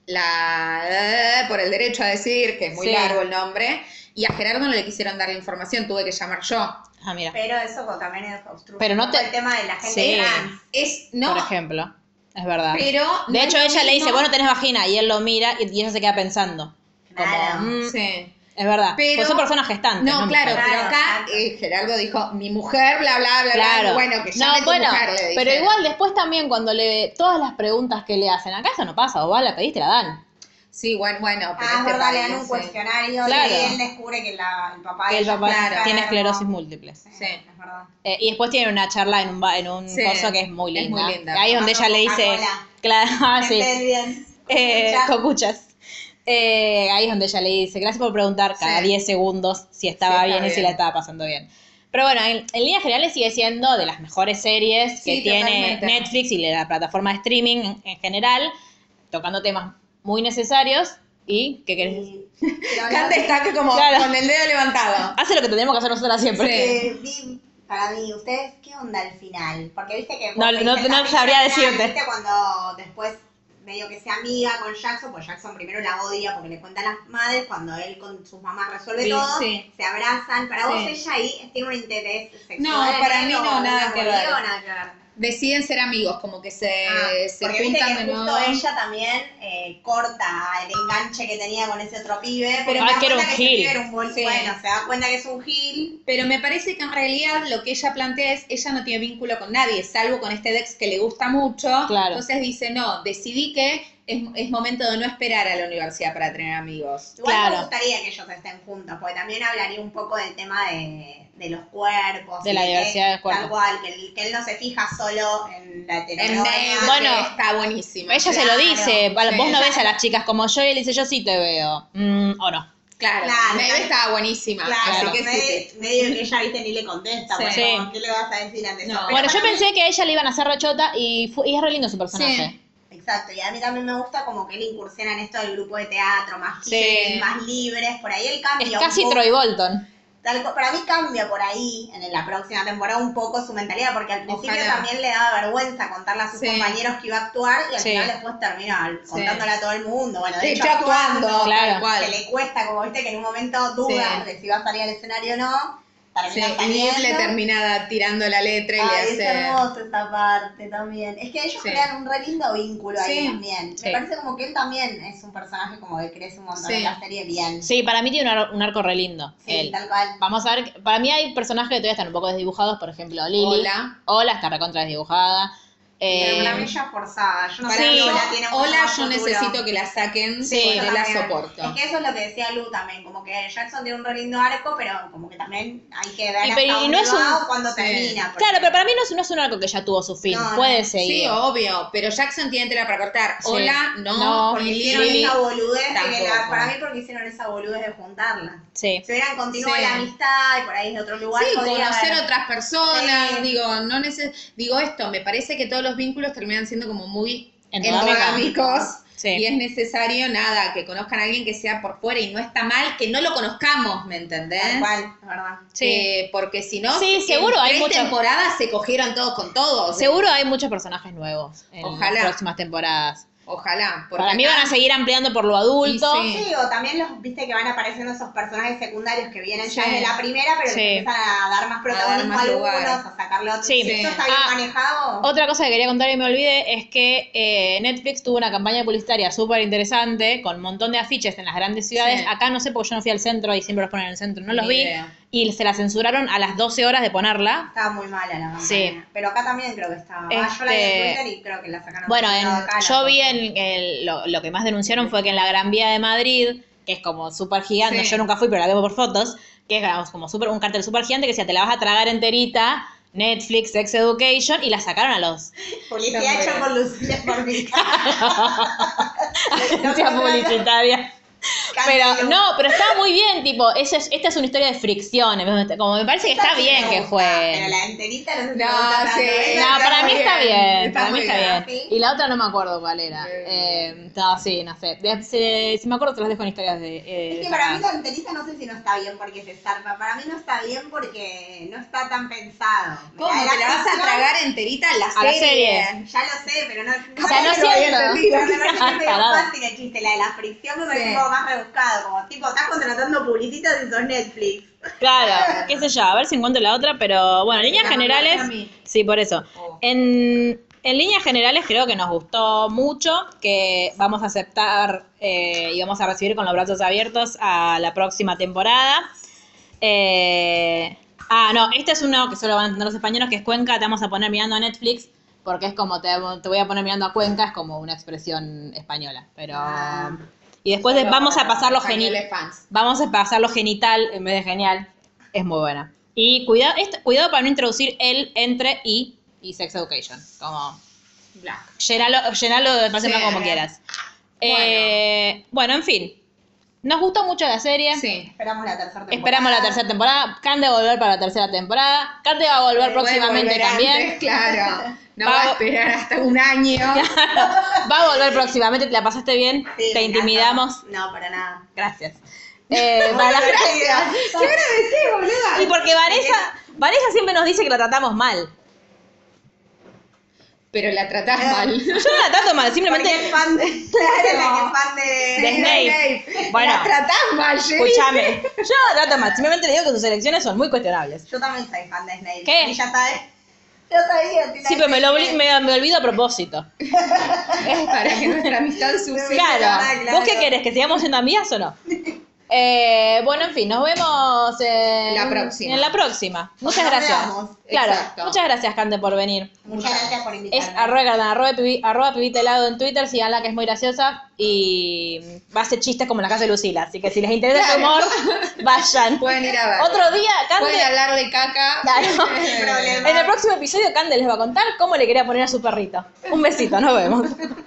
C: la por el derecho a decidir, que es muy
A: Sí.
C: largo el nombre, y a Gerardo no le quisieron dar la información, tuve que llamar yo.
A: Ah, mira.
B: Pero eso co- también es obstruye
A: Pero no
B: un poco
A: te-
B: el tema de la gente
A: Sí.
B: trans.
C: Es, no,
A: Por ejemplo. Es verdad.
C: pero no
A: De hecho,
C: es lo
A: ella le dice,
C: mismo.
A: bueno, tenés vagina, y él lo mira y, y ella se queda pensando.
B: Claro.
A: Como, mm,
C: Sí.
A: Es verdad.
C: Pero-
A: Pues son personas gestantes.
C: No, claro,
A: mujeres.
C: pero
B: Claro,
C: acá eh, Gerardo dijo, mi mujer, bla, bla, bla, bla.
A: Claro.
C: Bueno, que ya
A: no,
C: tu
A: bueno,
C: mujer, le
A: pero
C: dijeron.
A: igual después también cuando le todas las preguntas que le hacen, acá eso no pasa, o va, la pediste, la dan.
C: Sí, bueno, bueno. pero
B: Ah, es
C: este
B: verdad, le dan
C: país,
B: un
C: sí.
B: cuestionario
A: Claro.
B: y él descubre que la- el papá
A: Que
B: de
A: el
B: ella
A: papá
B: está
A: tiene
B: enfermo.
A: esclerosis múltiple.
B: Sí, es verdad.
A: Eh, y después tiene una charla en un, ba- en un
C: Sí,
A: coso que es muy
C: es
A: linda.
C: muy linda.
A: Ahí es donde ella
B: Tomando
A: le dice.
B: Coca-Cola.
A: Claro, ah, sí.
B: Estés bien.
A: Eh,
B: Escucha.
A: cocuchas. Eh, ahí es donde ella le dice, gracias por preguntar cada
C: Sí.
A: 10 segundos si estaba
C: Sí, está
A: bien, y si
C: bien.
A: la estaba pasando bien. Pero bueno, en, en líneas generales sigue siendo de las mejores series que
C: Sí,
A: tiene
C: totalmente.
A: Netflix y la plataforma de streaming en, en general, tocando temas muy necesarios y que querés decir?
B: Y- pero no-
C: Cande está que como
A: Claro.
C: con el dedo levantado.
A: Hace lo que tenemos que hacer nosotras siempre.
B: Eh, vi- para mí, ¿ustedes qué onda al final? Porque viste que... vos
A: No,
B: me
A: no-
B: dices,
A: no
B: "Ah,
A: sabría
B: al final",
A: decirte.
B: Viste cuando después medio que se amiga con Jackson, pues Jackson primero la odia porque le cuenta a las madres, cuando él con sus mamás resuelve
C: Sí,
B: todo,
C: sí.
B: se abrazan. Para vos
C: Sí.
B: ella ahí eh, tiene un interés sexual.
C: No,
B: en
C: para
B: él
C: mí
B: o
C: no,
B: un
C: nada que
B: amorío,
C: ver.
B: nada que ver.
C: Deciden ser amigos, como que se,
B: Ah,
C: se
B: porque viste
C: juntan
B: que
C: de
B: justo
C: nuevo.
B: ella también eh, corta el enganche que tenía con ese otro pibe. Pero
A: Ah,
B: se da
A: que era
B: cuenta
A: un
B: ese
A: gil.
B: pibe era un buen-
C: Sí.
B: Bueno, se da cuenta que es un gil.
C: Pero me parece que en realidad lo que ella plantea es, ella no tiene vínculo con nadie, salvo con este Dex que le gusta mucho.
A: Claro.
C: Entonces dice, no, decidí que es, es momento de no esperar a la universidad para tener amigos.
B: Igual
A: Claro.
B: me gustaría que ellos estén juntos, porque también hablaría un poco del tema de, de los cuerpos.
A: De
B: y
A: la
B: que-
A: diversidad del cuerpo.
B: Tal cual, que, él- que él no se fija solo en la
C: En
B: heteronorma.
C: Nate,
A: Bueno,
C: que está buenísimo.
A: Ella se lo
B: Claro.
A: dice, "Vale,
C: Sí,
A: vos no
C: ella-
A: ves a las chicas como yo y él dice, yo sí te veo. Mm, o no.
C: Claro,
B: Claro,
C: Nate
B: claro.
C: estaba buenísima.
B: Claro,
C: así que sí,
B: me-
C: sí.
B: medio que ella, viste, ni le contesta.
C: Sí.
B: porque
A: Sí.
B: como, ¿Qué le vas a decir antes?
C: No.
B: Pero
A: Bueno, yo
B: para mí-
A: pensé que a ella le iban a hacer rechota y, fu- y es re lindo su personaje.
C: Sí.
B: Exacto, y a mí también me gusta como que él incursiona en esto del grupo de teatro, más
A: Sí.
B: hippies, más libres, por ahí él
A: Es
B: cambia. un
A: casi
B: poco.
A: Troy Bolton.
B: Tal co- para mí cambia por ahí en la próxima temporada un poco su mentalidad, porque al principio
C: Ojalá.
B: también le daba vergüenza contarle a sus
C: Sí.
B: compañeros que iba a actuar y al
A: Sí.
B: final después termina contándole a todo el mundo. Bueno, de
C: Sí,
B: hecho,
C: está actuando,
A: claro.
C: tal cual.
B: que le cuesta, como viste que en un momento duda de si va a salir al escenario o no,
C: Sí,
B: termina
C: y Nip le
B: saliendo.
C: termina tirando la letra y
B: Ay, es
C: le hace...
B: hermoso esa parte también. Es que ellos
C: Sí.
B: crean un re lindo vínculo ahí
C: Sí,
B: también.
A: sí.
B: Me parece como que él también es un personaje como que crece un montón
C: Sí.
B: en la serie bien.
A: Sí, para mí tiene un, ar- un arco re lindo.
B: Sí,
A: él.
B: tal cual.
A: Vamos a ver, que- para mí hay personajes que todavía están un poco desdibujados, por ejemplo, Lily.
C: Hola.
A: Hola está recontra desdibujada. Eh,
B: Pero para mí ya es forzada. Yo no
C: Para
B: sé
C: mí,
B: si
C: hola,
B: Lola tiene mucho más
C: yo
B: futuro.
C: necesito que la saquen
A: Sí,
C: porque
B: Yo
C: no la
B: también.
C: soporto.
B: Es que eso es lo que decía Lu también, como que Jackson tiene un re lindo arco, pero como que también hay que ver
A: Y
B: hasta
A: pero- y
B: dónde
A: no es
B: va
A: un-
B: o cuándo
C: Sí.
B: termina. porque-
A: claro, pero para mí no es, no es un arco que ya tuvo su fin.
B: No, no.
A: Puede
C: Sí,
A: seguir.
C: obvio, pero Jackson tiene tela para cortar.
A: Sí.
C: Hola, no,
A: No,
C: porque
A: Lily.
B: Hicieron
C: hicieron-
B: esa boludez de que la-
C: Tampoco.
B: para mí porque hicieron esa boludez de juntarla.
A: Sí.
B: Si hubieran continuado
C: Sí.
B: la amistad y por ahí de otro lugar,
C: Sí,
B: podría
C: conocer
B: haber-
C: otras personas,
B: Sí.
C: digo, no neces digo esto, me parece que todos los vínculos terminan siendo como muy
A: Endogámicos.
C: endogámicos
A: Sí.
C: y es necesario nada, que conozcan a alguien que sea por fuera y no está mal que no lo conozcamos, ¿me entendés?
B: Tal cual, es verdad.
A: Sí.
C: Eh, porque si no,
A: Sí,
C: en
A: seguro, hay
C: tres
A: muchos-
C: temporadas se cogieron todos con todos.
A: Seguro hay muchos personajes nuevos en
C: Ojalá.
A: las próximas temporadas.
C: Ojalá. porque
A: Para mí
C: acá-
A: van a seguir ampliando por lo adulto.
C: Y sí.
B: Sí, o también los, viste que van apareciendo esos personajes secundarios que vienen ya
C: Sí.
B: desde la primera, pero
A: Sí.
B: que empiezan a dar más protagonismo a,
C: más
B: algunos,
C: lugar.
B: a sacarle otros.
A: Sí.
B: ¿Esto está bien
A: Ah,
B: manejado?
A: Otra cosa que quería contar y me olvidé es que eh, Netflix tuvo una campaña publicitaria súper interesante con un montón de afiches en las grandes ciudades.
C: Sí.
A: Acá no sé porque yo no fui al centro y siempre los ponen en el centro, no los
C: Ni
A: vi.
C: idea.
A: Y se la censuraron a las 12 horas de ponerla.
B: Estaba muy mala la campaña.
A: Sí.
B: Pero acá también creo que estaba. Ah, Yo la vi
A: Este-
B: en Twitter y creo que la
C: Ah,
B: sacaron.
A: Bueno,
B: de
A: en-
B: acá, la
A: yo vi
B: cosa.
A: en el- lo, lo que más denunciaron fue que en la Gran Vía de Madrid, que es como súper gigante,
C: Sí.
A: yo nunca fui, pero la veo por fotos, que es digamos, como súper- un cartel súper gigante que decía, te la vas a tragar enterita, Netflix, Sex Education, y la sacaron a los
B: Publicidad
C: Está
B: hecha
C: muy
B: por Lucía por mí.
A: agencias publicitarias. Pero no, pero está muy bien, tipo, esa es- esta es una historia de fricción, en vez de- como me parece que está bien que
B: Pero
A: juegue.
B: la enterita no sé si
C: No,
B: me gusta tanto. ¿eh?
C: sí.
B: Esa
A: No,
B: está
A: para mí
B: muy
A: está bien,
C: está
A: para mí
C: muy
A: está
B: bien.
A: bien. Y la otra no me acuerdo cuál era. Eh, no, sí, no sé. De- se- si me acuerdo te las dejo en historias de... eh,
B: Es que para mí la enterita no sé si no está bien porque se zarpa. Para mí no está bien porque no está tan pensado.
C: ¿Cómo?
B: Mirá,
C: ¿Te la vas a
B: ficción,
C: tragar enterita a la
A: A la
C: serie?
A: serie.
B: Ya lo sé, pero no.
A: O sea, no
B: sé si lo
A: siento.
B: había entendido, me parece que es medio
A: Tarado.
B: fácil el chiste. La de la fricción me parece
C: Sí.
B: un poco más rebuscado. Como tipo, estás contratando publicitas y sos Netflix.
A: Claro, qué sé yo, a ver si encuentro la otra, pero bueno, en líneas
C: No,
A: generales,
C: no, no, a mí.
A: sí, por eso.
C: Oh.
A: En, en líneas generales creo que nos gustó mucho, que vamos a aceptar eh, y vamos a recibir con los brazos abiertos a la próxima temporada. Eh, ah, no, este es uno que solo van a entender los españoles, que es Cuenca, te vamos a poner mirando a Netflix, porque es como te, te voy a poner mirando a Cuenca, es como una expresión española, pero...
C: Ah.
A: y después de- vamos a pasar los geni-
C: geniales fans.
A: Vamos a pasarlo genital en vez de genial. Es muy buena. Y cuidado, est- cuidado para no introducir el entre y y sex education. Como
C: Black.
A: llenalo, llenalo de frase blanca como
C: Sí.
A: quieras.
C: Bueno.
A: Eh, bueno, en fin. Nos gustó mucho la serie.
C: Sí.
B: Esperamos la tercera temporada.
A: Esperamos la tercera temporada. Can de volver para la tercera temporada. Can te va a volver
C: Puede
A: próximamente
C: volver
A: también.
C: antes, claro. No
A: Va-
C: va, a esperar hasta un año.
A: Va a volver próximamente. ¿Te la pasaste bien?
B: Sí,
A: te
B: me encanta.
A: intimidamos.
B: No, para nada.
A: Gracias. Eh, para las
B: Gracias.
C: ¿Qué agradecés, boluda?
A: Y porque Vanessa, Vanessa siempre nos dice que la tratamos mal.
C: Pero la tratás mal.
A: Yo no la trato mal,
B: Porque
A: simplemente.
B: es fan de. Claro, la que es fan de.
A: De Snape. Bueno.
C: La tratás mal, Jenny.
A: Escúchame. Yo no la trato mal, simplemente le digo que sus elecciones son muy cuestionables.
B: Yo también soy fan de Snape.
A: ¿Qué?
B: Y ya sabes. Yo sabía. Tina,
A: Sí, pero me lo
B: que-
A: obli- me, me olvido a propósito.
C: Es para que nuestra amistad
B: Sí,
C: suceda.
A: Claro.
B: claro, claro.
A: ¿Vos qué querés? ¿Que sigamos siendo amigas o no? Eh, bueno, en fin, nos vemos en
C: La próxima.
A: En la próxima. Muchas
B: nos
A: gracias.
B: veamos.
A: Claro,
C: Exacto.
A: muchas gracias, Cande, por venir.
B: Muchas gracias por invitarme.
A: Es arroba Gardana, arroba, pibi- arroba pibita helado en Twitter, síganla que es muy graciosa y va a hacer chistes como en la casa de Lucila, así que si les interesa su humor, vayan.
C: Pueden ir a ver.
A: Otro día, Cande.
C: Pueden hablar de caca.
A: Claro.
B: problema.
A: En el próximo episodio, Cande les va a contar cómo le quería poner a su perrito. Un besito, nos vemos.